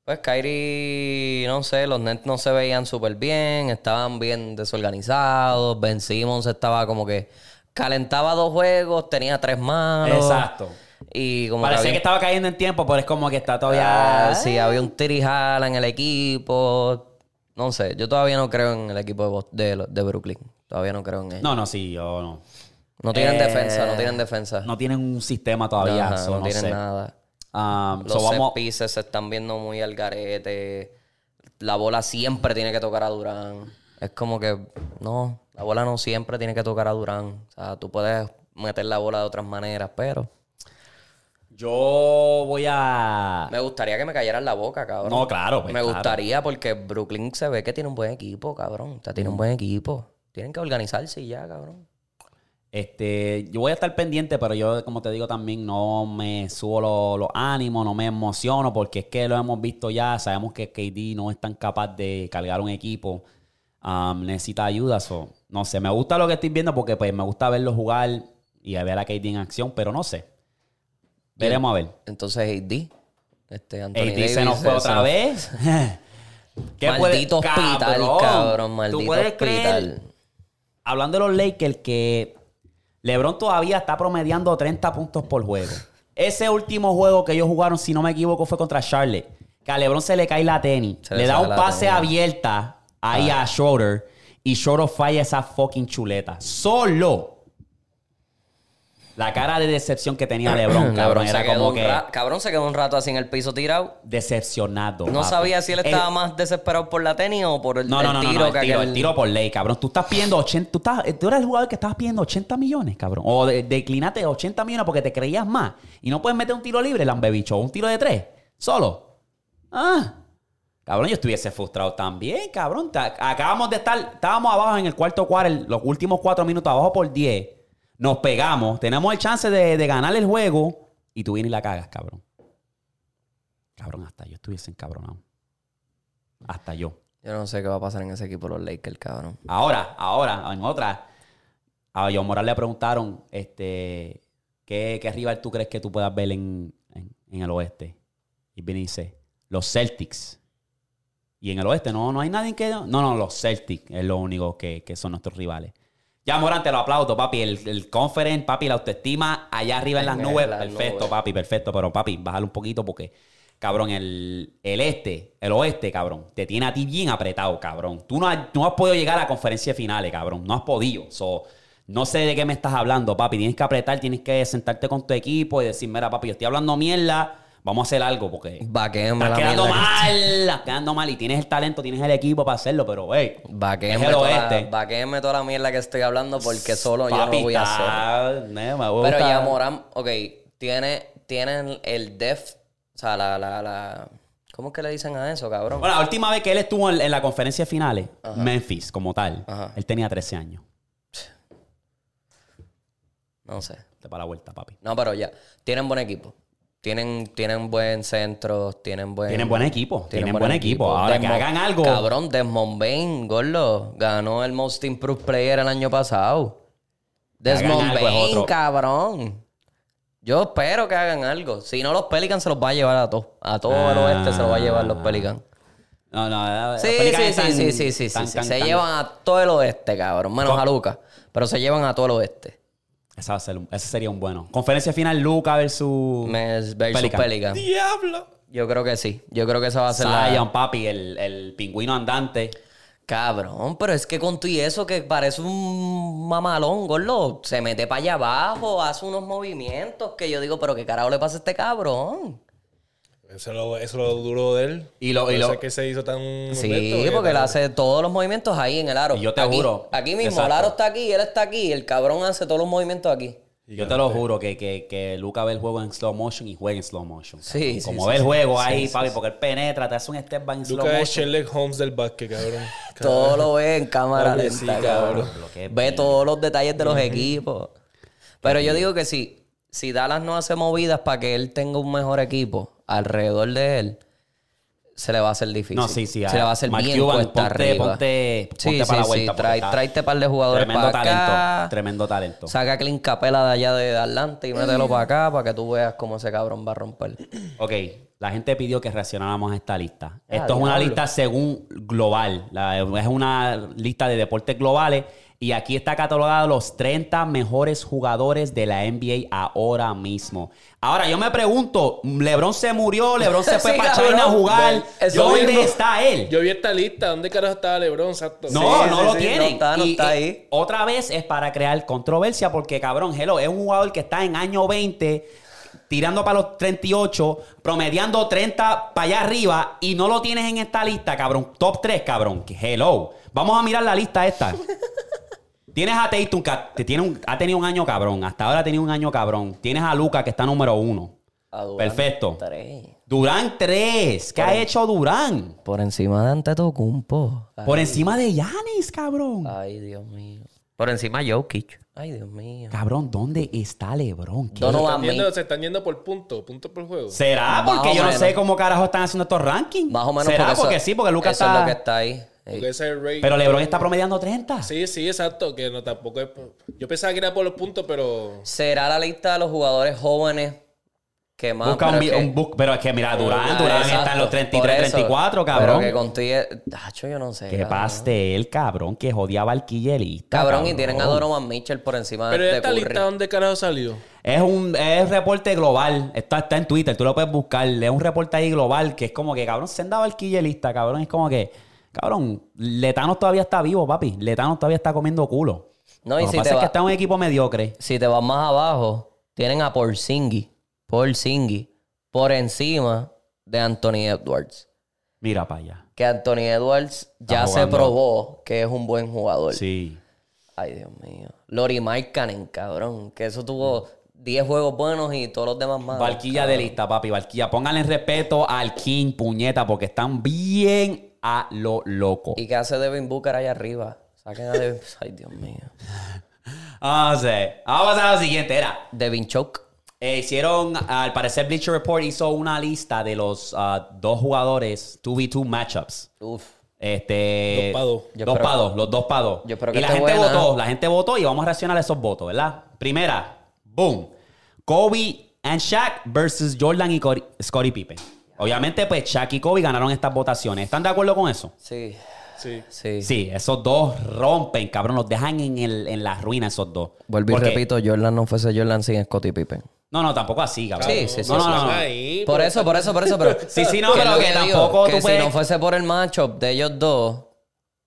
S2: pues, Kyrie, no sé, los Nets no se veían súper bien, estaban bien desorganizados, Ben Simmons estaba como que calentaba dos juegos, tenía tres manos.
S1: Exacto.
S2: Y Ah, como
S1: Parecía
S2: había-
S1: que estaba cayendo en tiempo, pero es como que está todavía.
S2: Ah, sí, había un tirijala en el equipo. No sé, yo todavía no creo en el equipo de, Bos- de, lo- de Brooklyn. Todavía no creo en ellos.
S1: No, no, sí, yo no.
S2: No tienen
S1: Eh,
S2: defensa, no tienen defensa.
S1: No tienen un sistema todavía.
S2: Ajá,
S1: so,
S2: no
S1: no
S2: tienen
S1: sé.
S2: nada.
S1: Um,
S2: Los
S1: so,
S2: set
S1: vamos,
S2: pieces se están viendo muy al garete. La bola siempre tiene que tocar a Durán. Es como que, no, la bola no siempre tiene que tocar a Durán. O sea, tú puedes meter la bola de otras maneras, pero
S1: yo voy a.
S2: me gustaría que me cayeran la boca, cabrón.
S1: No, claro, pues,
S2: me
S1: claro.
S2: gustaría porque Brooklyn se ve que tiene un buen equipo, cabrón. O sea,
S1: Mm.
S2: tiene un buen equipo. Tienen que organizarse y ya, cabrón.
S1: Este, yo voy a estar pendiente, pero yo, como te digo también, no me subo lo- los ánimos, no me emociono, porque es que lo hemos visto ya, sabemos que KD no es tan capaz de cargar un equipo, um, necesita ayuda, so, no sé, me gusta lo que estoy viendo porque pues me gusta verlo jugar y ver a KD en acción, pero no sé. Veremos a ver.
S2: Entonces, AD. Este, Anthony
S1: KD se
S2: Davis,
S1: nos fue
S2: eh,
S1: otra
S2: nos-
S1: vez.
S2: Maldito hospital, cabrón,
S1: ¿Tú
S2: maldito
S1: puedes creer?
S2: hospital.
S1: hablando de los Lakers, que LeBron todavía está promediando 30 puntos por juego. Ese último juego que ellos jugaron, si no me equivoco, fue contra Charlotte. Que a LeBron se le cae la tenis.
S2: Se
S1: le
S2: le
S1: da
S2: sale
S1: un
S2: la
S1: pase
S2: tenis. Ah.
S1: abierta ahí a Schroeder. Y Schroeder falla esa fucking chuleta. Solo. La cara de decepción que tenía LeBron, cabrón.
S2: Cabrón,
S1: Era
S2: se quedó
S1: como
S2: un
S1: que
S2: ra- cabrón se quedó un rato así en el piso tirado.
S1: decepcionado.
S2: No
S1: papi.
S2: sabía si él
S1: El-
S2: estaba más desesperado por la tenis o por el,
S1: No,
S2: el
S1: no, no, no,
S2: tiro
S1: no, el
S2: que
S1: tiro,
S2: aquel-
S1: el tiro por ley, cabrón. Tú estás pidiendo 80, tú, estás, tú eres el jugador que estabas pidiendo 80 millones, cabrón. O de- declinaste 80 millones porque te creías más. Y no puedes meter un tiro libre, lambebicho, o un tiro de tres, solo. Ah. Cabrón, yo estuviese frustrado también, cabrón. Ta- Acabamos de estar, estábamos abajo en el cuarto cuarto, los últimos cuatro minutos, abajo por 10. Nos pegamos, tenemos el chance de, de ganar el juego y tú vienes y la cagas, cabrón. Cabrón, hasta yo estuviese encabronado. Hasta yo.
S2: Yo no sé qué va a pasar en ese equipo los Lakers, cabrón.
S1: Ahora, ahora, en otra. A John Morales le preguntaron, este, ¿qué, qué rival tú crees que tú puedas ver en, en- en el oeste? Y viene y dice, los Celtics. Y en el oeste no, no hay nadie que... No, no, los Celtics es lo único que, que son nuestros rivales. Ya, Morán, te lo aplaudo, papi. El, el conference, papi, la autoestima allá arriba en las
S2: En
S1: nubes.
S2: las
S1: perfecto,
S2: nubes.
S1: papi, perfecto. Pero, papi, bájale un poquito porque, cabrón, el, el este, el oeste, cabrón, te tiene a ti bien apretado, cabrón. Tú no has, no has podido llegar a la conferencia de finales, cabrón. No has podido. So, no sé de qué me estás hablando, papi. Tienes que apretar, tienes que sentarte con tu equipo y decir, mira, papi, yo estoy hablando mierda. Vamos a hacer algo porque...
S2: Vaquéenme
S1: Estás
S2: la
S1: quedando
S2: mierda que-
S1: mal, estás quedando mal y tienes el talento, tienes el equipo para hacerlo, pero wey,
S2: Vaquéenme
S1: Es el
S2: toda,
S1: oeste.
S2: vaquéenme toda la mierda que estoy hablando porque solo yo lo voy a hacer. Pero ya Morán, ok, tiene, tienen el def, o sea, la, la, la... ¿Cómo es que le dicen a eso, cabrón?
S1: Bueno, la última vez que él estuvo en, en la conferencia de finales, Memphis como tal,
S2: Ajá.
S1: él tenía 13 años.
S2: No sé.
S1: Te para la vuelta, papi.
S2: No, pero ya. Tienen buen equipo. Tienen, tienen buen centro, tienen buen...
S1: Tienen buen equipo, tienen buen equipo. Ahora que
S2: Desmond-
S1: hagan algo.
S2: Cabrón, Desmond Bain, gordo, ganó el Most Improved Player el año pasado.
S1: hagan
S2: Desmond
S1: algo es
S2: Bain,
S1: otro.
S2: cabrón. Yo espero que hagan algo. Si no, los Pelicans se los va a llevar a todos. A todo el
S1: Ah.
S2: oeste se los va a llevar los Pelicans.
S1: No, no,
S2: Sí, sí, sí, sí, sí, sí, sí, sí. Se
S1: llevan.
S2: llevan a todo el oeste, cabrón. Menos a Lucas. Pero se llevan a todo el oeste.
S1: Ese, va a ser un- ese sería un bueno. Conferencia final, Luca versus
S2: Me- Versus
S1: Uh. Pelican.
S2: Pelican.
S3: ¡Diablo!
S2: Yo creo que sí. Yo creo que esa va a ser la...
S1: Zion, papi, el, el pingüino andante.
S2: Cabrón, pero es que con tú y eso que parece un mamalón, gordo. Se mete para allá abajo, hace unos movimientos que yo digo, pero qué carajo le pasa a este cabrón.
S3: Eso es lo, eso es lo duro de él.
S1: Y lo- y
S3: Por eso
S1: lo-
S3: es que se hizo tan...
S2: Sí,
S3: lento,
S2: porque él
S3: tan-
S2: hace todos los movimientos ahí en el aro.
S1: Y yo te
S2: Aquí-
S1: juro.
S2: Aquí mismo, el
S1: Exacto.
S2: aro está aquí, él está aquí, el cabrón hace todos los movimientos aquí.
S1: Yo te lo juro que, que, que Luca ve el juego en slow motion y juega en slow motion.
S2: Sí,
S1: cabrón.
S2: sí,
S1: Como
S2: sí,
S1: ve el
S2: sí.
S1: juego
S2: Sí,
S1: ahí,
S2: sí,
S1: papi,
S2: sí.
S1: porque él penetra, te hace un step back en slow
S3: Luca es
S1: motion.
S3: Sherlock Holmes del básquet, cabrón.
S2: Todo lo ve en cámara
S3: Oye,
S2: lenta,
S3: sí,
S2: cabrón.
S1: cabrón, lo que es
S2: Ve
S1: bien.
S2: todos los detalles de los equipos. Pero yo digo que si, si Dallas no hace movidas para que él tenga un mejor equipo alrededor de él, se le va a hacer difícil.
S1: No, sí, sí.
S2: Se le va a hacer
S1: Mark
S2: bien
S1: Cuban,
S2: cuesta
S1: ponte,
S2: arriba.
S1: Ponte, ponte
S2: sí,
S1: para la vuelta.
S2: sí, sí.
S1: porque
S2: Trae,
S1: está
S2: tráete par de jugadores
S1: Tremendo
S2: para acá.
S1: talento. Tremendo talento.
S2: Saca a Clint Capela de allá de Atlanta y mételo para acá para que tú veas cómo ese cabrón va a romper.
S1: Ok, la gente pidió que reaccionáramos a esta lista.
S2: Ah,
S1: Esto es una
S2: diablo.
S1: lista según global. La- es una lista de deportes globales Y aquí está catalogado los 30 mejores jugadores de la NBA ahora mismo. Ahora, yo me pregunto, LeBron se murió, LeBron se fue
S2: Sí,
S1: para
S2: cabrón.
S1: China a jugar.
S2: Eso
S1: ¿Dónde
S3: mismo.
S1: está él?
S3: Yo vi esta lista. ¿Dónde carajo estaba LeBron? Exacto.
S1: No,
S2: Sí,
S1: no
S2: sí,
S1: lo
S2: sí,
S1: tienen.
S2: no está, no
S1: Y,
S2: está
S1: eh,
S2: ahí.
S1: otra vez es para crear controversia porque, cabrón, Hello es un jugador que está en año 20, tirando para los 38, promediando 30 para allá arriba y no lo tienes en esta lista, cabrón. Top 3, cabrón. Que Hello. Vamos a mirar la lista esta. Tienes a Tatum, que te tiene un- ha tenido un año cabrón. Hasta ahora ha tenido un año cabrón. Tienes a Luca, que está número uno.
S2: A Durant,
S1: Perfecto.
S2: tres.
S1: Durán 3. ¿Qué ha hecho Durán?
S2: Por encima de Antetokounmpo. Ay,
S1: Por encima de Yanis, cabrón.
S2: ay, Dios mío. Por encima de Jokic. Ay, Dios mío.
S1: Cabrón, ¿dónde está LeBron? ¿Qué-
S3: Se,
S2: Donovan
S3: están yendo,
S2: Mitchell.
S3: se están yendo por punto. Punto por juego.
S1: ¿Será?
S2: Más
S1: Porque
S2: o
S1: yo no
S2: menos.
S1: sé cómo carajo están haciendo estos rankings.
S2: Más o menos
S1: ¿Será? Porque,
S2: eso-
S1: sí, porque Lucas
S2: eso
S1: está...
S2: es lo que está ahí. Eh, Ey.
S3: Porque ese rate-
S1: Pero LeBron está promediando 30.
S3: Sí, sí, exacto. Que no tampoco es. por- Yo pensaba que era por los puntos, pero.
S2: Será la lista de los jugadores jóvenes que más.
S1: Busca un,
S2: pero
S1: vi-
S2: es que-
S1: un book, pero es que mira, Durán,
S2: Ah,
S1: Durán está
S2: exacto.
S1: en los 33,
S2: Por eso.
S1: 34,
S2: Pero
S1: cabrón.
S2: que contigue. Tacho, yo no sé.
S1: Qué
S2: cabrón.
S1: pastel, cabrón, que jodía al quillelista.
S2: Cabrón, y tienen a Donovan Mitchell por
S1: Ah,
S2: encima
S3: Pero
S2: de
S3: esta
S2: Curry.
S3: lista, ¿dónde carajo salió?
S1: Es un es reporte global. Está, está en Twitter, tú lo puedes buscar. Es un reporte ahí global que es como que, cabrón, se han dado al quillelista, cabrón. Es como que, cabrón, Letano todavía está vivo, papi. Letano todavía está comiendo culo.
S2: No, y
S1: lo que
S2: si
S1: pasa
S2: te
S1: es que
S2: va-
S1: está en un equipo mediocre.
S2: Si te vas más abajo, tienen a Porzingis. Porzingis. Por encima de Anthony Edwards.
S1: Mira para allá.
S2: Que Anthony Edwards ya se
S1: jugando.
S2: probó que es un buen jugador.
S1: Sí.
S2: Ay, Dios mío. Lori Markkanen, cabrón. Que eso tuvo 10 juegos buenos y todos los demás malos.
S1: Valquilla de lista, papi, Valquilla. Pónganle respeto al King, puñeta, porque están bien a lo loco.
S2: ¿Y qué hace Devin Booker ahí arriba? Saquen a Devin... Ay, Dios mío.
S1: Vamos a ver. Ah, Vamos a pasar a lo siguiente, era.
S2: Devin Choke.
S1: Eh, hicieron, al parecer Bleacher Report hizo una lista de los ah, dos jugadores 2v2 matchups.
S2: Uf.
S1: Este,
S3: Dos pa' dos.
S2: Yo
S1: Dos
S2: espero-
S1: pa' dos, los dos pa' dos.
S2: Yo espero que
S1: y la
S2: esté
S1: gente
S2: buena.
S1: votó, la gente votó y vamos a reaccionar a esos votos, ¿verdad? Primera, boom. Kobe and Shaq versus Jordan y Cori- Scottie Pippen. Obviamente, pues Shaq y Kobe ganaron estas votaciones. ¿Están de acuerdo con eso?
S2: Sí.
S3: Sí.
S2: Sí.
S1: Sí, esos dos rompen, cabrón. Los dejan en, el- en la ruina esos dos.
S2: Vuelvo y
S1: Porque-
S2: repito, Jordan no fuese Jordan sin Scottie Pippen.
S1: No, no, tampoco así, cabrón.
S2: Sí, sí, sí,
S1: No, no,
S2: sí.
S1: no, no.
S3: Ahí,
S2: Por
S3: pero-
S2: eso, por eso, por eso, pero...
S1: Sí, sí, no,
S2: es
S1: pero
S2: lo
S1: que
S2: digo,
S1: tampoco tú
S2: que si
S1: puedes-
S2: no fuese por el matchup de ellos dos,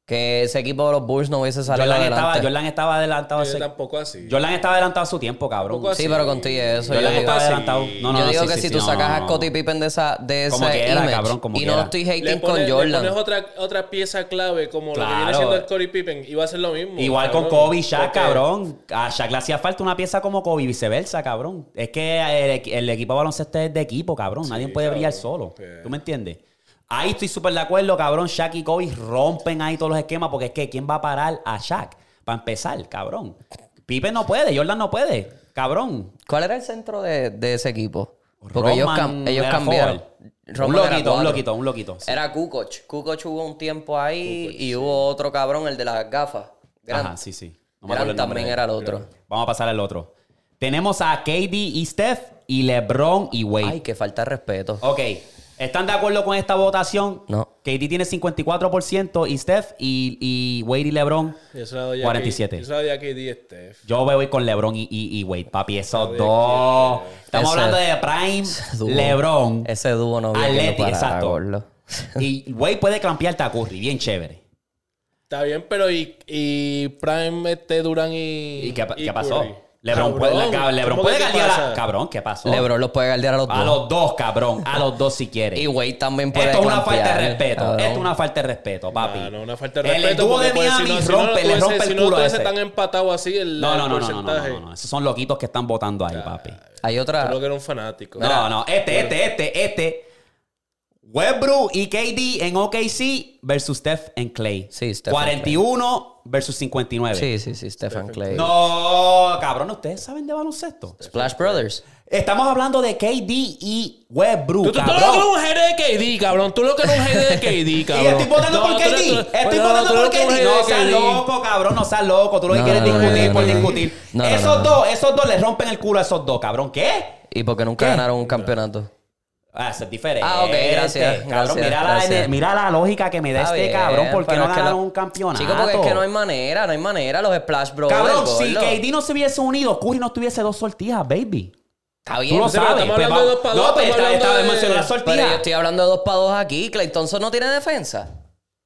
S2: que ese equipo de los Bulls no hubiese salido
S1: Jordan
S2: adelante.
S1: estaba, Jordan estaba adelantado. a
S3: Yo
S1: ese-
S3: tampoco así.
S1: Jordan estaba adelantado a su tiempo, cabrón.
S3: Tampoco así.
S2: Sí, pero contigo eso.
S1: Jordan
S2: Yo
S1: estaba
S2: digo,
S3: así.
S1: adelantado. No, no,
S2: yo
S1: no,
S2: digo
S1: sí,
S2: que
S1: sí,
S2: si
S1: sí,
S2: tú
S1: no,
S2: sacas
S1: no,
S2: a
S1: no.
S2: Scottie Pippen de esa, de
S1: Como
S2: ese
S1: que era,
S2: image,
S1: cabrón, como
S2: y
S1: que
S2: no
S1: era.
S2: estoy
S3: Le
S2: hating
S3: pones-
S2: con
S3: Le
S2: Jordan.
S3: pones otra, otra pieza clave como lo que viene
S1: Claro.
S3: siendo el Corey Pippen. Iba a ser lo mismo.
S1: Igual con
S3: cabrón.
S1: Kobe y Shaq,
S3: Porque-
S1: cabrón. A Shaq le hacía falta una pieza como Kobe y viceversa, cabrón. Es que el, equi- el equipo de baloncesto es de equipo, cabrón. Nadie puede brillar solo.
S3: Sí.
S1: ¿Tú me entiendes? Ahí estoy súper de acuerdo, cabrón. Shaq y Kobe rompen ahí todos los esquemas porque es que ¿quién va a parar a Shaq? Para empezar, cabrón. Pippen no puede, Jordan no puede, cabrón.
S2: ¿Cuál era el centro de, de ese equipo? Porque ellos,
S1: Roman
S2: cam- ellos
S1: era
S2: cambiaron.
S1: forward.
S2: Roman
S1: Un
S2: era
S1: loquito, un
S2: cuatro.
S1: loquito, un loquito. sí.
S2: Era Kukoc. Kukoc hubo un tiempo ahí y hubo otro cabrón, el de las gafas. Grant.
S1: Ajá, sí, sí. No me acuerdo
S2: Grant
S1: el nombre
S2: también
S1: de él.
S2: era el otro.
S1: Vamos a pasar al otro. Tenemos a KD y Steph y LeBron y Wade.
S2: Ay, que falta de respeto.
S1: Ok. ¿Están de acuerdo con esta votación?
S2: No.
S1: KD tiene 54% y Steph y, y Wade y LeBron.
S3: Yo se la doy a
S1: 47.
S3: K- Yo se la doy a KD Steph.
S1: Yo me voy con LeBron y, y, y Wade, papi. Esos dos. Estamos
S2: Ese-
S1: hablando de Prime,
S2: dúo.
S1: LeBron.
S2: Ese dúo no había que
S1: Atleti,
S2: lo parara,
S1: exacto.
S2: gordo.
S1: Y Wade puede clampear a Curry. Bien chévere.
S3: Está bien, pero y, y Prime este Durán y.
S1: ¿Y qué, pa-
S3: y
S1: qué pasó?
S3: Curry.
S1: LeBron
S3: Cabrón,
S1: puede, LeBron
S3: ¿cómo
S1: puede
S3: que qué
S1: galdear a-
S3: pasa?
S1: Cabrón, ¿qué pasó?
S2: LeBron los puede galdear a los
S1: A
S2: dos.
S1: los dos, cabrón. A los dos si quiere.
S2: Y Wade también puede
S1: Esto es una
S2: clampear,
S1: falta de respeto.
S2: cabrón.
S1: Esto es una falta de respeto, papi.
S3: Ah, no, una falta de
S1: El
S3: respeto.
S1: dúo de
S3: porque, pues,
S1: Miami
S3: si no-
S1: rompe,
S3: si no
S1: le rompe
S3: tuviese-
S1: el culo
S3: Si
S1: a
S3: no
S1: ese.
S3: estuviese tan empatado así el,
S1: No, no,
S3: el
S1: no, no, no, no,
S3: porcentaje.
S1: no, no. Esos son loquitos que están votando ahí, papi.
S2: Hay
S3: Yo creo
S2: otra.
S3: que era un fanático.
S1: No, no. Este, este, este, este. Westbrook y KD en OKC versus Steph en Clay.
S2: Sí, Steph en
S1: 41 versus 59.
S2: Sí, sí, sí, Stephen Clay.
S1: No, cabrón, ustedes saben de baloncesto.
S2: Splash Brothers.
S1: Estamos hablando de KD y Westbrook,
S3: Tú, tú, tú lo que eres
S1: cabrón.
S3: un hater de KD, cabrón. Tú lo que eres un hater de KD, cabrón.
S1: Y estoy votando
S3: No,
S1: por
S3: tú
S1: KD.
S3: eres- tú-
S1: Estoy
S3: bueno,
S1: votando
S3: tú
S1: por
S3: eres un
S1: KD.
S3: hater
S1: No
S3: de
S1: seas
S3: KD.
S1: loco, cabrón. No seas loco. Tú lo que
S2: No,
S1: quieres
S2: no, no,
S1: discutir
S2: no,
S1: por
S2: no, no.
S1: discutir.
S2: No, no, no,
S1: esos
S2: no.
S1: dos, esos dos le rompen el culo a esos dos, cabrón. ¿Qué?
S2: Y porque nunca
S1: ¿Qué?
S2: ganaron un campeonato.
S1: Ah, eso es diferente.
S2: Ah, ok, gracias,
S1: Cabrón,
S2: gracias,
S1: mira, La,
S2: gracias.
S1: mira la lógica que me da
S2: Está
S1: este
S2: bien,
S1: cabrón. ¿Por qué
S2: pero
S1: no
S2: es que
S1: ganaron
S2: no-
S1: un campeonato?
S2: Chico, porque es que no hay manera, no hay manera. Los Splash Bros.
S1: Cabrón, si
S2: gordo.
S1: KD no se hubiese unido, Curry no tuviese dos sortijas, baby.
S2: Está
S1: Tú
S2: bien,
S1: lo
S3: Sí, pero
S1: sabes.
S3: estamos
S1: pues,
S3: hablando de
S1: vamos.
S3: dos pa' dos,
S1: No, pero
S3: estamos
S1: esta- esta
S3: hablando
S1: vez
S3: de-
S1: mencionó la
S3: Pero
S1: sortija.
S2: pero yo estoy hablando de dos para dos aquí. Clay Thompson no tiene defensa.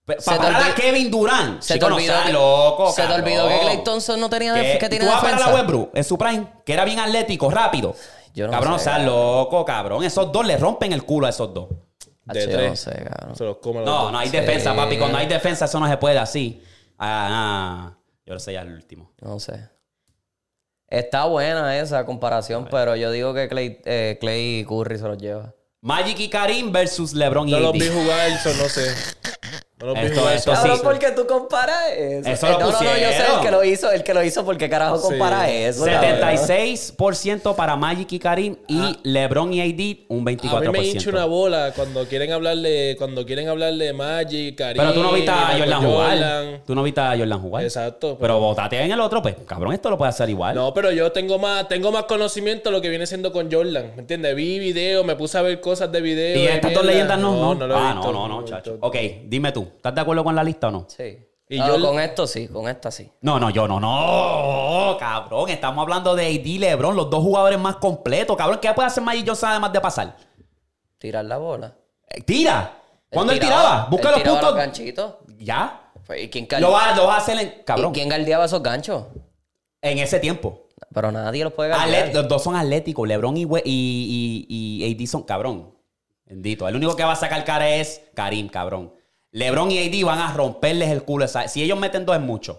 S1: Pues Para
S2: se te
S1: parar a
S2: olvidó-
S1: Kevin Durant.
S2: Se
S1: Chico,
S2: te
S1: no
S2: olvidó
S1: seas
S2: que,
S1: loco,
S2: se te
S1: cabrón.
S2: olvidó que Clay Thompson no tenía,
S1: Que-
S2: def- que
S1: y
S2: tiene
S1: tú vas a parar a
S2: defensa.
S1: Westbrook en su prime, que era bien atlético, rápido.
S2: Yo no
S1: cabrón,
S2: sé,
S1: no seas
S2: cabrón.
S1: loco, cabrón. Esos dos le rompen el culo a esos dos.
S3: De
S2: Hacho, yo
S3: tres.
S2: no sé, cabrón.
S3: Se los come a los
S1: No,
S3: dos.
S1: no hay
S2: Sí.
S1: defensa, papi. Cuando hay defensa, eso no se puede así. Ah, ah. yo lo sé ya el último.
S2: No sé. Está buena esa comparación, pero yo digo que Clay, eh, Clay y Curry se los lleva.
S1: Magic y Karim versus LeBron y
S3: No los
S1: AD.
S3: vi jugar, eso no sé. No los vi
S1: Esto-
S3: jugar,
S1: esto
S3: eso.
S1: sí.
S2: Cabrón, ¿por qué tú comparas eso? Eh,
S1: Eso lo
S2: no, no, no, yo sé
S1: pusieron.
S2: el que lo hizo, el que lo hizo, ¿por qué carajo
S3: Sí.
S2: compara eso? cabrón?
S1: 76% para Magic y Karim y
S2: Ah.
S1: LeBron y AD un 24%.
S3: A mí me hincha una bola cuando quieren hablarle, cuando quieren hablarle de Magic, Karim.
S1: Pero tú no viste a
S3: Michael
S1: Jordan jugar.
S3: Jordan.
S1: Tú no viste a Jordan jugar.
S3: Exacto. pues.
S1: Pero votate en el otro, pues cabrón, esto lo puede hacer igual.
S3: No, pero yo tengo más, tengo más conocimiento de lo que viene siendo con Jordan. ¿Me entiendes? Vi videos, me puse a ver cosas de videos.
S1: ¿Y
S3: de
S1: estas dos
S3: mierda.
S1: leyendas no?
S3: No, no lo he
S1: ah,
S3: visto,
S1: no, no,
S3: no lo
S1: no,
S3: he
S1: chacho.
S3: visto.
S1: Ok, dime tú. ¿Estás de acuerdo con la lista o no?
S2: Sí.
S3: Y
S2: No,
S3: yo-
S2: con esto sí, con esta sí.
S1: No, no, yo no, no, cabrón. Estamos hablando de AD y LeBron, los dos jugadores más completos. Cabrón, ¿qué puede hacer Magic Johnson además de pasar?
S2: Tirar la bola.
S1: Eh, tira. ¿Cuándo él
S2: tiraba-
S1: tiraba? Busca
S2: él
S1: los
S2: tiraba
S1: puntos.
S2: ganchitos.
S1: ya.
S2: Fue- ¿Y quién, gal-
S1: Lo va, lo va a hacer en. Cabrón.
S2: ¿Y quién galdeaba esos ganchos?
S1: En ese tiempo.
S2: Pero nadie los puede
S1: Atlet-
S2: galdear.
S1: los dos son atléticos. LeBron y, We- y, y, y AD son cabrón. Bendito. El único que va a sacar cara es Karim, cabrón. LeBron y AD van a romperles el culo. esa- Si ellos meten dos es mucho.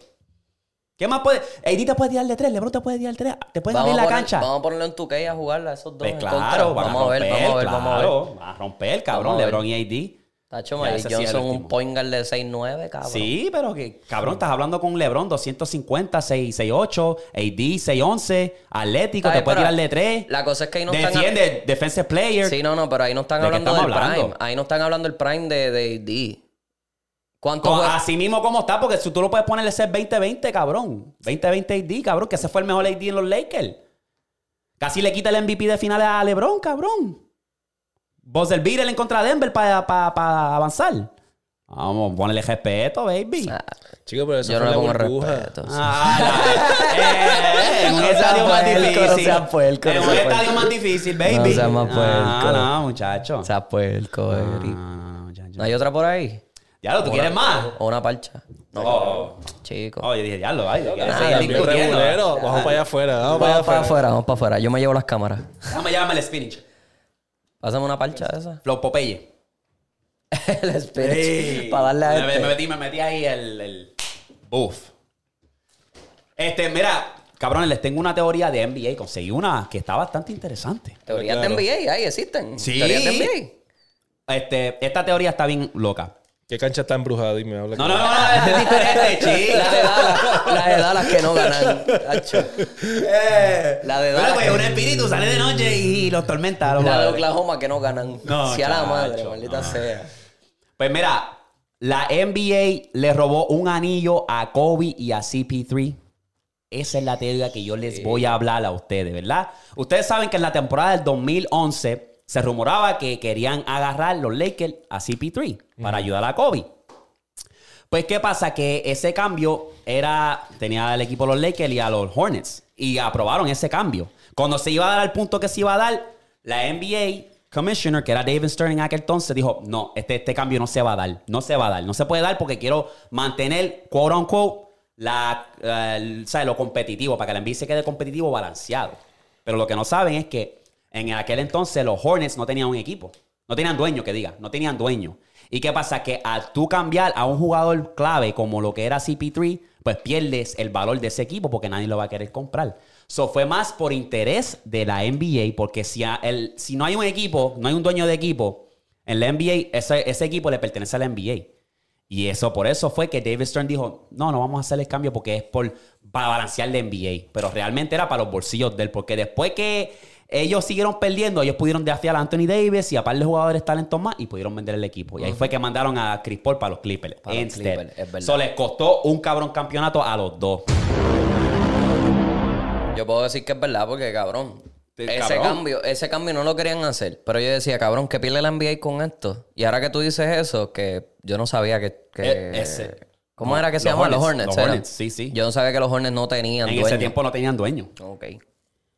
S1: ¿Qué más puede? AD te puede tirar de tres, LeBron te puede tirar de tres. Te pueden abrir
S2: a
S1: la
S2: poner-
S1: cancha.
S2: vamos a ponerlo en tu a jugarla a esos dos.
S1: Pues
S2: en
S1: claro,
S2: contra.
S1: van
S2: vamos a ver, vamos a ver, vamos a ver.
S1: claro. Van a romper, cabrón,
S2: Vamos a ver.
S1: LeBron y AD.
S2: Tacho,
S1: Ya,
S2: Magic
S1: ese sí es el
S2: Johnson,
S1: último.
S2: un point guard de 6'9, cabrón.
S1: Sí, pero que, cabrón, estás hablando con LeBron 250, 6, 8, AD 611, Atlético,
S2: Ay,
S1: te puede
S2: pero
S1: tirar de tres.
S2: La cosa es que ahí no están...
S1: Defiende, defensive player.
S2: Sí, no, no, pero ahí no están
S1: ¿De qué
S2: hablando del
S1: estamos hablando?
S2: prime. Ahí no están hablando del prime de, de AD. ¿Cuánto
S1: Con-
S2: fue?
S1: así mismo como está, porque si tú lo puedes ponerle ser 20-20, cabrón. 20-20 AD, cabrón, que ese fue el mejor AD en los Lakers. Casi le quita el MVP de finales a LeBron, cabrón. Buzzer Beater en contra de Denver para avanzar. Vamos, ponle respeto, baby.
S2: Ah,
S3: Chico, pero eso
S2: yo no
S3: fue
S2: le pongo
S3: la burbuja.
S2: respeto. sí.
S1: Ah, la- eh, eh, en un estadio más
S2: puerco,
S1: difícil.
S2: no sea puerco, no
S1: en un
S2: sea
S1: estadio
S2: puerco.
S1: más difícil, baby.
S2: No sea más
S1: Ah,
S2: puerco.
S1: no, muchacho.
S2: O sea, puerco,
S1: No,
S2: Eric.
S1: no, no, muchacho.
S2: ¿No hay otra por ahí?
S1: Ya lo, ¿tú quieres más?
S2: ¿O una parcha?
S1: No. Oh,
S2: Chico.
S1: oh, yo dije, ya lo, ay, yo quiero
S2: Ah,
S1: seguir
S3: También
S1: discutiendo.
S3: regulero. Vamos para allá afuera, vamos para allá
S2: vamos para
S3: afuera.
S2: afuera, vamos para afuera. Yo me llevo las cámaras.
S1: Dame, llámame el spinach.
S2: Pásame una parcha de esa.
S1: Flow Popeye.
S2: el speech.
S1: Ey.
S2: Para darle a
S1: me,
S2: este.
S1: me metí, me metí ahí el, el... Uf. Este, mira, cabrones, les tengo una teoría de NBA. Conseguí una que está bastante interesante.
S2: Teorías de
S3: Claro.
S2: NBA, ahí existen.
S1: Sí.
S2: Teorías de NBA.
S1: Este, esta teoría está bien loca.
S3: ¿Qué cancha está embrujada? Dime, habla.
S1: No, no, no, no, este es diferente,
S2: La
S1: chica.
S2: de Dallas, la de Dallas que no ganan. Hacho. La de
S1: Bueno,
S2: Dallas.
S1: pues
S2: que-
S1: un espíritu sale de noche y los tormenta. los
S2: La de
S1: jugadores.
S2: Oklahoma que no ganan.
S1: No,
S2: si a la madre,
S1: chacho,
S2: maldita
S1: no.
S2: sea.
S1: Pues mira, la NBA le robó un anillo a Kobe y a CP3. Esa es la teoría que yo les voy a hablar a ustedes, ¿verdad? Ustedes saben que en la temporada del 2011 se rumoraba que querían agarrar los Lakers a CP3 para ayudar a Kobe. Pues, ¿qué pasa? Que ese cambio era. Tenía el equipo de los Lakers y a los Hornets. Y aprobaron ese cambio. Cuando se iba a dar al punto que se iba a dar, la NBA Commissioner, que era David Stern en aquel entonces, dijo: No, este, este cambio no se va a dar. No se va a dar. No se puede dar porque quiero mantener, quote unquote, la, eh, el- ¿sabes? lo competitivo, para que la NBA se quede competitivo balanceado. Pero lo que no saben es que en aquel entonces los Hornets no tenían un equipo. No tenían dueño, que diga. No tenían dueño. ¿Y qué pasa? Que al tú cambiar a un jugador clave como lo que era CP3, pues pierdes el valor de ese equipo porque nadie lo va a querer comprar. So fue más por interés de la NBA, porque si, a- el- si no hay un equipo, no hay un dueño de equipo, en la NBA, ese, ese equipo le pertenece a la NBA. Y eso, por eso fue que David Stern dijo, no, no vamos a hacer el cambio porque es por, para balancear la NBA. Pero realmente era para los bolsillos de él, porque después que ellos siguieron perdiendo, ellos pudieron desafiar a Anthony Davis y a par de jugadores talentos más y pudieron vender el equipo. Y ahí fue que mandaron a Chris Paul para los Clippers.
S2: Para los
S1: Instead.
S2: Clippers, es verdad.
S1: So, les costó un cabrón campeonato a los dos.
S2: Yo puedo decir que es verdad porque, cabrón.
S1: Te-
S2: Ese
S1: cabrón.
S2: cambio, ese cambio no lo querían hacer. Pero yo decía, cabrón, ¿qué pile la NBA con esto? Y ahora que tú dices eso, que yo no sabía que. que-
S1: E- ese.
S2: ¿Cómo
S1: No,
S2: era que se
S1: los
S2: llamaban los
S1: Hornets,
S2: Hornets?
S1: los
S2: era?
S1: Hornets, sí, sí.
S2: Yo no sabía que los Hornets no tenían.
S1: En ese
S2: dueño.
S1: tiempo no tenían dueño.
S2: Ok.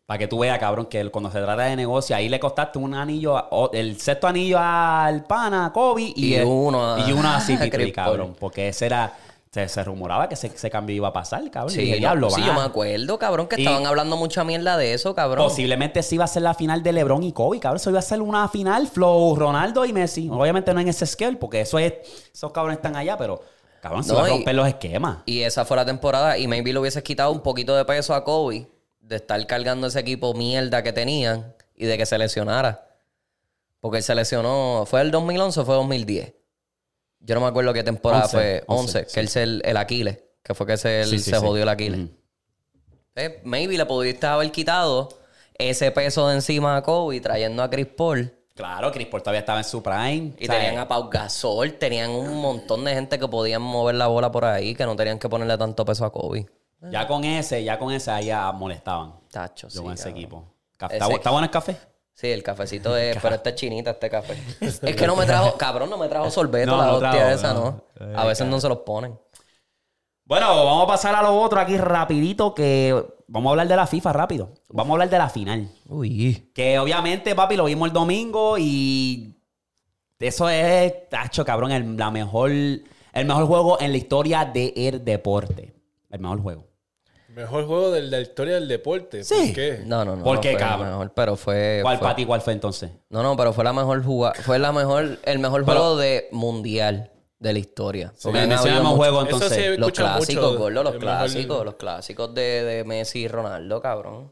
S1: Para que tú veas, cabrón, que el- cuando se trata de negocio, ahí le costaste un anillo, a- o- el sexto anillo al pana, a Kobe, y,
S2: Y
S1: el-
S2: uno a-
S1: y uno a CP3,
S2: a Chris Paul.
S1: cabrón. Porque ese era, se, se rumoraba que ese, ese cambio iba a pasar, cabrón. y dije,
S2: no,
S1: diablo,
S2: sí,
S1: van
S2: yo
S1: a-
S2: me acuerdo, cabrón, que
S1: Y-
S2: estaban hablando mucha mierda de eso, cabrón.
S1: Posiblemente sí iba a ser la final de LeBron y Kobe, cabrón. Eso iba a ser una final, Flow, Ronaldo y Messi. Obviamente no en ese scale, porque eso es, esos cabrones están allá, pero cabrón, se
S2: No,
S1: va a
S2: y-
S1: romper los esquemas.
S2: Y esa fue la temporada. Y maybe le hubieses quitado un poquito de peso a Kobe de estar cargando ese equipo mierda que tenían y de que se lesionara. Porque él se lesionó. ¿Fue el 2011 o fue 2010? Yo no me acuerdo qué temporada
S1: Once,
S2: fue. 11.
S1: once,
S2: que él se el, el Aquiles. Que fue que se,
S1: Sí, sí,
S2: se
S1: sí.
S2: jodió el Aquiles.
S1: Ujú.
S2: Eh, maybe le pudiste haber quitado ese peso de encima a Kobe trayendo a Chris Paul.
S1: Claro, Chris Paul todavía estaba en su prime.
S2: Y
S1: o sea,
S2: tenían a Pau Gasol, tenían un montón de gente que podían mover la bola por ahí, que no tenían que ponerle tanto peso a Kobe.
S1: Ya con ese, ya con ese, ahí ya molestaban.
S2: Tacho,
S1: Yo
S2: sí,
S1: con ese
S2: cabrón.
S1: equipo. Café-
S2: Ese-
S1: ¿Está, bu- está bueno el café?
S2: Sí, el cafecito es. Pero esta es chinita, este café. es que no me trajo. Cabrón, no me trajo sorbeto
S1: Eh, No,
S2: la
S1: no
S2: hostia
S1: trajo,
S2: esa,
S1: no. Eh,
S2: ¿no? A veces no se los ponen.
S1: Bueno, vamos a pasar a lo otro aquí rapidito que vamos a hablar de la FIFA rápido. Vamos a hablar de la final.
S2: Uy.
S1: Que obviamente, papi, lo vimos el domingo y eso es, tacho, cabrón, el, la mejor, el mejor juego en la historia de el deporte. El mejor juego.
S3: Mejor juego de la historia del deporte.
S1: Sí.
S3: ¿Por qué?
S2: No, no, no.
S1: ¿Por
S2: no
S1: qué,
S2: fue la
S1: cabrón?
S2: mejor, pero fue.
S1: ¿Cuál
S2: fue-
S1: para ti, cuál fue entonces?
S2: No, no, pero fue la mejor jugada. Fue la mejor, el mejor
S1: Pero-
S2: juego de mundial de la historia. Porque
S1: Me
S2: han
S1: menciona
S2: habido
S1: el mejor
S2: muchos-
S1: juego
S3: Eso
S1: entonces.
S3: sí,
S2: Los
S3: escucho mucho
S2: clásicos, gordo, los
S3: el mejor-
S2: clásicos, los clásicos de, de Messi y Ronaldo, cabrón.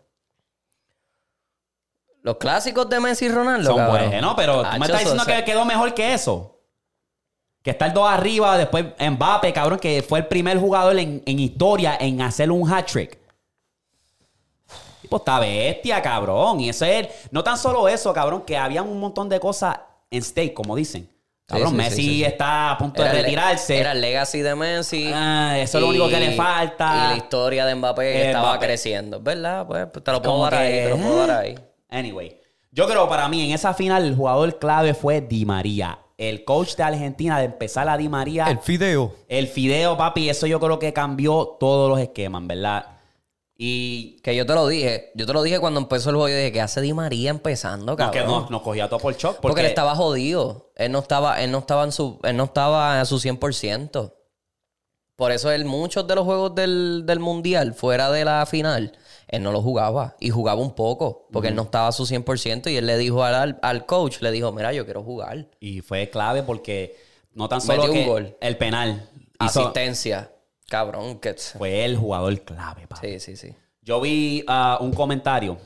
S2: Los clásicos de Messi y Ronaldo,
S1: Son
S2: cabrón.
S1: buenos, ¿no? Pero tú me
S2: Tacho,
S1: estás diciendo
S2: eso-
S1: que quedó mejor que eso. Que está el 2 arriba, después Mbappe, cabrón, que fue el primer jugador en, en historia en hacer un hat-trick. Tipo, está bestia, cabrón. Y eso es. No tan solo eso, cabrón, que había un montón de cosas en stake, como dicen. Cabrón,
S2: sí, sí,
S1: Messi
S2: sí, sí.
S1: está a punto
S2: Era
S1: de
S2: el-
S1: retirarse.
S2: Era el legacy de Messi.
S1: Ah, eso es lo único que le falta.
S2: Y la historia de Mbappé que
S1: Eh,
S2: estaba
S1: Mbappé.
S2: creciendo. ¿Verdad? Pues pues, te lo puedo
S1: Como
S2: dar ahí,
S1: que,
S2: te lo puedo dar
S1: ¿eh?
S2: ahí.
S1: Anyway, yo creo para mí en esa final el jugador clave fue Di María. El coach de Argentina de empezar a Di María. El,
S2: fideo.
S1: fideo, papi, eso yo creo que cambió todos los esquemas, ¿verdad? Y
S2: Que yo te lo dije. Yo te lo dije cuando empezó el juego. Yo dije, ¿qué hace Di María empezando,
S1: no, que
S2: cabrón?
S1: nos, nos cogía todo por shock. Porque,
S2: porque... él estaba jodido. Él no estaba, él no estaba en su, él no estaba a su 100%. Por eso él, muchos de los juegos del, del mundial, fuera de la final, él no lo jugaba. Y jugaba un poco. Porque él no estaba a su 100%. Y él le dijo al- al, al coach, le dijo, mira, yo quiero jugar.
S1: Y fue clave porque no tan solo
S2: Metió un
S1: que
S2: gol.
S1: el penal. hizo-
S2: Asistencia. Cabrón, que... Sí,
S1: fue el jugador clave, papi.
S2: sí, sí.
S1: Yo vi ah, un comentario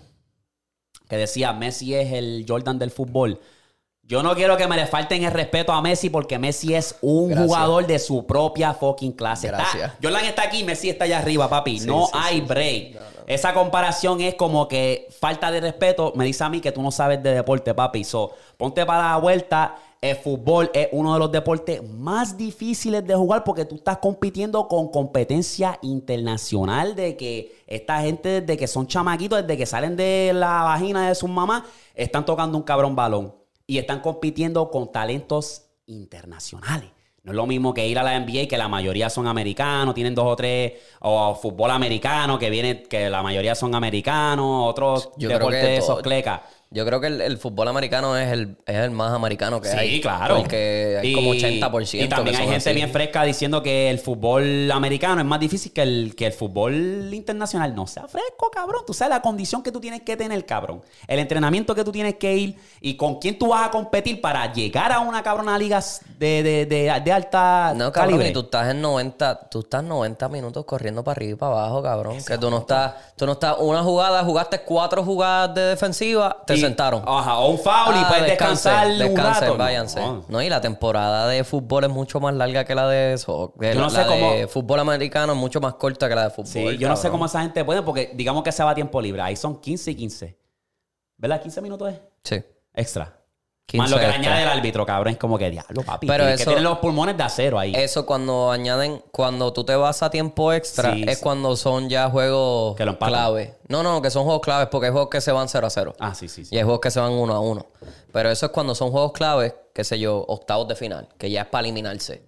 S1: que decía, Messi es el Jordan del fútbol. Yo no quiero que me le falten el respeto a Messi porque Messi es un
S2: Gracias.
S1: jugador de su propia fucking clase. Está-
S2: Gracias.
S1: Jordan está aquí, Messi está allá arriba, papi.
S2: Sí,
S1: no
S2: sí,
S1: hay
S2: sí,
S1: break. Esa comparación es como que falta de respeto. Me dice a mí que tú no sabes de deporte, papi. So, ponte para la vuelta. El fútbol es uno de los deportes más difíciles de jugar porque tú estás compitiendo con competencia internacional de que esta gente desde que son chamaquitos, desde que salen de la vagina de sus mamás, están tocando un cabrón balón y están compitiendo con talentos internacionales. No es lo mismo que ir a la NBA, que la mayoría son americanos, tienen dos o tres, o fútbol americano, que viene, que la mayoría son americanos, otros
S2: Yo creo
S1: deportes
S2: que
S1: de
S2: todo-
S1: esos clecas.
S2: Yo creo que el, el fútbol americano es el, es el más americano que
S1: Sí,
S2: pues hay.
S1: claro.
S2: Porque hay
S1: Y-
S2: como 80%.
S1: Y también
S2: que
S1: hay
S2: son
S1: gente
S2: así.
S1: bien fresca diciendo que el fútbol americano es más difícil que el, que el fútbol internacional. No sea fresco, cabrón. Tú sabes la condición que tú tienes que tener, cabrón. El entrenamiento que tú tienes que ir y con quién tú vas a competir para llegar a una cabrona liga de, de, de, de alta
S2: No, cabrón,
S1: calibre.
S2: y tú estás en 90, tú estás 90 minutos corriendo para arriba y para abajo, cabrón. Que tú no estás, tú no estás una jugada, jugaste cuatro jugadas de defensiva, te
S1: Y-
S2: sentaron.
S1: Ajá, o un foul y
S2: Ah,
S1: puedes
S2: descansen,
S1: descansar
S2: descansen,
S1: un rato.
S2: váyanse.
S1: No,
S2: No, y la temporada de fútbol es mucho más larga que la de soc- que
S1: Yo no
S2: la
S1: sé
S2: de
S1: cómo-
S2: fútbol americano es mucho más corta que la de fútbol.
S1: Sí, yo no sé
S2: cabrón.
S1: cómo esa gente puede, porque digamos que se va a tiempo libre. Ahí son 15 y 15. ¿Verdad? 15 minutos es
S2: Sí.
S1: extra. Más lo que le
S2: 15 extra.
S1: añade el árbitro, cabrón, es como que diablo, papi.
S2: Pero
S1: tienes que
S2: eso-
S1: tienen los pulmones de acero ahí.
S2: Eso cuando añaden, cuando tú te vas a tiempo extra,
S1: Sí,
S2: es
S1: sí.
S2: cuando son ya juegos
S1: Que lo empatan.
S2: clave. No, no, que son juegos claves porque hay juegos que se van 0 a 0.
S1: Ah, sí, sí, sí.
S2: Y hay juegos que se van uno a uno. Pero eso es cuando son juegos claves, qué sé yo, octavos de final, que ya es para eliminarse.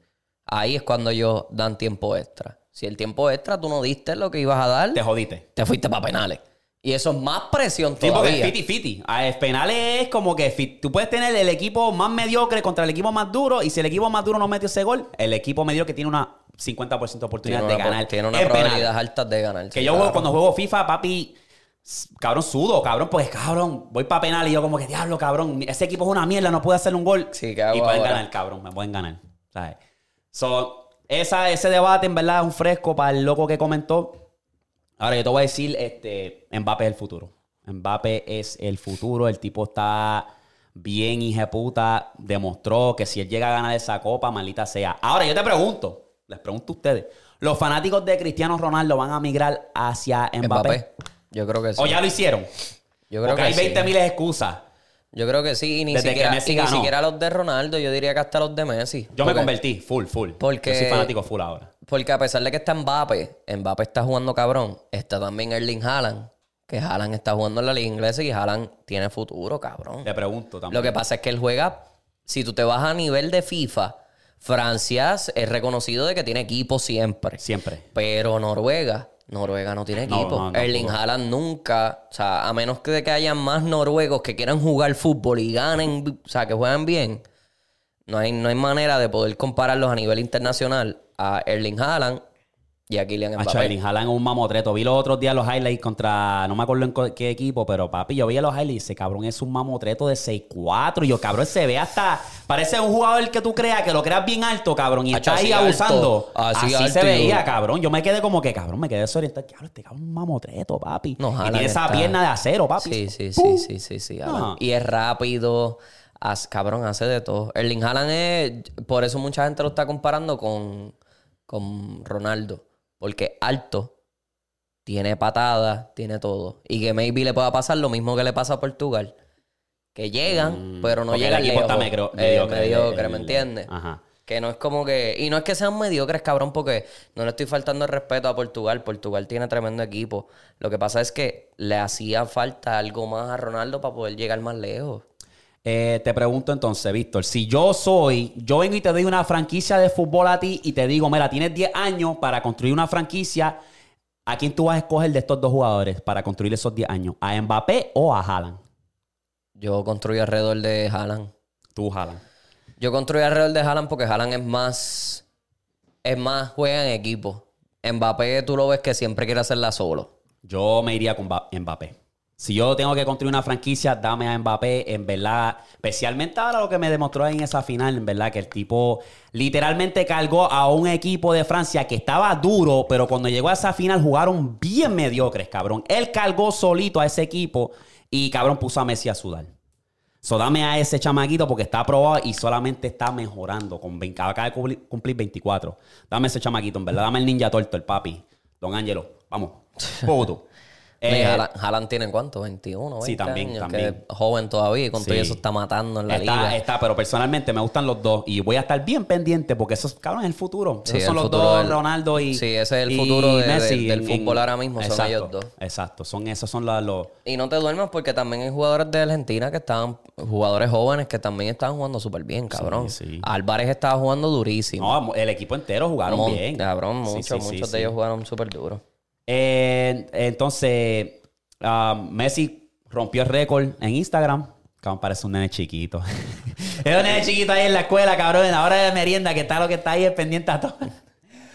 S2: Ahí es cuando ellos dan tiempo extra. Si el tiempo extra tú no diste lo que ibas a dar,
S1: Te
S2: te,
S1: jodiste.
S2: fuiste para penales. Y eso es más presión
S1: Sí, porque
S2: todavía.
S1: fiti fiti. A penales es como que fit- tú puedes tener el equipo más mediocre contra el equipo más duro y si el equipo más duro no mete ese gol, el equipo mediocre tiene una 50% de
S2: tiene
S1: oportunidad
S2: una,
S1: de
S2: po-
S1: ganar.
S2: tiene una
S1: en penales.
S2: probabilidad alta de ganar.
S1: Que
S2: sí,
S1: yo
S2: claro.
S1: cuando juego FIFA, papi, s- cabrón, sudo, cabrón, pues cabrón, voy para penal y yo como que diablo, cabrón, ese equipo es una mierda, no puede hacer un gol.
S2: Sí, ¿qué hago
S1: y pueden
S2: ahora?
S1: ganar, cabrón, me pueden ganar. ¿sabes? So, esa, ese debate en verdad es un fresco para el loco que comentó. Ahora yo te voy a decir, este, Mbappé es el futuro. Mbappé es el futuro, el tipo está bien puta, demostró que si él llega a ganar esa copa, maldita sea. Ahora yo te pregunto, les pregunto a ustedes, ¿los fanáticos de Cristiano Ronaldo van a migrar hacia Mbappé?
S2: Mbappé. Yo creo que sí.
S1: ¿O ya lo hicieron?
S2: yo
S1: Porque
S2: creo que
S1: hay
S2: sí.
S1: 20.000 excusas.
S2: Yo creo que sí, y ni,
S1: Desde que
S2: siquiera,
S1: Messi
S2: y ni
S1: ganó.
S2: siquiera los de Ronaldo, yo diría que hasta los de Messi.
S1: Yo me
S2: Porque-
S1: convertí, full, full.
S2: Porque-
S1: Yo soy fanático full ahora.
S2: Porque a pesar de que está Mbappé, Mbappé está jugando cabrón, está también Erling Haaland, que Haaland está jugando en la liga inglesa y Haaland tiene futuro, cabrón.
S1: Te pregunto también.
S2: Lo que pasa es que él juega, si tú te vas a nivel de FIFA, Francia es reconocido de que tiene equipo siempre.
S1: Siempre.
S2: Pero Noruega, Noruega no tiene
S1: No,
S2: equipo.
S1: no, no
S2: Erling
S1: jugó.
S2: Haaland nunca, o sea, a menos que, que haya más noruegos que quieran jugar fútbol y ganen, o sea, que juegan bien, no hay, no hay manera de poder compararlos a nivel internacional a Erling Haaland y a Kylian
S1: Acho,
S2: Mbappé.
S1: Erling Haaland es un mamotreto. Vi los otros días los highlights contra, no me acuerdo en co- qué equipo, pero papi, yo veía los highlights y ese cabrón es un mamotreto de 6'4. Y yo, cabrón, se ve hasta, parece un jugador que tú creas, que lo creas bien alto, cabrón, y
S2: Acho,
S1: está ahí
S2: así alto,
S1: abusando.
S2: así
S1: así
S2: alto
S1: se
S2: y
S1: veía,
S2: duro.
S1: cabrón. Yo me quedé como que, cabrón, me quedé desorientado. Cabrón, este cabrón es un mamotreto, papi.
S2: No,
S1: y
S2: Haaland
S1: tiene esa
S2: está-
S1: pierna de acero, papi.
S2: Sí, sí, sí, sí, sí, sí. Haaland.
S1: No.
S2: Y es rápido. haz- cabrón, hace de todo. Erling Haaland es. Por eso mucha gente lo está comparando con, con Ronaldo. Porque alto, tiene patada, tiene todo. Y que maybe le pueda pasar lo mismo que le pasa a Portugal. Que llegan,
S1: Mm,
S2: pero no
S1: porque
S2: llegan.
S1: El equipo está
S2: lejos.
S1: mecro-
S2: Eh,
S1: mediocre.
S2: mediocre,
S1: el-
S2: ¿me
S1: el- Ah,
S2: entiendes?
S1: Ajá.
S2: Que no es como que. Y no es que sean mediocres, cabrón, porque no le estoy faltando el respeto a Portugal. Portugal tiene tremendo equipo. Lo que pasa es que le hacía falta algo más a Ronaldo para poder llegar más lejos.
S1: Eh, te pregunto entonces, Víctor, si yo soy, yo vengo y te doy una franquicia de fútbol a ti y te digo, mira, tienes 10 años para construir una franquicia, ¿a quién tú vas a escoger de estos dos jugadores para construir esos 10 años? ¿A Mbappé o a Haaland?
S2: Yo construí alrededor de Haaland.
S1: Tú, Haaland.
S2: Yo construí alrededor de Haaland porque Haaland es más. Es más, juega en equipo. Mbappé, tú lo ves que siempre quiere hacerla solo.
S1: Yo me iría con Ba- Mbappé. Si yo tengo que construir una franquicia, dame a Mbappé, en verdad, especialmente ahora lo que me demostró en esa final, en verdad, que el tipo literalmente cargó a un equipo de Francia que estaba duro, pero cuando llegó a esa final jugaron bien mediocres, cabrón. Él cargó solito a ese equipo y, cabrón, puso a Messi a sudar. So, dame a ese chamaquito porque está aprobado y solamente está mejorando. Con 20, acaba de cumplir, cumplir 24. Dame ese chamaquito, en verdad. Dame el ninja torto, el papi. Don Ángelo, vamos. Puto.
S2: No, y
S1: Eh,
S2: Haaland, Haaland tiene cuánto? 21, 20
S1: Sí, también,
S2: años,
S1: también.
S2: que es joven todavía y con todo
S1: Sí.
S2: eso está matando en la liga.
S1: está, está, pero personalmente me gustan los dos y voy a estar bien pendiente porque esos, cabrón, es el futuro.
S2: Sí,
S1: esos son
S2: el
S1: los
S2: futuro
S1: dos,
S2: del-
S1: Ronaldo y.
S2: Sí, ese es el
S1: y
S2: futuro de- de- del
S1: en-
S2: fútbol ahora mismo, son
S1: Exacto,
S2: ellos dos.
S1: Exacto, son, esos son la- los.
S2: Y no te duermas porque también hay jugadores de Argentina que estaban, jugadores jóvenes que también estaban jugando súper bien, cabrón.
S1: sí.
S2: Álvarez estaba jugando durísimo.
S1: No, el equipo entero jugaron
S2: Mon-
S1: bien.
S2: Cabrón,
S1: Sí,
S2: muchos,
S1: sí, sí,
S2: muchos de
S1: sí.
S2: ellos jugaron súper duro.
S1: Eh, entonces, ah, Messi rompió el récord en Instagram. Cabrón, parece un nene chiquito. es un nene chiquito ahí en la escuela, cabrón. Ahora de merienda, que está lo que está ahí es pendiente a todo.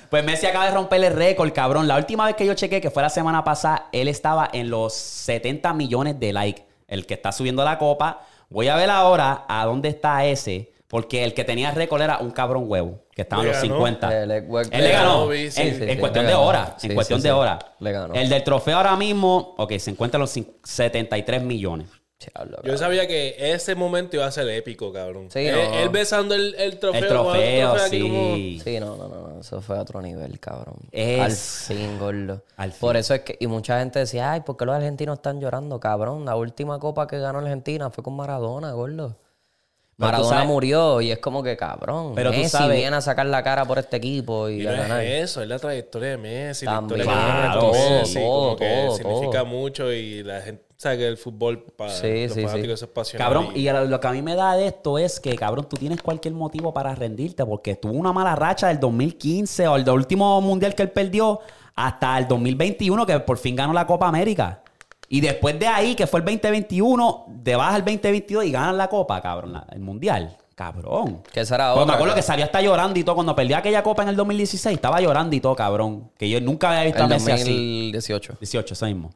S1: Pues Messi acaba de romper el récord, cabrón. La última vez que yo chequé, que fue la semana pasada, él estaba en los 70 millones de likes. El que está subiendo la copa. Voy a ver ahora a dónde está ese. Porque el que tenía récord era un cabrón huevo, que estaba en
S3: Le
S1: los
S3: ganó.
S1: 50.
S2: Eh, Le- le-
S1: Él le ganó.
S3: ganó, sí,
S1: En-
S3: sí,
S1: en
S2: sí,
S1: cuestión
S2: le
S1: de
S2: ganó.
S1: hora.
S2: Sí,
S1: en
S2: sí,
S1: cuestión
S2: sí.
S1: de hora.
S2: Le ganó.
S1: El del trofeo ahora mismo, ok, se encuentra en los cin- 73 millones.
S2: Diablo,
S3: Yo sabía que ese momento iba a ser épico, cabrón.
S2: Sí,
S3: él,
S2: no.
S3: él besando el, el trofeo.
S1: El
S3: como el
S1: trofeo,
S3: trofeo aquí
S1: sí.
S2: Sí, no, no, no, no, eso fue a otro nivel, cabrón.
S1: Es-
S2: Al fin, gordo.
S1: Al fin.
S2: Por eso es que, y mucha gente decía, ay, ¿por qué los argentinos están llorando, cabrón? La última copa que ganó Argentina fue con Maradona,
S1: Pero
S2: gordo.
S1: tú
S2: Maradona
S1: sabes-
S2: murió y es como que cabrón.
S1: Pero tú
S2: Messi
S1: sabes-
S2: viene a sacar la cara por este equipo y,
S3: Y
S2: a
S3: no
S2: ganar.
S3: es eso, es la trayectoria de Messi,
S2: También.
S3: la historia
S1: Claro,
S3: que tiene
S1: sí,
S3: Messi, como
S2: todo,
S3: que
S2: todo,
S3: significa
S2: todo.
S3: mucho y la gente sabe que el fútbol para
S2: Sí,
S3: los
S2: sí, sí.
S3: fanáticos es apasionante.
S1: Cabrón, y lo, lo que a mí me da de esto es que, cabrón, tú tienes cualquier motivo para rendirte, porque tuvo una mala racha del 2015 o el del último mundial que él perdió hasta el 2021, que por fin ganó la Copa América. Y después de ahí, que fue el 2021, te vas al 2022 y ganas la Copa, cabrón, la- el mundial. Cabrón.
S2: Que esa era
S1: Pues me
S2: otra,
S1: acuerdo que
S2: cabrón.
S1: salió hasta llorando y todo. Cuando perdí aquella copa en el 2016, estaba llorando y todo, cabrón. Que yo nunca había visto a
S2: El
S1: Messi así.
S2: 2018.
S1: 18, eso mismo.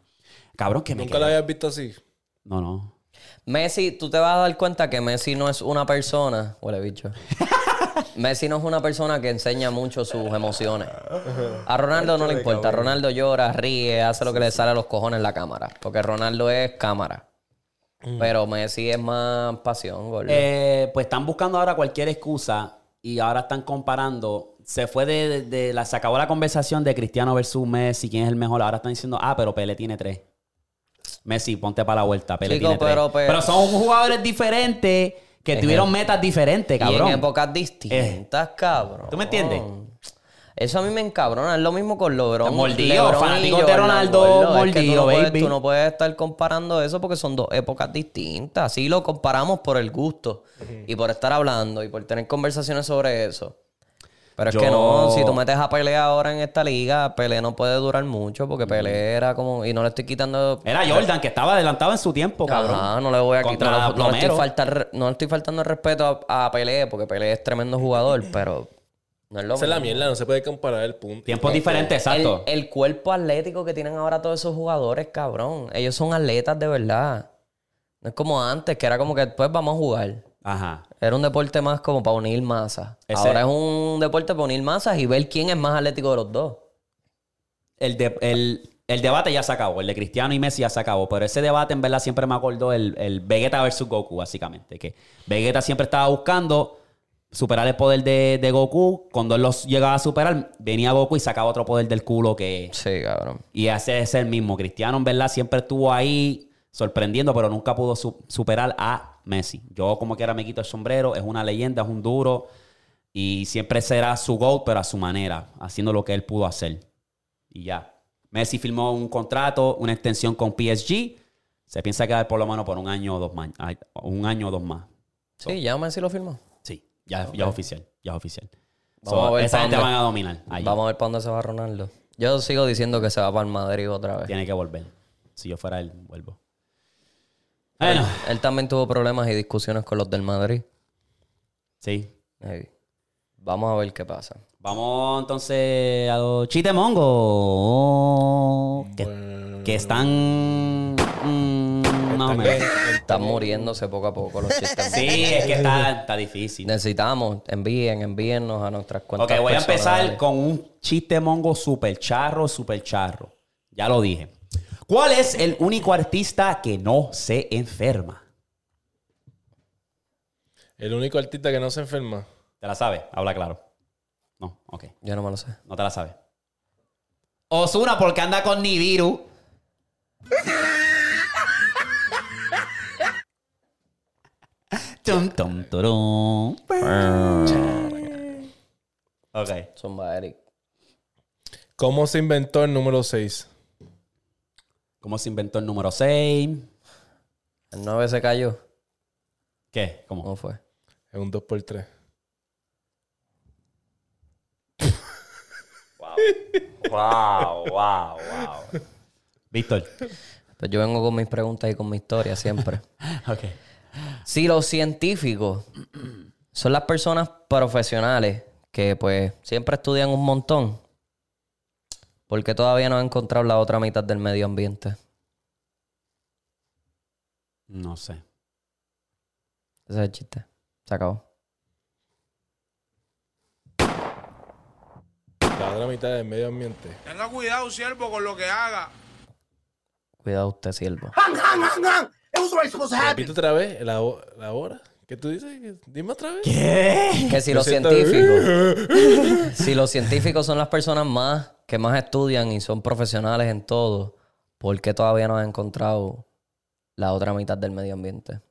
S1: Cabrón, que me
S3: Nunca
S1: quedé-
S3: lo habías visto así.
S1: No, no.
S2: Messi, tú te vas a dar cuenta que Messi no es una persona. Huele bicho. Messi no es una persona que enseña mucho sus emociones. A Ronaldo no le importa. Ronaldo llora, ríe, hace lo que le sale a los cojones en la cámara. Porque Ronaldo es cámara. Pero Messi es más pasión, gordo.
S1: Eh, pues están buscando ahora cualquier excusa y ahora están comparando. Se fue de, de- de la, se acabó la conversación de Cristiano versus Messi, quién es el mejor. Ahora están diciendo, ah, pero Pele tiene tres. Messi, ponte para la vuelta. Pele
S2: Chico,
S1: tiene tres.
S2: pero Pe-
S1: Pero son jugadores diferentes que
S2: En
S1: tuvieron
S2: el-
S1: metas diferentes, cabrón. Eh.
S2: Y en épocas distintas, cabrón.
S1: ¿Tú me entiendes?
S2: Eso a mí me encabrona. Es lo mismo con Lebron.
S1: Mordido,
S2: Lebron y
S1: fanáticos de
S2: Jordan,
S1: Ronaldo,
S2: gordo. Es que tú
S1: mordido,
S2: no puedes-
S1: baby.
S2: Tú no puedes estar comparando eso porque son dos épocas distintas. Sí lo comparamos por el gusto y por estar hablando y por tener conversaciones sobre eso. Pero es
S1: Yo-
S2: que no, si tú metes a Pelé ahora en esta liga, Pelé no puede durar mucho porque Pelé era como... Y no le estoy quitando...
S1: Era Jordan, que estaba adelantado en su tiempo, cabrón.
S2: Ajá, no le voy a
S1: Contra
S2: quitar. No, le- no le
S1: Plomero.
S2: estoy faltar- no le estoy faltando el respeto a, a Pelé, porque Pelé es tremendo jugador, pero no es lo
S3: Esa es la
S2: mismo.
S3: mierda, no se puede comparar el punto.
S1: Tiempos diferentes, exacto.
S2: El, el cuerpo atlético que tienen ahora todos esos jugadores, cabrón. Ellos son atletas de verdad. No es como antes, que era como que después vamos a jugar.
S1: Ajá.
S2: Era un deporte más como para unir masas.
S1: Ese-
S2: Ahora es un deporte para unir masas y ver quién es más atlético de los dos.
S1: El, de- el- el debate ya se acabó. El de Cristiano y Messi ya se acabó. Pero ese debate, en verdad, siempre me acordó el, el Vegeta versus Goku, básicamente. Que Vegeta siempre estaba buscando superar el poder de, de Goku. Cuando él los llegaba a superar, venía Goku y sacaba otro poder del culo que...
S2: Sí, cabrón.
S1: Y ese es el mismo. Cristiano, en verdad, siempre estuvo ahí sorprendiendo, pero nunca pudo su- superar a Messi. Yo, como quiera, me quito el sombrero. Es una leyenda, es un duro. Y siempre será su GOAT, pero a su manera, haciendo lo que él pudo hacer. Y ya. Messi firmó un contrato, una extensión con PSG. Se piensa quedar por lo menos por un año o dos más. ay, Un año o dos más.
S2: Sí, ya Messi lo firmó.
S1: Sí, ya, ya es oficial. Ya es oficial.
S2: Vamos
S1: So,
S2: a ver
S1: esa
S2: pa'
S1: gente
S2: dónde-
S1: van a dominar. allí.
S2: Vamos a ver para dónde se va Ronaldo. Yo sigo diciendo que se va para el Madrid otra vez.
S1: Tiene que volver. Si yo fuera él, vuelvo. Bueno,
S2: Él también tuvo problemas y discusiones con los del Madrid.
S1: sí.
S2: Ey, Vamos a ver qué pasa.
S1: Vamos entonces a los chistes mongo. Que, que están. mm, más o menos.
S2: Están muriéndose poco a poco los chistes.
S1: Sí, es que está, está difícil.
S2: Necesitamos, envíen, envíennos a nuestras
S1: Ok,
S2: cuentas.
S1: voy a empezar
S2: personales.
S1: con un chiste mongo super charro, super charro. Ya lo dije. ¿Cuál es el único artista que no se enferma?
S3: El único artista que no se enferma.
S1: ¿Te la sabes? Habla claro. No, ok.
S2: Yo no me lo sé.
S1: No te la sabes. Osuna porque anda con Nibiru. Tum, tum, turum. Ok.
S2: Zumba Eric.
S3: ¿Cómo se inventó el número 6?
S1: ¿Cómo se inventó el número 6?
S2: El 9 se cayó.
S1: ¿Qué? ¿Cómo?
S2: ¿Cómo fue?
S3: Es un 2x3.
S1: Wow, wow, wow. Víctor.
S2: Pues yo vengo con mis preguntas y con mi historia siempre.
S1: Ok.
S2: si los científicos son las personas profesionales que pues siempre estudian un montón, porque todavía no han encontrado la otra mitad del medio ambiente?
S1: No sé.
S2: Ese es el chiste. Se acabó.
S3: La otra mitad del medio ambiente.
S4: Tenga cuidado, siervo, con lo que haga.
S2: Cuidado usted, siervo.
S4: It was already supposed to happen.
S3: Repite otra vez la, ho- la hora. ¿Qué tú dices? Dime otra vez.
S1: ¿Qué?
S2: Que si los
S3: siento-
S2: científicos, si los científicos son las personas más que más estudian y son profesionales en todo, ¿por qué todavía no han encontrado la otra mitad del medio ambiente?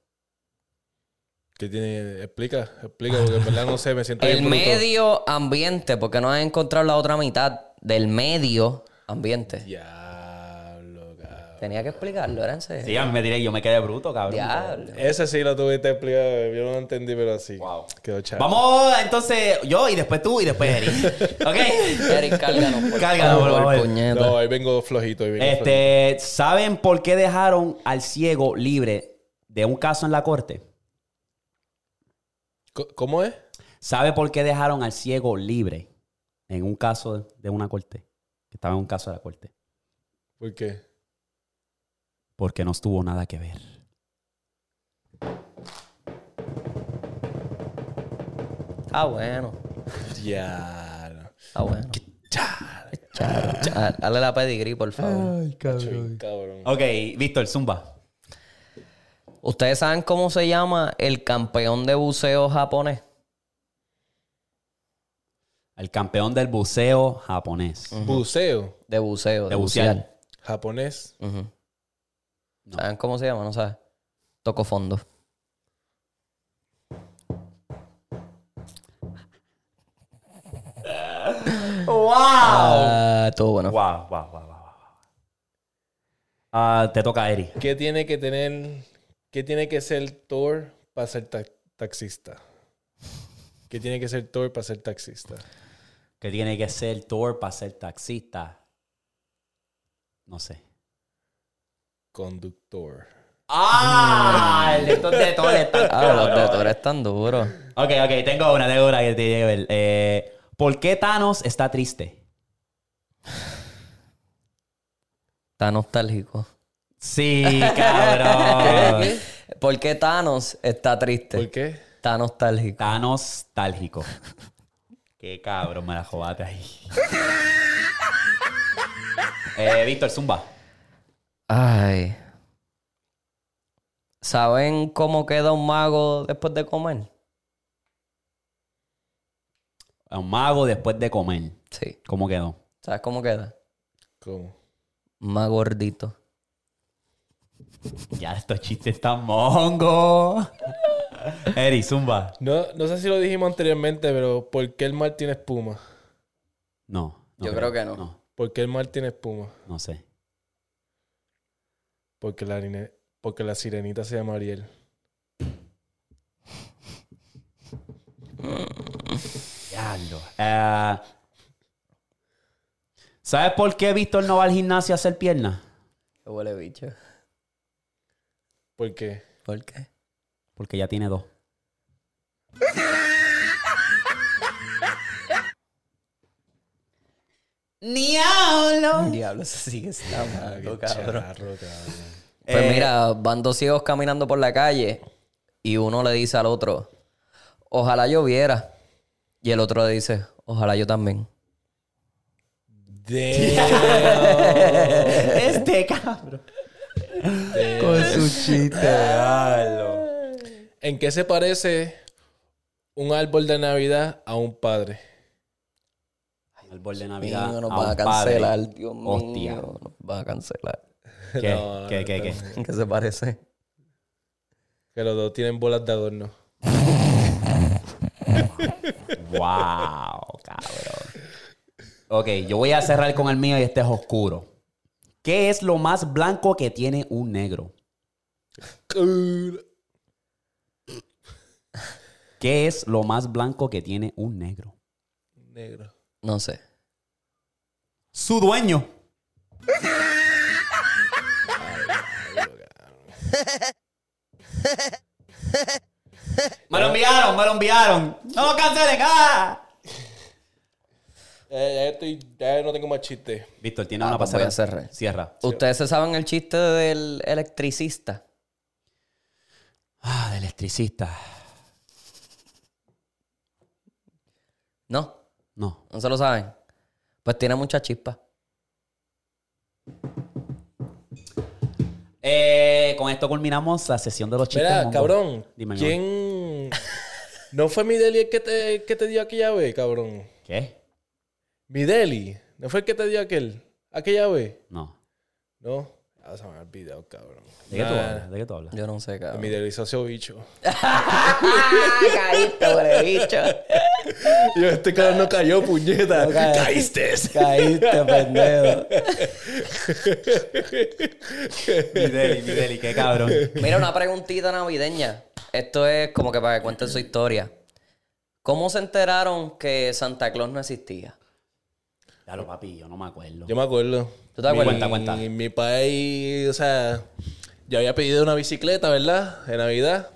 S3: ¿Qué tiene? Explica, explica, porque en verdad no sé, me siento
S2: El
S3: bien bruto.
S2: medio ambiente, porque no has encontrado la otra mitad del medio ambiente.
S3: Diablo, cabrón.
S2: Tenía que explicarlo, era en serio.
S1: Sí, a mí me diré, yo me quedé bruto, cabrón.
S2: Diablo.
S3: Ese sí lo tuviste explicado, yo no lo entendí, pero así.
S1: Wow.
S3: Quedó chavo.
S1: Vamos, entonces, yo y después tú y después Eric. ¿Ok?
S2: Eric, cárganos, por
S1: Cárganos, por
S2: favor,
S1: favor.
S2: puñeta.
S3: No, ahí vengo flojito, ahí vengo flojito.
S1: Este, ¿saben por qué dejaron al ciego libre de un caso en la corte?
S3: Co- ¿Cómo es?
S1: ¿Sabe por qué dejaron al ciego libre en un caso de una corte? Que estaba en un caso de la corte.
S3: ¿Por qué?
S1: Porque no estuvo nada que ver.
S2: Está bueno.
S3: Diablo.
S2: Está bueno. Charo, charo. Dale la pedigrí, por favor.
S3: Cabrón. cabrón.
S1: Ok, Víctor, Zumba.
S2: ¿Ustedes saben cómo se llama el campeón de buceo japonés?
S1: El campeón del buceo japonés.
S3: Mm. Buceo
S2: De buceo, de,
S1: De bucear.
S2: bucear.
S3: japonés.
S2: Ujú. ¿Saben cómo se llama? No sabes. Toco fondo.
S1: ¡Wow!
S2: Ah, todo bueno.
S1: Wow, wow, wow, wow, wow. Ah, te toca, Eri.
S3: ¿Qué tiene que tener, qué tiene que ser Thor para ser ta- taxista? ¿Qué tiene que ser Thor para ser taxista?
S1: Que tiene que ser Thor para ser taxista. No sé.
S3: Conductor.
S1: ¡Ah! El de Thor de Thor está
S2: Ah, los
S1: cabrón.
S2: detores están duros.
S1: Ok, ok, tengo una, tengo una que tiene que ver. Eh, ¿Por qué Thanos está triste?
S2: Está nostálgico.
S1: Sí, cabrón.
S2: ¿Por qué Thanos está triste?
S3: ¿Por qué?
S2: Está nostálgico.
S1: Está nostálgico. Qué cabrón, me la jodaste ahí. Eh, Víctor, Zumba.
S2: Ay. ¿Saben cómo queda un mago después de comer?
S1: A Un mago después de comer.
S2: Sí.
S1: ¿Cómo quedó?
S2: ¿Sabes cómo queda?
S3: ¿Cómo?
S2: Más gordito.
S1: Ya, estos chistes están mongo. Eri, Zumba.
S3: No, no sé si lo dijimos anteriormente, pero ¿por qué el mar tiene espuma?
S1: No. no
S2: Yo creo que no.
S1: No,
S3: ¿Por qué el mar tiene espuma?
S1: no sé.
S3: Porque la, nine- porque la sirenita se llama Ariel.
S1: Diablo. Eh, ¿Sabes por qué Víctor no va al gimnasio a hacer piernas?
S2: Qué huele bicho.
S3: ¿Por qué?
S2: ¿Por qué?
S1: Porque ya tiene dos. ¡Diablo!
S2: Diablo, se sigue
S3: Ah, qué
S2: estamando, Oh, cabrón.
S3: charro, cabrón.
S2: Pues
S1: Eh,
S2: mira, van dos ciegos caminando por la calle y uno le dice al otro, ojalá yo viera. Y el otro le dice, ojalá yo también.
S1: Este cabrón. Con su
S2: Este
S1: chiste. Diablo.
S3: ¿En qué se parece un árbol de Navidad a un padre?
S1: Árbol de Navidad.
S2: Mío, nos
S1: a
S2: van a
S1: un padre.
S2: cancelar, Dios mío.
S1: Hostia.
S2: Nos van a cancelar.
S1: ¿Qué?
S3: No,
S1: ¿Qué,
S3: no,
S1: qué,
S3: no.
S1: qué?
S2: ¿En ¿Qué se parece?
S3: Que los dos tienen bolas de adorno.
S1: Wow, cabrón. Ok, yo voy a cerrar con el mío y este es oscuro. ¿Qué es lo más blanco que tiene un negro? ¿Qué es lo más blanco que tiene un negro?
S3: Negro.
S2: No sé.
S1: Su dueño. Me lo enviaron, me lo enviaron. No lo cancelen. ¡ah!
S3: Eh, ya, estoy, ya no tengo más chiste.
S1: Víctor, tiene
S2: Ah,
S1: una
S2: pues
S1: pasada.
S2: voy a cerrar.
S1: Cierra.
S2: ¿Ustedes se saben el chiste del electricista?
S1: Ah, de electricista.
S2: No,
S1: No.
S2: no se lo saben. Pues tiene mucha chispa.
S1: Eh, con esto culminamos la sesión de los chistes.
S3: Mira,
S1: mongo.
S3: cabrón.
S1: Dime, mi amor.
S3: ¿Quién. ¿No fue mi deli el que te, el que te dio aquella vez, cabrón?
S1: ¿Qué?
S3: Mi deli. ¿No fue el que te dio aquel? Aquella vez.
S1: No.
S3: No. Ah, se me ha olvidado, cabrón.
S1: ¿De qué tú
S3: Nah,
S1: hablas? ¿De qué tú hablas?
S2: Yo no sé, cabrón.
S3: Mi del socio bicho.
S2: Caíste, pobre bicho.
S3: Yo, este cabrón no cayó, puñeta. Caíste.
S2: Caíste, pendejo.
S1: Mideli, Mideli, qué cabrón.
S2: Mira, una preguntita navideña. Esto es como que para que cuenten su historia. ¿Cómo se enteraron que Santa Claus no existía?
S1: Claro, papi, yo no me acuerdo.
S3: Yo me acuerdo.
S2: ¿Tú te acuerdas?
S1: Cuenta, cuenta.
S3: Mi, mi país, o sea, yo había pedido una bicicleta, ¿verdad? De Navidad.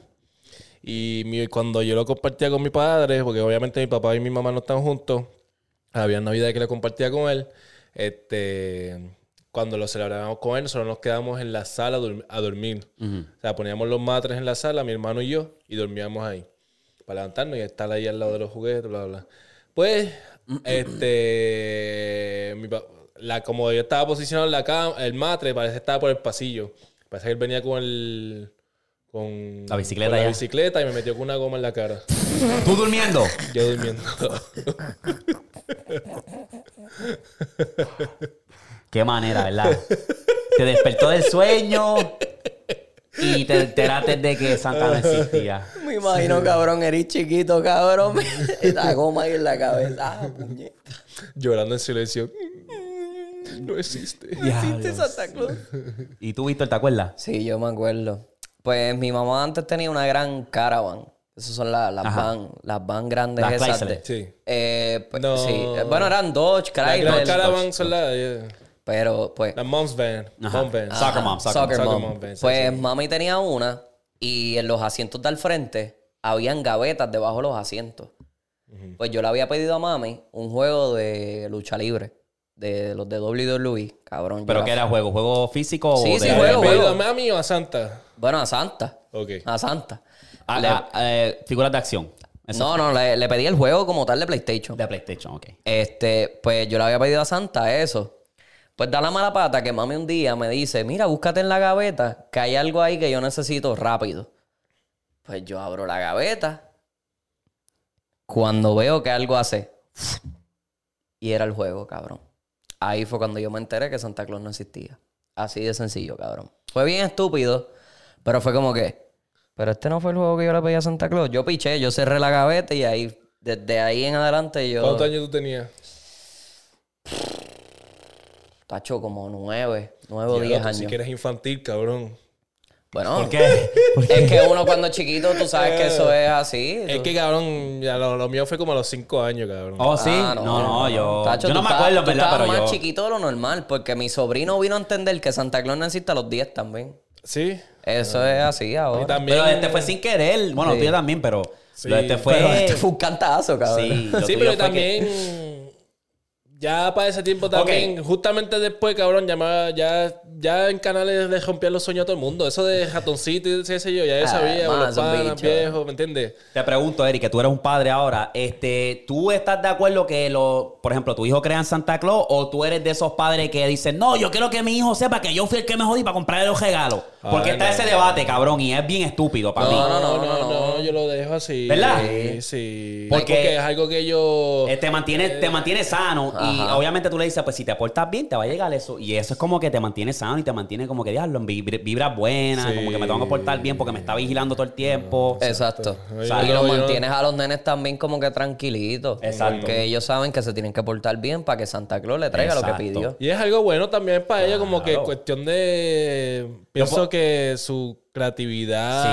S3: Y mi- cuando yo lo compartía con mi padre, porque obviamente mi papá y mi mamá no están juntos, había Navidad que lo compartía con él. Este, cuando lo celebrábamos con él, nosotros nos quedamos en la sala a dur- a dormir. O sea, poníamos los matres en la sala, mi hermano y yo, y dormíamos ahí. Para levantarnos y estar ahí al lado de los juguetes, bla, bla. bla. Pues, este. mi pa- la, como yo estaba posicionado en la cama, el matre parece que estaba por el pasillo. Parece que él venía con el. Con
S1: La bicicleta
S3: con la
S1: ya.
S3: bicicleta y me metió con una goma en la cara.
S1: ¿Tú durmiendo?
S3: Yo durmiendo.
S1: Qué manera, ¿verdad? Te despertó del sueño y te enteraste de que Santa no existía.
S2: Me imagino, cabrón, eres chiquito, cabrón. la goma ahí en la cabeza. Ah, puñeta.
S3: llorando en silencio. No existe.
S2: ¿Existe Santa Claus?
S1: ¿Y tú, Víctor, te acuerdas?
S2: Sí, yo me acuerdo. Pues mi mamá antes tenía una gran caravan. Esas son la- las van, las van grandes
S1: Las
S2: esas.
S1: Chrysler.
S2: de-
S3: Sí.
S2: Eh, pues,
S3: No.
S2: sí. Eh, Bueno, eran Dodge,
S3: La gran
S2: Chrysler.
S3: caravan son las. yeah.
S2: Pero pues
S3: La mom's van. Mom
S1: Ajá.
S3: van.
S1: Ah. Soccer mom, soccer
S2: Soccer
S3: mom.
S2: mom.
S3: Soccer mom, sí,
S2: Pues mami tenía una y en los asientos del frente habían gavetas debajo de los asientos. Pues yo le había pedido a mami un juego de lucha libre, de los de WWE, cabrón. yo
S1: ¿Pero
S2: era
S1: qué era juego? ¿Juego físico
S2: Sí,
S1: o
S2: sí,
S1: de-
S3: ¿Le
S2: juego,
S3: habías pedido
S2: juego.
S3: a mami o a Santa?
S2: Bueno, a Santa.
S3: Ok.
S2: A Santa.
S1: Ah,
S2: Le-
S1: ah, eh, figuras de acción. Eso.
S2: no, no, le, le pedí el juego como tal de PlayStation.
S1: De PlayStation, ok.
S2: Este, pues yo le había pedido a Santa eso. Pues da la mala pata que mami un día me dice, mira, búscate en la gaveta, que hay algo ahí que yo necesito rápido. Pues yo abro la gaveta. Cuando veo que algo hace. Y era el juego, cabrón. Ahí fue cuando yo me enteré que Santa Claus no existía. Así de sencillo, cabrón. Fue bien estúpido, pero fue como que... Pero este no fue el juego que yo le pedí a Santa Claus. Yo piché, yo cerré la gaveta y ahí, desde ahí en adelante yo...
S3: ¿Cuántos años tú tenías?
S2: Tacho, como nueve, nueve o
S3: Diablo,
S2: diez
S3: tú sí
S2: años.
S3: que eres infantil, cabrón.
S2: Bueno,
S1: ¿Por qué?
S2: es que uno cuando es chiquito, tú sabes que eso es así.
S3: Eh, Es
S2: tú-
S3: que, cabrón, ya lo, lo mío fue como a los 5 años, cabrón.
S1: Oh, sí.
S2: Ah,
S1: no, no, yo.
S2: Tacho,
S1: yo no
S2: tú
S1: me
S2: estabas-
S1: acuerdo,
S2: tú
S1: ¿verdad?
S2: estabas
S1: Pero
S2: más
S1: yo.
S2: chiquito de lo normal, porque mi sobrino vino a entender que Santa Claus necesita los 10 también.
S3: Sí.
S2: Eso es así ahora.
S3: Y Ah. también.
S1: Pero este fue sin querer. Bueno,
S2: Sí.
S1: tú también, pero.
S3: Sí,
S1: lo de este fue.
S2: Pero este fue un cantazo, cabrón.
S1: Sí, lo
S3: sí,
S1: tuyo
S3: pero
S1: fue que-
S3: también. Ya para ese tiempo también, justamente después, cabrón, ya, me- ya, ya en canales les rompían los sueños a todo el mundo. Eso de ratoncito y ese yo, ya yo
S2: Ah,
S3: sabía,
S2: man,
S3: los
S2: son
S3: panas
S2: bichos.
S3: viejos, ¿me entiendes?
S1: Te pregunto, Eric, que tú eres un padre ahora. Este, ¿Tú estás de acuerdo que, lo, por ejemplo, tu hijo crea en Santa Claus o tú eres de esos padres que dicen, no, yo quiero que mi hijo sepa que yo fui el que me jodí para comprarle los regalos? Porque
S3: Ay,
S1: está
S3: no.
S1: ese debate, cabrón, y es bien estúpido para mí.
S2: Ah, no, no, no, no.
S3: yo lo dejo así.
S1: ¿Verdad?
S3: Sí, sí.
S1: Porque-
S3: Porque, es algo que yo.
S1: Eh, te mantiene, te mantiene sano y
S2: Ajá.
S1: obviamente tú le dices, pues si te portas bien te va a llegar eso. Y eso es como que te mantiene sano y te mantiene como que diablo, en vibra- vibras buenas,
S3: Sí.
S1: como que me tengo que portar bien porque me está vigilando todo el tiempo.
S2: Exacto.
S3: Yo-
S2: y
S3: yo-
S2: los
S3: yo-
S2: mantienes a los nenes también como que tranquilitos.
S1: Exacto.
S2: Que ellos saben que se tienen que portar bien para que Santa Claus le traiga lo
S1: Exacto.
S2: que pidió.
S3: Y es algo bueno también para ellos, como que
S1: Claro.
S3: cuestión de. Pienso que su creatividad
S1: Sí,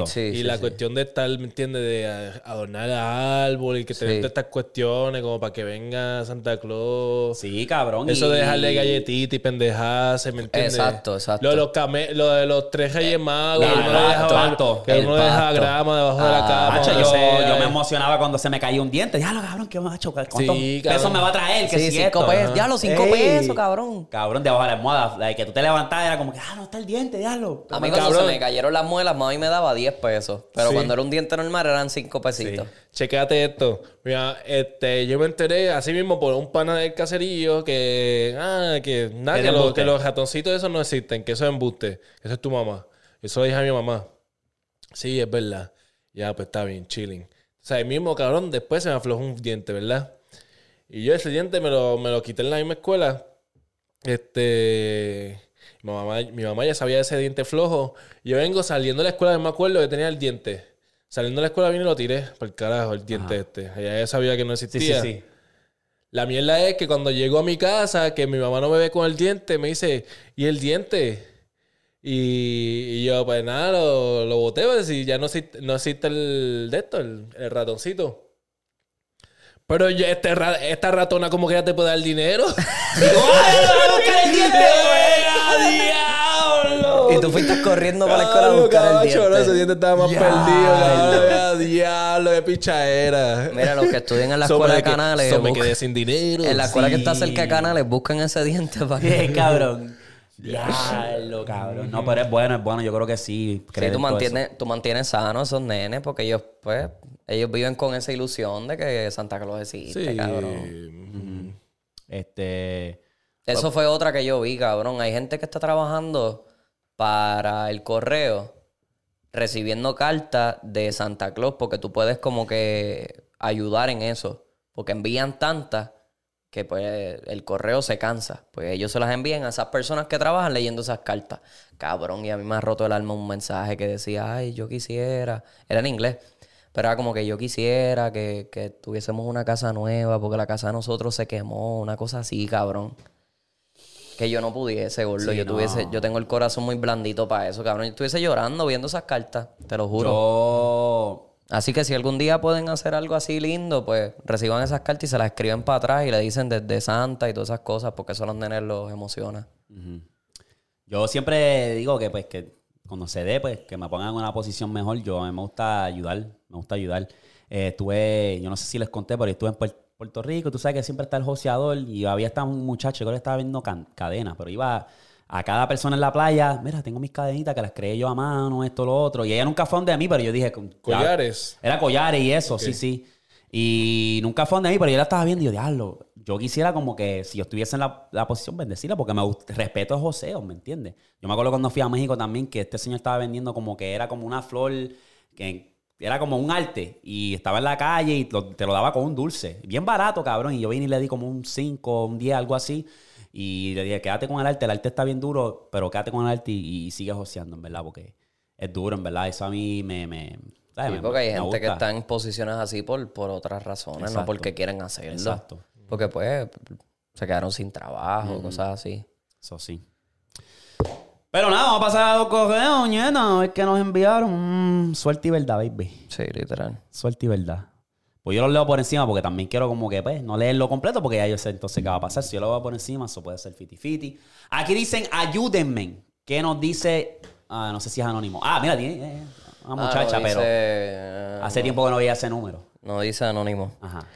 S1: exacto.
S3: y,
S1: Sí,
S3: y
S2: sí,
S3: la
S2: sí.
S3: cuestión de estar, ¿me entiendes? De a- adornar árbol y que te
S2: Sí.
S3: todas estas cuestiones, como para que venga Santa Claus.
S1: Sí, cabrón.
S3: Eso de
S1: y-
S3: dejarle galletitas y pendejadas, ¿me entiendes?
S2: Exacto, exacto. Eh,
S3: Lo de los, came- lo de los tres reyes magos,
S1: el
S3: que uno le deja-
S1: pasto,
S3: que
S2: el
S3: uno le deja
S2: pasto.
S3: grama debajo de la
S2: Ah,
S3: cama.
S1: Macho,
S3: donde
S1: yo,
S3: sea.
S1: yo me emocionaba cuando se me caía un diente. Diablo, cabrón, ¿qué macho? ¿Cuántos
S3: Sí, cabrón.
S1: pesos me va a traer? ¿Qué
S2: Sí,
S1: es esto?
S2: cinco pesos. Diablo, cinco
S1: Ey.
S2: pesos, cabrón.
S1: Cabrón, debajo de la almohada. la de que tú te levantabas era como que, ah, no está el diente, diablo.
S2: A mí
S3: Pero,
S2: cuando se
S3: cabrón.
S2: me cayeron las muelas, mami me daba 10 pesos. Pero
S3: Sí.
S2: cuando era un diente normal eran 5 pesitos.
S3: Checate esto. Mira, este, yo me enteré así mismo por un pana del caserío que, ah, que, nada,
S1: Que
S3: que,
S1: de
S3: los-
S1: embuste.
S3: que los ratoncitos esos no existen, que eso es embuste. Eso es tu mamá. Eso lo dije a mi mamá. Sí, es verdad. Ya, pues está bien, chilling. O sea, el mismo cabrón, después se me aflojó un diente, ¿verdad? Y yo ese diente me lo, me lo quité en la misma escuela. Este. Mi mamá, mi mamá ya sabía de ese diente flojo. Yo vengo saliendo de la escuela, yo me acuerdo que tenía el diente. Saliendo de la escuela vine y lo tiré. Por el carajo, el diente este. Ella ya sabía que no
S1: Sí,
S3: existía.
S1: sí, sí.
S3: La mierda es que cuando llego a mi casa, que mi mamá no me ve con el diente, me dice, ¿y el diente? Y, y yo, pues nada, lo, lo boté, pues, y ya no existe, no existe el de esto, el, el ratoncito. Pero ya este, ra- esta ratona como que ya te puede dar dinero. "Ah,
S2: Y tú fuiste corriendo para la escuela a
S3: Cabrón,
S2: buscar el
S3: cabrón,
S2: diente.
S3: ese diente estaba más perdido. cabrón. Diablo, qué pichadera.
S2: Mira, los que estudian en la
S3: So,
S2: escuela
S3: me
S2: de
S3: que-
S2: Canales.
S3: so, me
S2: buscan-
S3: quedé sin dinero.
S2: En la escuela que está
S1: Sí.
S2: cerca de Canales, buscan ese diente para que.
S1: Qué cabrón. Diablo, cabrón. No, pero es bueno, es bueno. Yo creo que sí.
S2: Sí,
S1: creer
S2: tú
S1: en todo eso.
S2: mantienes, tú mantienes sano a esos nenes porque ellos, pues, ellos viven con esa ilusión de que Santa Claus existe,
S3: Sí.
S2: cabrón.
S1: Este.
S2: Eso fue otra que yo vi, cabrón. Hay gente que está trabajando para el correo recibiendo cartas de Santa Claus porque tú puedes como que ayudar en eso. Porque envían tantas que pues el correo se cansa. Pues ellos se las envían a esas personas que trabajan leyendo esas cartas. Cabrón, y a mí me ha roto el alma un mensaje que decía, ay, yo quisiera. Era en inglés. Pero era como que yo quisiera que, que tuviésemos una casa nueva porque la casa de nosotros se quemó. Una cosa así, cabrón. Que yo no pudiese, gordo.
S1: Sí,
S2: yo
S1: no.
S2: tuviese, yo tengo el corazón muy blandito para eso, cabrón. Yo estuviese llorando viendo esas cartas, te lo juro.
S1: Yo.
S2: Así que si algún día pueden hacer algo así lindo, pues reciban esas cartas y se las escriben para atrás y le dicen desde Santa y todas esas cosas, porque eso a los nenes los emociona.
S1: Yo siempre digo que, pues, que cuando se dé, pues, que me pongan en una posición mejor. Yo, a mí me gusta ayudar, me gusta ayudar. Eh, estuve, yo no sé si les conté, pero estuve en Puer- Puerto Rico. Tú sabes que siempre está el joseador y había hasta un muchacho, creo que estaba viendo can- cadenas, pero iba a cada persona en la playa. Mira, tengo mis cadenitas que las creé yo a mano, esto, lo otro. Y ella nunca fue donde a mí, pero yo dije, ya-
S3: Collares.
S1: Era collares y eso, sí, sí. Y nunca fue donde mí, pero yo la estaba viendo y yo, diablo, yo quisiera como que si yo estuviese en la, la posición, bendecirla, porque me gust- respeto a José, ¿me entiendes? Yo me acuerdo cuando fui a México también que este señor estaba vendiendo como que era como una flor, que era como un arte, y estaba en la calle y lo- te lo daba con un dulce, bien barato, cabrón, y yo vine y le di como un 5, un 10, algo así. Y le dije, quédate con el arte, el arte está bien duro, pero quédate con el arte y, y sigue joseando, en verdad, porque es duro, en verdad. Eso a mí me... me ¿sabes?
S2: Sí,
S1: Me-
S2: porque hay
S1: me
S2: gente que
S1: gusta.
S2: está en posiciones así por, por otras razones,
S1: Exacto.
S2: no porque quieren hacerlo.
S1: Exacto.
S2: Porque pues se quedaron sin trabajo, cosas así.
S1: Eso sí. Pero nada, vamos a pasar a los correos, ñeta. A ver qué nos enviaron. Mm, suerte y verdad, baby.
S2: Sí, literal.
S1: Suerte y verdad. Pues yo los leo por encima porque también quiero como que, pues, no leerlo completo porque ya yo sé entonces qué va a pasar. Si yo lo veo por encima, eso puede ser fiti fiti. Aquí dicen, ayúdenme. ¿Qué nos dice? Ah, no sé si es anónimo. Ah, mira, tiene eh, una
S2: Ah,
S1: muchacha, pero
S2: pero...
S1: hace tiempo que no veía ese número.
S2: No dice anónimo.
S1: Ajá.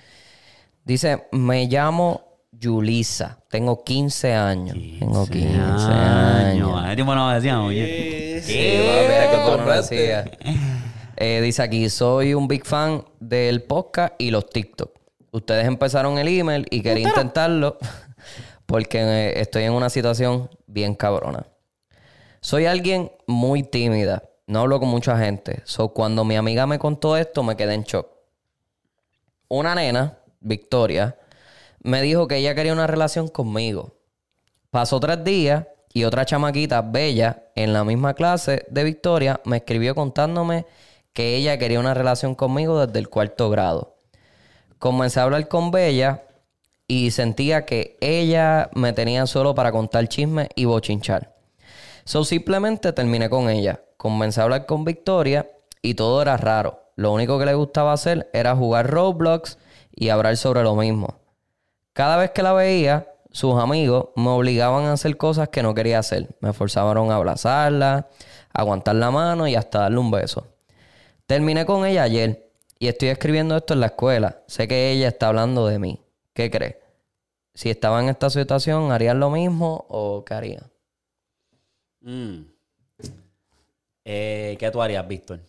S2: Dice, me llamo Yulisa, tengo 15 años. tengo 15 años.
S1: Hace tiempo no me decían, oye.
S2: Sí, papi, era que tú no decías. Eh, dice aquí, soy un big fan del podcast y los TikTok. Ustedes empezaron el email y quería intentarlo porque eh, estoy en una situación bien cabrona. Soy alguien muy tímida, no hablo con mucha gente. So, cuando mi amiga me contó esto, me quedé en shock. Una nena, Victoria, me dijo que ella quería una relación conmigo. Pasó tres días y otra chamaquita bella en la misma clase de Victoria me escribió contándome que ella quería una relación conmigo desde el cuarto grado. Comencé a hablar con Bella y sentía que ella me tenía solo para contar chismes y bochinchar. So simplemente terminé con ella. Comencé a hablar con Victoria y todo era raro. Lo único que le gustaba hacer era jugar Roblox y hablar sobre lo mismo. Cada vez que la veía, sus amigos me obligaban a hacer cosas que no quería hacer. Me forzaron a abrazarla, a aguantar la mano y hasta darle un beso. Terminé con ella ayer y estoy escribiendo esto en la escuela. Sé que ella está hablando de mí. ¿Qué crees? Si estaba en esta situación, ¿harías lo mismo o qué harías?
S1: Mm. Eh, ¿Qué tú harías, Víctor?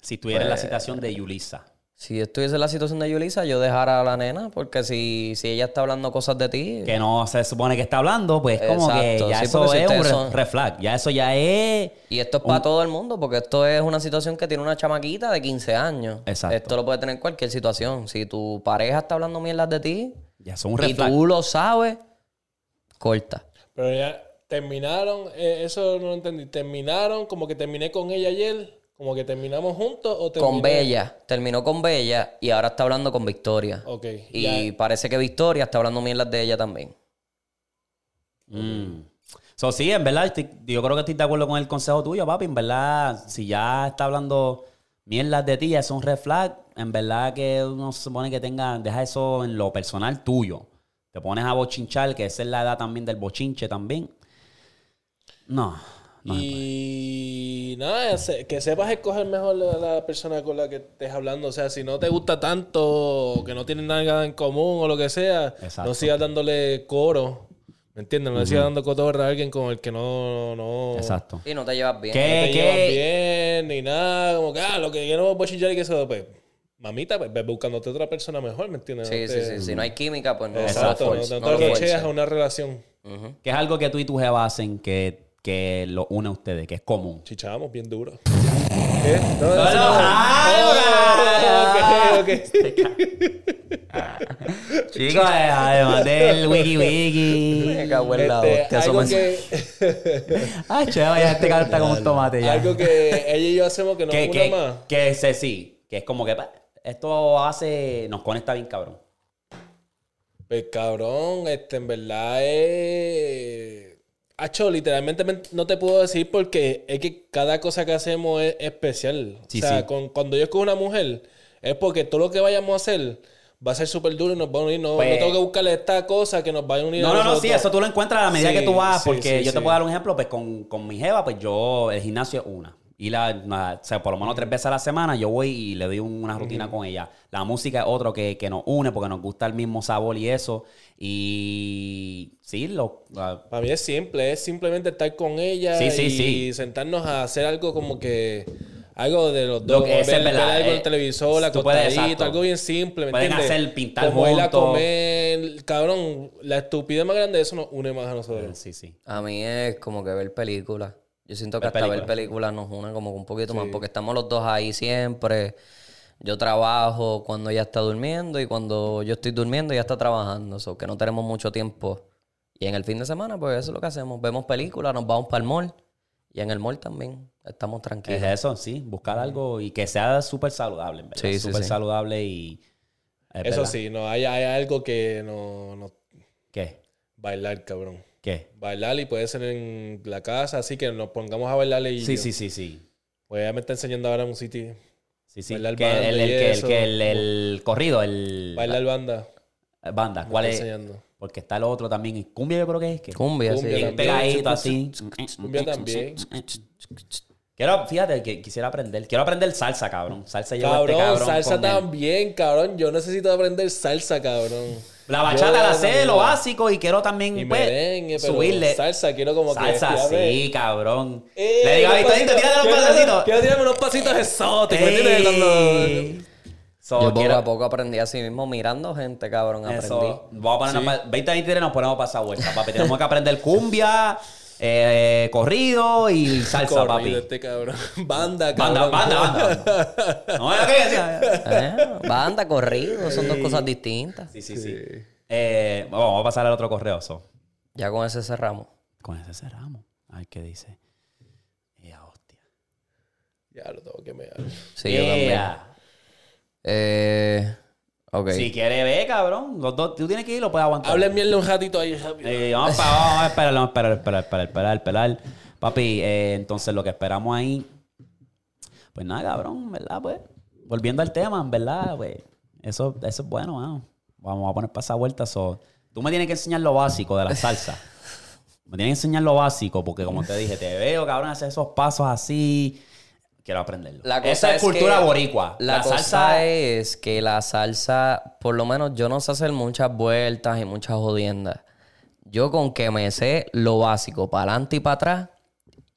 S1: Si tuvieras
S2: Pues,
S1: la situación de Yulisa.
S2: Si yo estuviese en la situación de Yulisa, yo dejara a la nena, porque si, si ella está hablando cosas de ti,
S1: Que no se supone que está hablando, pues es como
S2: eh, Exacto,
S1: que ya
S2: sí,
S1: eso
S2: porque si
S1: es un
S2: ustedes
S1: re-
S2: son-
S1: red flag. Ya eso ya es.
S2: Y esto es para todo el mundo, porque esto es una situación que tiene una chamaquita de 15 años.
S1: Exacto.
S2: Esto lo puede tener cualquier situación. Si tu pareja está hablando mierdas de ti
S1: Ya son un red
S2: y
S1: flag.
S2: tú lo sabes, corta.
S3: Pero ya, terminaron, eh, eso no lo entendí. Terminaron, como que terminé con ella ayer, como que terminamos juntos o terminé...
S2: Con Bella. Terminó con Bella y ahora está hablando con Victoria.
S3: Ok.
S2: Y
S3: ya.
S2: parece que Victoria está hablando mierdas de ella también.
S1: Mm. So, sí, en verdad, estoy- yo creo que estoy de acuerdo con el consejo tuyo, papi. En verdad, si ya está hablando mierdas de ti, es un red flag. En verdad que uno se supone que tenga, deja eso en lo personal tuyo. Te pones a bochinchar, que esa es la edad también del bochinche también. No, no.
S3: Y nada, se- que sepas escoger mejor la, la persona con la que estés hablando. O sea, si no te gusta tanto, o que no tienen nada en común o lo que sea,
S1: Exacto.
S3: no sigas dándole coro. ¿Me entiendes? No le sigas dando cotorra a alguien con el que no, no,
S1: Exacto.
S2: Y no te llevas bien.
S1: ¿Qué?
S3: no te
S1: Eh,
S3: llevas
S1: que-
S3: bien ni nada. Como que, ah, lo que yo no voy a chillar y que eso, pues, mamita, pues, ve buscándote otra persona mejor, ¿me entiendes?
S2: Sí,
S3: No
S2: sí,
S3: te-
S2: sí. Si no hay química, pues no lo
S3: Exacto, no,
S2: fuerces,
S3: no
S2: no lo
S3: te
S2: fuerces.
S3: rocheas a una relación.
S2: Ujú.
S1: Que es algo que tú y tu jeva hacen que, que lo une a ustedes, que es común.
S3: Chichamos bien duro. ¿Qué? No,
S1: no, no. ah,
S3: Oh, ah, ok, ok.
S1: Chicos, eh, además del wiki wiki.
S2: Me cago en la
S3: Este,
S2: hostia, eso
S3: algo,
S2: me-
S3: que,
S1: Ay, che, vaya, este carta como un tomate ya.
S3: algo que ella y yo hacemos que no
S1: que,
S3: una
S1: que,
S3: más.
S1: que ese sí, que es como que pa, esto hace, nos conecta bien cabrón.
S3: Pues cabrón, este, en verdad es. Hacho, literalmente men- no te puedo decir porque es que cada cosa que hacemos es especial.
S1: Sí,
S3: o sea,
S1: sí.
S3: con- cuando yo escojo una mujer, es porque todo lo que vayamos a hacer va a ser súper duro y nos va a unir. No,
S1: Pues-
S3: no tengo que buscarle esta cosa que nos vaya a unir. a
S1: No, no, no,
S3: nosotros.
S1: sí, eso tú lo encuentras a la medida
S3: Sí,
S1: que tú vas,
S3: sí,
S1: porque
S3: sí,
S1: yo te
S3: sí.
S1: puedo dar un ejemplo, pues con, con mi jeva, pues yo, el gimnasio es una. Y la, na- o sea, por lo menos tres veces a la semana yo voy y le doy un- una rutina con ella. La música es otro que, que nos une porque nos gusta el mismo sabor y eso. Y sí, lo, ah,
S3: Para mí es simple, es simplemente estar con ella
S1: Sí, sí,
S3: y
S1: sí.
S3: sentarnos a hacer algo como que algo de los
S1: Lo
S3: dos,
S1: que es,
S3: ver,
S1: es
S3: ver
S1: verdad,
S3: algo en
S1: eh,
S3: el televisor,
S1: tú puedes,
S3: acostadito,
S1: exacto.
S3: algo bien simple, ¿me
S1: Pueden
S3: entiendes?
S1: hacer, pintar
S3: como ir a
S1: juntos.
S3: comer, cabrón, la estupidez más grande eso nos une más a nosotros.
S1: sí, sí.
S2: A mí es como que ver películas. Yo siento
S1: Ver
S2: que hasta ver
S1: películas.
S2: películas nos une como que un poquito más, porque estamos los dos ahí siempre. Yo trabajo cuando ella está durmiendo y cuando yo estoy durmiendo ella está trabajando, so que no tenemos mucho tiempo. Y en el fin de semana, pues eso es lo que hacemos. Vemos películas, nos vamos para el mall y en el mall también estamos tranquilos.
S1: Es eso, sí, buscar algo y que sea súper saludable, en verdad.
S2: Sí, sí,
S1: súper
S2: sí.
S1: saludable y... es
S3: eso
S1: verdad.
S3: sí, no hay, hay algo que no, no
S1: ¿Qué?
S3: bailar, cabrón.
S1: ¿Qué?
S3: Bailar y puede ser en la casa, así que nos pongamos a bailar y
S1: Sí,
S3: yo-
S1: sí, sí, sí.
S3: Pues ella me está enseñando ahora un sitio.
S1: Sí, sí.
S3: Bailar
S1: que el,
S3: banda
S1: el-
S3: y
S1: que el-
S3: eso.
S1: que el- el corrido, el
S3: Bailar banda.
S1: banda.
S3: me
S1: ¿Cuál
S3: está
S1: es?
S3: enseñando.
S1: Porque está el otro también. y Cumbia yo creo que es. Que
S2: Cumbia,
S3: Cumbia
S2: sí.
S1: bien
S3: también.
S1: pegadito así.
S3: Cumbia también.
S1: Quiero, fíjate, que quisiera aprender. Quiero aprender salsa, cabrón. Salsa lleva
S3: Cabrón,
S1: este cabrón.
S3: salsa
S1: con el-
S3: también, cabrón. Yo necesito aprender salsa, cabrón.
S1: La bachata
S3: Yo-
S1: la sé, lo básico. Y quiero también
S3: Y
S1: pues,
S3: merengue, pero
S1: subirle.
S3: salsa, quiero como que...
S1: Salsa,
S3: fíjate.
S1: sí, cabrón.
S3: Eh,
S1: Le digo a
S3: unos
S1: Victorito,
S3: pasitos.
S1: tírate los
S3: Quiero-
S1: pasecitos.
S3: Quiero tirarme unos pasitos exóticos, ¿me entiendes? Cuando-
S1: Ey. So,
S2: Yo poco
S1: quiero-
S2: a poco aprendí así mismo, mirando gente, cabrón, aprendí.
S1: Eso. Vamos a ponernos pa- 20 23 nos ponemos para esa vuelta, papi. Tenemos que aprender cumbia, eh, corrido y salsa,
S3: Corrido
S1: papi.
S3: este cabrón. Banda,
S1: Banda,
S3: cabrón.
S1: banda, banda. banda. No, era que decía.
S2: Eh, Banda, corrido, son dos cosas distintas.
S1: Sí, sí, sí. Eh, bueno, vamos a pasar al otro correo. so.
S2: Ya con ese cerramos.
S1: Con ese cerramos. A ver qué dice. Ya, hostia.
S3: Ya lo tengo que mear.
S2: Sí, yo también.
S1: Yeah.
S2: Eh, ok.
S1: Si quiere ver, cabrón. Los dos, tú tienes que ir, lo puedes aguantar.
S3: Hablen mierda un ratito ahí, rápido.
S1: Eh, vamos, pa- vamos a esperar, vamos a esperar, esperar, esperar, esperar, esperar. Papi, eh, entonces lo que esperamos ahí. Pues nada, cabrón, ¿verdad? Pues, volviendo al tema, en verdad, pues, eso, eso es bueno, mano. Vamos a poner para esa vuelta. so. Tú me tienes que enseñar lo básico de la salsa. me tienes que enseñar lo básico, porque como te dije, te veo, cabrón, hacer esos pasos así. Quiero aprenderlo.
S2: La cosa
S1: Esa es,
S2: es
S1: cultura
S2: que-
S1: boricua.
S2: La, cosa es que la salsa, por lo menos yo no sé hacer muchas vueltas y muchas jodiendas. Yo con que me sé lo básico, para adelante y para atrás.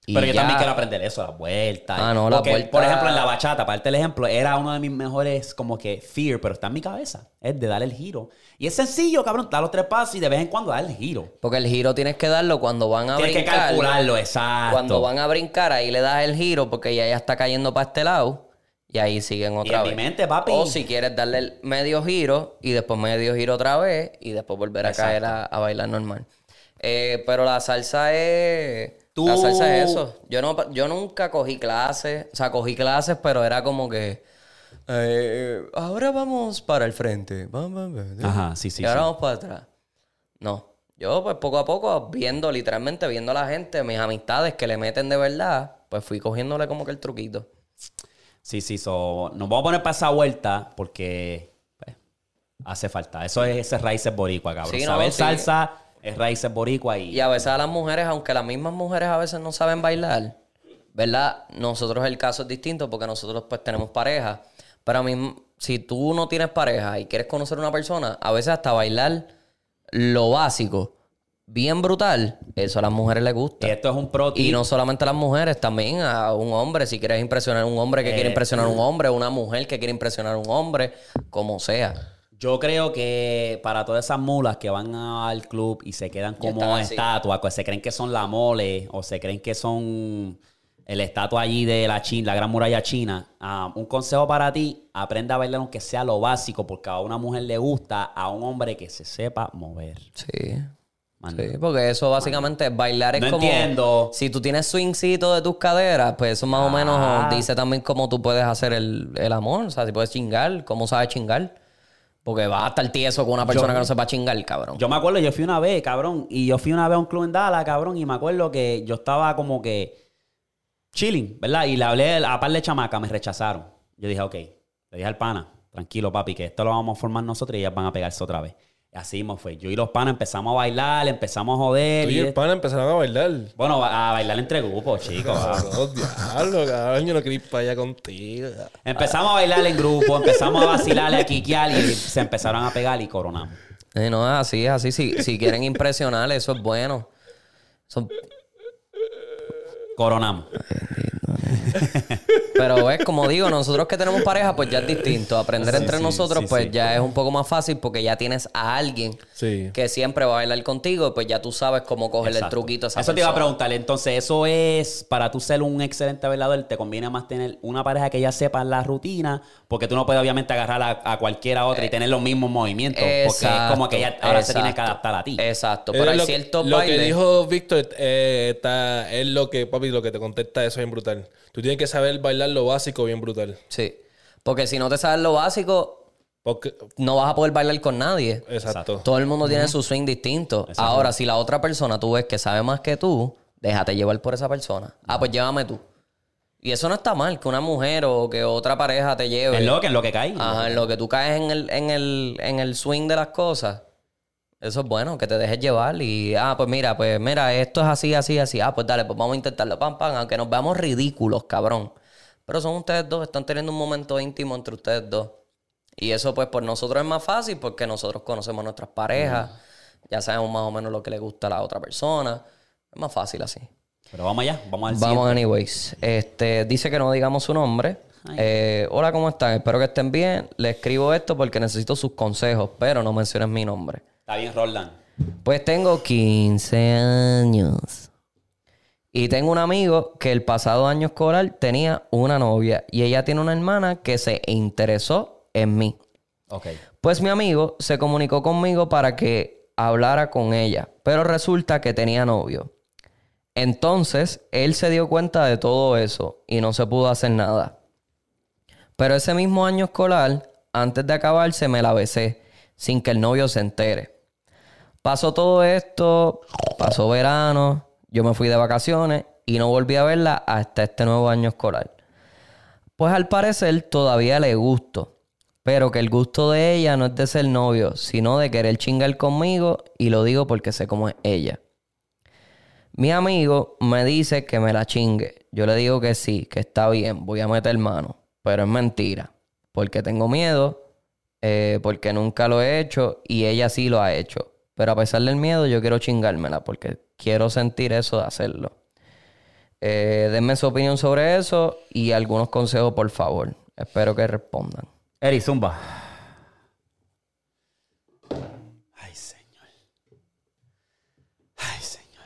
S2: y
S1: Pero yo
S2: ya.
S1: también quiero aprender eso, las vueltas.
S2: Ah, no, la
S1: Porque,
S2: vuelta-
S1: Por ejemplo, en la bachata, para darte el ejemplo, era uno de mis mejores, como que fear, pero está en mi cabeza. Es de dar el giro. Y es sencillo, cabrón, dar los tres pasos y de vez en cuando dar el giro.
S2: Porque el giro tienes que darlo cuando van a
S1: Tienes que
S2: brincar.
S1: calcularlo, exacto.
S2: Cuando van a brincar, ahí le das el giro porque ya ya está cayendo para este lado. Y ahí siguen otra
S1: en
S2: vez.
S1: mi mente, papi.
S2: O si quieres darle el medio giro y después medio giro otra vez y después volver a caer a, a bailar normal. Eh, pero la salsa es.
S1: Tú-
S2: La salsa es eso. Yo, no, yo nunca cogí clases. O sea, cogí clases, pero era como que. eh, ahora vamos para el frente. Vam, vam, vam.
S1: Ajá, sí, sí,
S2: Y ahora
S1: sí.
S2: vamos para atrás. No. Yo, pues poco a poco, viendo, literalmente viendo a la gente, mis amistades que le meten de verdad, pues fui cogiéndole como que el truquito.
S1: Sí, sí, so, nos vamos a poner para esa vuelta porque pues, hace falta. Eso es ese raíces boricua, cabrón.
S2: Sí, no,
S1: Saber
S2: sí.
S1: salsa es raíces boricua y...
S2: Y a veces a las mujeres, aunque las mismas mujeres a veces no saben bailar, ¿verdad? Nosotros el caso es distinto porque nosotros pues tenemos pareja. Pero a mí, si tú no tienes pareja y quieres conocer a una persona, a veces hasta bailar lo básico, bien brutal, eso a las mujeres les gusta.
S1: Esto es un pro
S2: Y
S1: tip.
S2: no solamente a las mujeres, también a un hombre. Si quieres impresionar a un hombre que quiere impresionar a un hombre, una mujer que quiere impresionar a un hombre, como sea.
S1: Yo creo que para todas esas mulas que van al club y se quedan como
S2: están así.
S1: estatuas, que se creen que son la mole o se creen que son el estatua allí de la China, la gran muralla china, ah, un consejo para ti, aprenda a bailar aunque sea lo básico, porque a una mujer le gusta a un hombre que se sepa mover.
S2: Sí.
S1: mano.
S2: Sí, porque eso básicamente es bailar es
S1: No
S2: como.
S1: entiendo.
S2: Si tú tienes swingcito de tus caderas, pues eso más o
S1: Ah.
S2: menos dice también cómo tú puedes hacer el, el amor. O sea, si puedes chingar, cómo sabes chingar. Porque vas a estar tieso con una persona que no sepa chingar, cabrón.
S1: Yo me acuerdo, yo fui una vez, cabrón, y yo fui una vez a un club en Dallas, cabrón, y me acuerdo que yo estaba como que chilling, ¿verdad? Y le hablé a par de chamaca, me rechazaron. Yo dije, ok, le dije al pana, tranquilo, papi, que esto lo vamos a formar nosotros y ellas van a pegarse otra vez. Y así mismo fue. Yo y los panas empezamos a bailar, empezamos a joder.
S3: Tú y
S1: y-
S3: el pana empezaron a bailar.
S1: Bueno, a bailar entre grupos, chicos. a-
S3: Oh, diablo, cabrón, yo no quería ir para allá contigo.
S1: Empezamos a bailar en grupo, empezamos a vacilar, a quiquear y se empezaron a pegar y coronamos.
S2: Eh, no, es así, es así. Si, si quieren impresionar, eso es bueno. Eso-
S1: Coronamos.
S2: Pero es como digo, nosotros que tenemos pareja, pues ya es distinto. Aprender
S1: Sí,
S2: entre
S1: sí,
S2: nosotros,
S1: sí,
S2: pues
S1: sí.
S2: ya es un poco más fácil porque ya tienes a alguien
S3: Sí.
S2: que siempre va a bailar contigo, pues ya tú sabes cómo cogerle el
S1: Exacto.
S2: truquito a esa
S1: Eso te iba a
S2: persona.
S1: preguntar. Entonces, eso es para tú ser un excelente bailador, te conviene más tener una pareja que ya sepa la rutina, porque tú no puedes obviamente agarrar a, a cualquiera otra y tener los mismos movimientos, porque es como que ya ahora se
S2: Eh, exacto.
S1: tiene que adaptar a ti.
S2: Exacto,
S3: Eh,
S2: pero hay
S3: lo,
S2: ciertos
S3: lo
S2: bailes.
S3: que dijo Víctor eh, está, es lo que, papi, lo que te contesta eso es bien brutal. Tú tienes que saber bailar lo básico bien brutal.
S2: Sí. Porque si no te sabes lo básico,
S3: Porque,
S2: no vas a poder bailar con nadie.
S3: exacto.
S2: Todo el mundo tiene su swing distinto. Ahora, si la otra persona tú ves que sabe más que tú, déjate llevar por esa persona. Ah, pues llévame tú. Y eso no está mal, que una mujer o que otra pareja te lleve.
S1: Es lo que, es lo que cae.
S2: Ajá, en lo que tú caes en el, en el, en el swing de las cosas. Eso es bueno, que te dejes llevar y, ah, pues mira, pues mira, esto es así, así, así. Ah, pues dale, pues vamos a intentarlo, pam, pam, aunque nos veamos ridículos, cabrón. Pero son ustedes dos, están teniendo un momento íntimo entre ustedes dos. Y eso, pues, por nosotros es más fácil porque nosotros conocemos nuestras parejas, ya sabemos más o menos lo que le gusta a la otra persona. Es más fácil así.
S1: Pero vamos allá, vamos al
S2: Vamos, anyways. Este, dice que no digamos su nombre. Eh, hola, ¿cómo están? Espero que estén bien. Le escribo esto porque necesito sus consejos, pero no menciones mi nombre.
S1: siguiente. Está bien, Roland.
S2: Pues tengo 15 años. Y tengo un amigo que el pasado año escolar tenía una novia y ella tiene una hermana que se interesó en mí.
S1: Ok.
S2: Pues mi amigo se comunicó conmigo para que hablara con ella, pero resulta que tenía novio. Entonces, él se dio cuenta de todo eso y no se pudo hacer nada. Pero ese mismo año escolar, antes de acabarse, me la besé, sin que el novio se entere. Pasó todo esto, pasó verano, yo me fui de vacaciones y no volví a verla hasta este nuevo año escolar. Pues al parecer todavía le gusto, pero que el gusto de ella no es de ser novio, sino de querer chingar conmigo y lo digo porque sé cómo es ella. Mi amigo me dice que me la chingue. Yo le digo que sí, que está bien, voy a meter mano, pero es mentira, porque tengo miedo, eh, porque nunca lo he hecho y ella sí lo ha hecho. Pero a pesar del miedo, yo quiero chingármela porque quiero sentir eso de hacerlo. Eh, denme su opinión sobre eso y algunos consejos, por favor. Espero que respondan.
S1: Eri, zumba. Ay, señor. Ay, señor.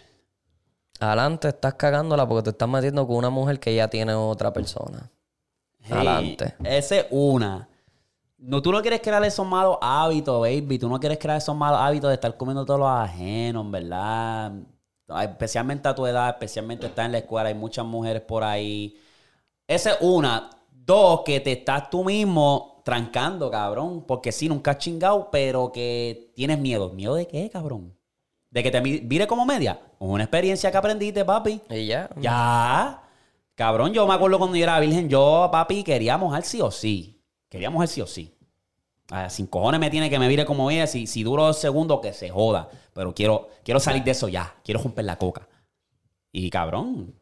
S2: Adelante, estás cagándola porque te estás metiendo con una mujer que ya tiene otra persona.
S1: Hey,
S2: Adelante.
S1: Esa es una. No, tú no quieres crear esos malos hábitos, baby. Tú no quieres crear esos malos hábitos de estar comiendo todos los ajenos, ¿verdad? Especialmente a tu edad, especialmente estar en la escuela. Hay muchas mujeres por ahí. Esa es una. Dos, que te estás tú mismo trancando, cabrón. Porque sí, nunca has chingado, pero que tienes miedo. ¿Miedo de qué, cabrón? De que te mi- mire como media. Una experiencia que aprendiste, papi.
S2: Y ya.
S1: Ya. Cabrón, yo me acuerdo cuando yo era virgen, yo, papi, quería mojar sí o sí. Quería mojar sí o sí. Ah, sin cojones me tiene que me vire como vea. Si, si duro dos segundos, que se joda. Pero quiero, quiero salir de eso ya. Quiero romper la coca. Y cabrón,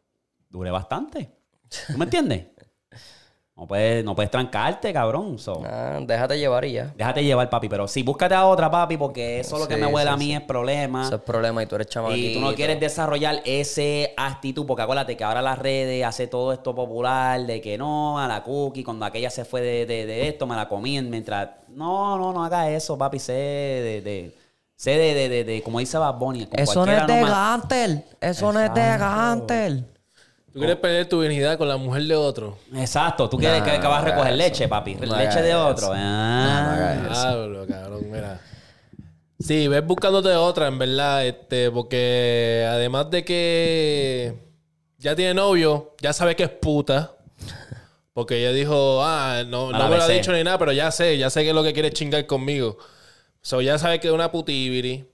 S1: duré bastante. ¿Tú me entiendes? No puedes, no puedes trancarte, cabrón. So,
S2: Ah, déjate llevar y ya.
S1: Déjate llevar, papi. Pero sí, búscate a otra, papi, porque eso es lo que
S2: Sí,
S1: me huele
S2: sí,
S1: a mí es problema.
S2: Eso es problema y tú eres chamaquito.
S1: Ah. Y tú no quieres desarrollar ese actitud, porque acuérdate que ahora las redes hace todo esto popular de que no, a la cookie, cuando aquella se fue de, de- de esto, me la comí mientras. No, no, no haga eso, papi, sé de. de sé de, de, de- de- como dice Bad Bunny. con
S2: Eso no
S1: cualquiera
S2: es de
S1: nomás.
S2: Gantel. Eso no es de
S1: Exacto.
S2: Gantel.
S3: ¿Tú quieres perder tu virginidad con la mujer de otro?
S1: Exacto, tú quieres que, que vas a
S2: no
S1: recoger
S2: haga
S1: leche,
S2: eso.
S1: papi.
S2: No
S1: leche
S2: haga
S1: de
S2: eso.
S1: otro. Ah.
S2: No haga eso.
S3: Diablo, cabrón, mira. Sí, ves buscándote otra, en verdad, este, porque además de que ya tiene novio, ya sabe que es puta. Porque ella dijo, ah, no,
S1: A
S3: no
S1: la
S3: me lo ha
S1: BC.
S3: dicho ni nada, pero ya sé, ya sé que es lo que quiere es chingar conmigo. So, ya sabe que es una putibiri.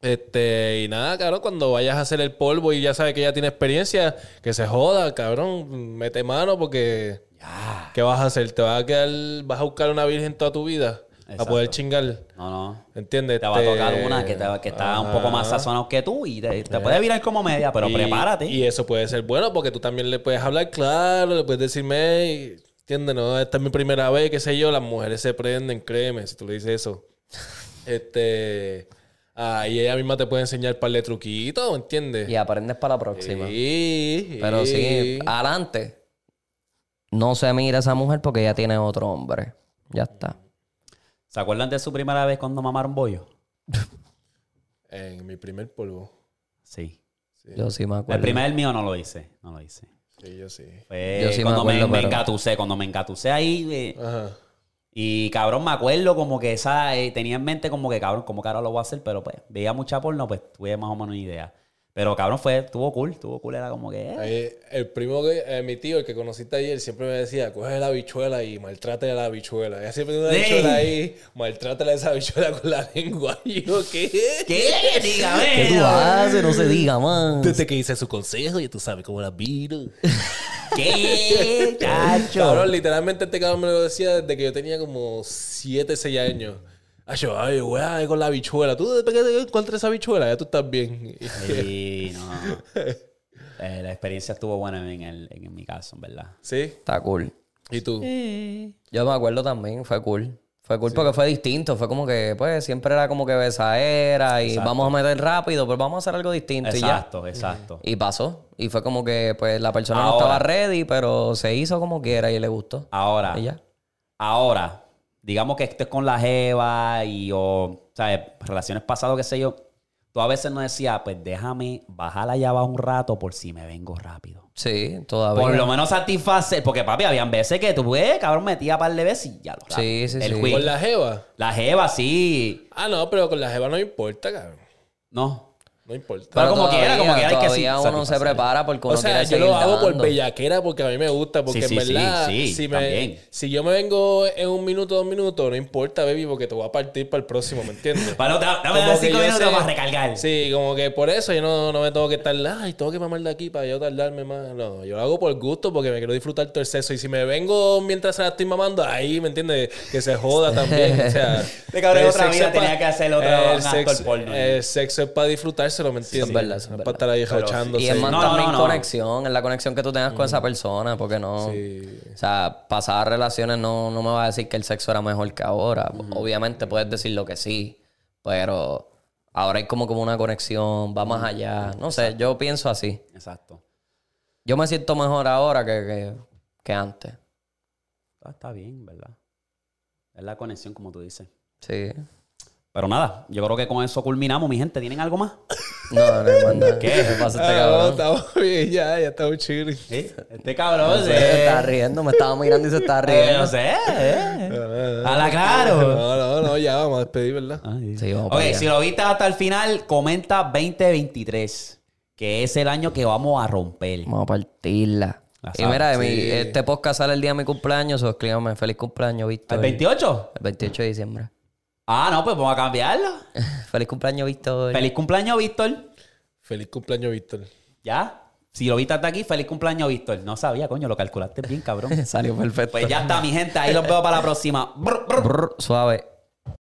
S3: Este, y nada, cabrón, cuando vayas a hacer el polvo y ya sabe que ya tiene experiencia, que se joda, cabrón, mete mano porque...
S1: Ya.
S3: ¿Qué vas a hacer? ¿Te vas a quedar, vas a buscar una virgen toda tu vida?
S1: Exacto.
S3: A poder chingar.
S1: No, no.
S3: ¿Entiendes?
S1: Te va a
S3: Este,
S1: tocar una que, te- que está un poco más
S3: ajá.
S1: sazonado que tú y te, te puede virar como media, pero
S3: Y-
S1: prepárate.
S3: Y eso puede ser bueno porque tú también le puedes hablar claro, le puedes decirme, ¿entiendes? No, esta es mi primera vez, qué sé yo, las mujeres se prenden, créeme, si tú le dices eso. este. Ah, y ella misma te puede enseñar un par de truquitos, ¿entiendes?
S2: Y aprendes para la próxima.
S3: Sí,
S2: Pero sí, ah.
S3: sí.
S2: adelante. No se mira esa mujer porque ya tiene otro hombre. Ya está.
S1: ¿Se acuerdan de su primera vez cuando mamaron bollo?
S3: En mi primer polvo.
S1: Sí.
S2: Yo sí me
S1: El
S2: acuerdo.
S1: primer mío no lo hice, no lo hice.
S3: Sí, yo sí.
S1: Fue
S2: Yo sí me
S1: cuando me,
S2: acuerdo,
S1: me
S2: pero-
S1: engatusé, cuando me engatusé ahí. eh,
S3: Ajá.
S1: y cabrón, me acuerdo como que esa, eh, tenía en mente como que cabrón, como que ahora lo voy a hacer, pero pues veía mucha porno, pues tuve más o menos una idea. Pero cabrón, fue, estuvo cool, estuvo cool, era como que... eh,
S3: Ahí, el primo, que- eh, mi tío, el que conociste ayer, siempre me decía, coge la bichuela y maltrate a la bichuela. Ella siempre tiene una
S1: Sí.
S3: bichuela ahí, maltrátala a esa bichuela con la lengua. Y yo, ¿qué?
S1: ¿Qué? Dígame.
S2: ¿Qué tú haces? No se diga, man.
S3: Desde que hice su consejo, y tú sabes cómo la viro.
S1: ¿Qué? Chacho.
S3: Cabrón, literalmente este cabrón me lo decía desde que yo tenía como 7, 6 años. Ay, yo, ay, weá, con la bichuela. Tú desde que te encuentres esa bichuela, ya tú estás bien.
S1: Sí, no. Eh, la experiencia estuvo buena en, el- en mi caso, en verdad.
S3: ¿Sí?
S2: Está cool.
S3: ¿Y tú?
S2: Yo me acuerdo también, fue cool. Fue cool porque fue distinto. Fue como que, pues, siempre era como que besadera y vamos a meter rápido, pero vamos a hacer algo distinto y ya.
S1: Exacto, exacto.
S2: Y pasó. Y fue como que, pues, la persona no
S1: Ahora.
S2: estaba ready, pero se hizo como quiera y le gustó.
S1: Ahora,
S2: Y ya.
S1: Ahora, digamos que estés con la jeva y o, ¿sabes? Relaciones pasadas, qué sé yo. Tú a veces no decías, pues déjame bajar la llave un rato por si me vengo rápido.
S2: Sí, todavía.
S1: Por lo menos satisfacer, porque papi, habían veces que tú, eh, cabrón, metía par de veces y ya lo
S2: Sí, sí,
S1: el
S2: sí.
S1: juicio.
S3: ¿Con la jeva?
S1: La jeva, sí.
S3: Ah, no, pero con la jeva no importa, cabrón.
S1: No.
S3: No importa.
S1: Pero como
S2: todavía-
S1: quiera, como quiera, hay que
S2: todavía
S1: sí-
S2: uno se
S1: satisfacer.
S2: prepara porque uno
S3: O sea,
S2: quiere
S3: yo
S2: seguir
S3: lo hago por
S2: dando.
S3: bellaquera porque a mí me gusta, porque
S1: Sí, sí,
S3: en
S1: sí,
S3: verdad,
S1: sí,
S3: si, me,
S1: también.
S3: si yo me vengo en un minuto, dos minutos, no importa, baby, porque te voy a partir para el próximo, ¿me entiendes?
S1: Bueno, da- dame
S3: Como que
S1: cinco
S3: yo
S1: minutos
S3: sé-
S1: para recargar.
S3: Sí, como que por eso yo no, no me tengo que tardar, ay, tengo que mamar de aquí para yo tardarme más. No, yo lo hago por gusto porque me quiero disfrutar todo el sexo. Y si me vengo mientras se la estoy mamando, ahí, ¿me entiendes? Que se joda también. O sea,
S1: Este cabrón
S3: el
S1: otra
S3: sexo
S1: vida
S3: es pa-
S1: tenía que hacer otra-
S3: el
S1: un acto
S3: sexo-
S1: al porno.
S3: El sexo es para disfrutárselo, ¿me entiendes?
S2: es verdad, eso es
S3: No
S2: verdad.
S3: para estar ahí
S1: Pero sí.
S3: jochándose.
S2: Y es más
S1: No, no,
S2: también
S1: no, no.
S2: conexión, en la conexión que tú tengas con esa persona, porque no.
S3: Sí.
S2: O sea, pasadas relaciones no, no me va a decir que el sexo era mejor que ahora. Obviamente puedes decir lo que sí, pero ahora hay como, como una conexión, va más allá. No sé, yo pienso así.
S1: Exacto.
S2: Yo me siento mejor ahora que, que, que antes.
S1: Ah, está bien, ¿verdad? Es la conexión, como tú dices.
S2: Sí.
S1: Pero nada, yo creo que con eso culminamos, mi gente. ¿Tienen algo más?
S2: No, no hay más nada.
S1: ¿Qué?
S2: ¿Qué pasa este
S3: Ah,
S2: cabrón?
S3: no, estamos bien, ya, ya estamos chilling.
S1: ¿Sí? Este cabrón
S2: Se está
S1: se...
S2: riendo, me estaba mirando y se estaba
S1: Eh, no
S2: riendo.
S1: sé, eh.
S3: Ah,
S1: A la claro.
S3: No, no, no, ya vamos a despedir, ¿verdad?
S2: Sí, vamos
S1: Ok,
S2: para allá.
S1: si lo viste hasta el final, comenta 2023, que es el año que vamos a romper.
S2: Vamos a partirla.
S1: La
S2: Y
S1: sal-
S2: mira, mi- este podcast sale el día de mi cumpleaños. O escríbame, feliz cumpleaños, Víctor.
S1: ¿El 28?
S2: El 28 de diciembre.
S1: Ah, no, pues vamos a cambiarlo.
S2: feliz cumpleaños, Víctor.
S1: Feliz cumpleaños, Víctor.
S3: Feliz cumpleaños, Víctor.
S1: Ya. Si lo viste hasta aquí, feliz cumpleaños, Víctor. No sabía, coño, lo calculaste bien, cabrón.
S2: Salió perfecto.
S1: Pues ya está, mi gente. Ahí los veo para la próxima. Brr, brr.
S2: Brr, suave.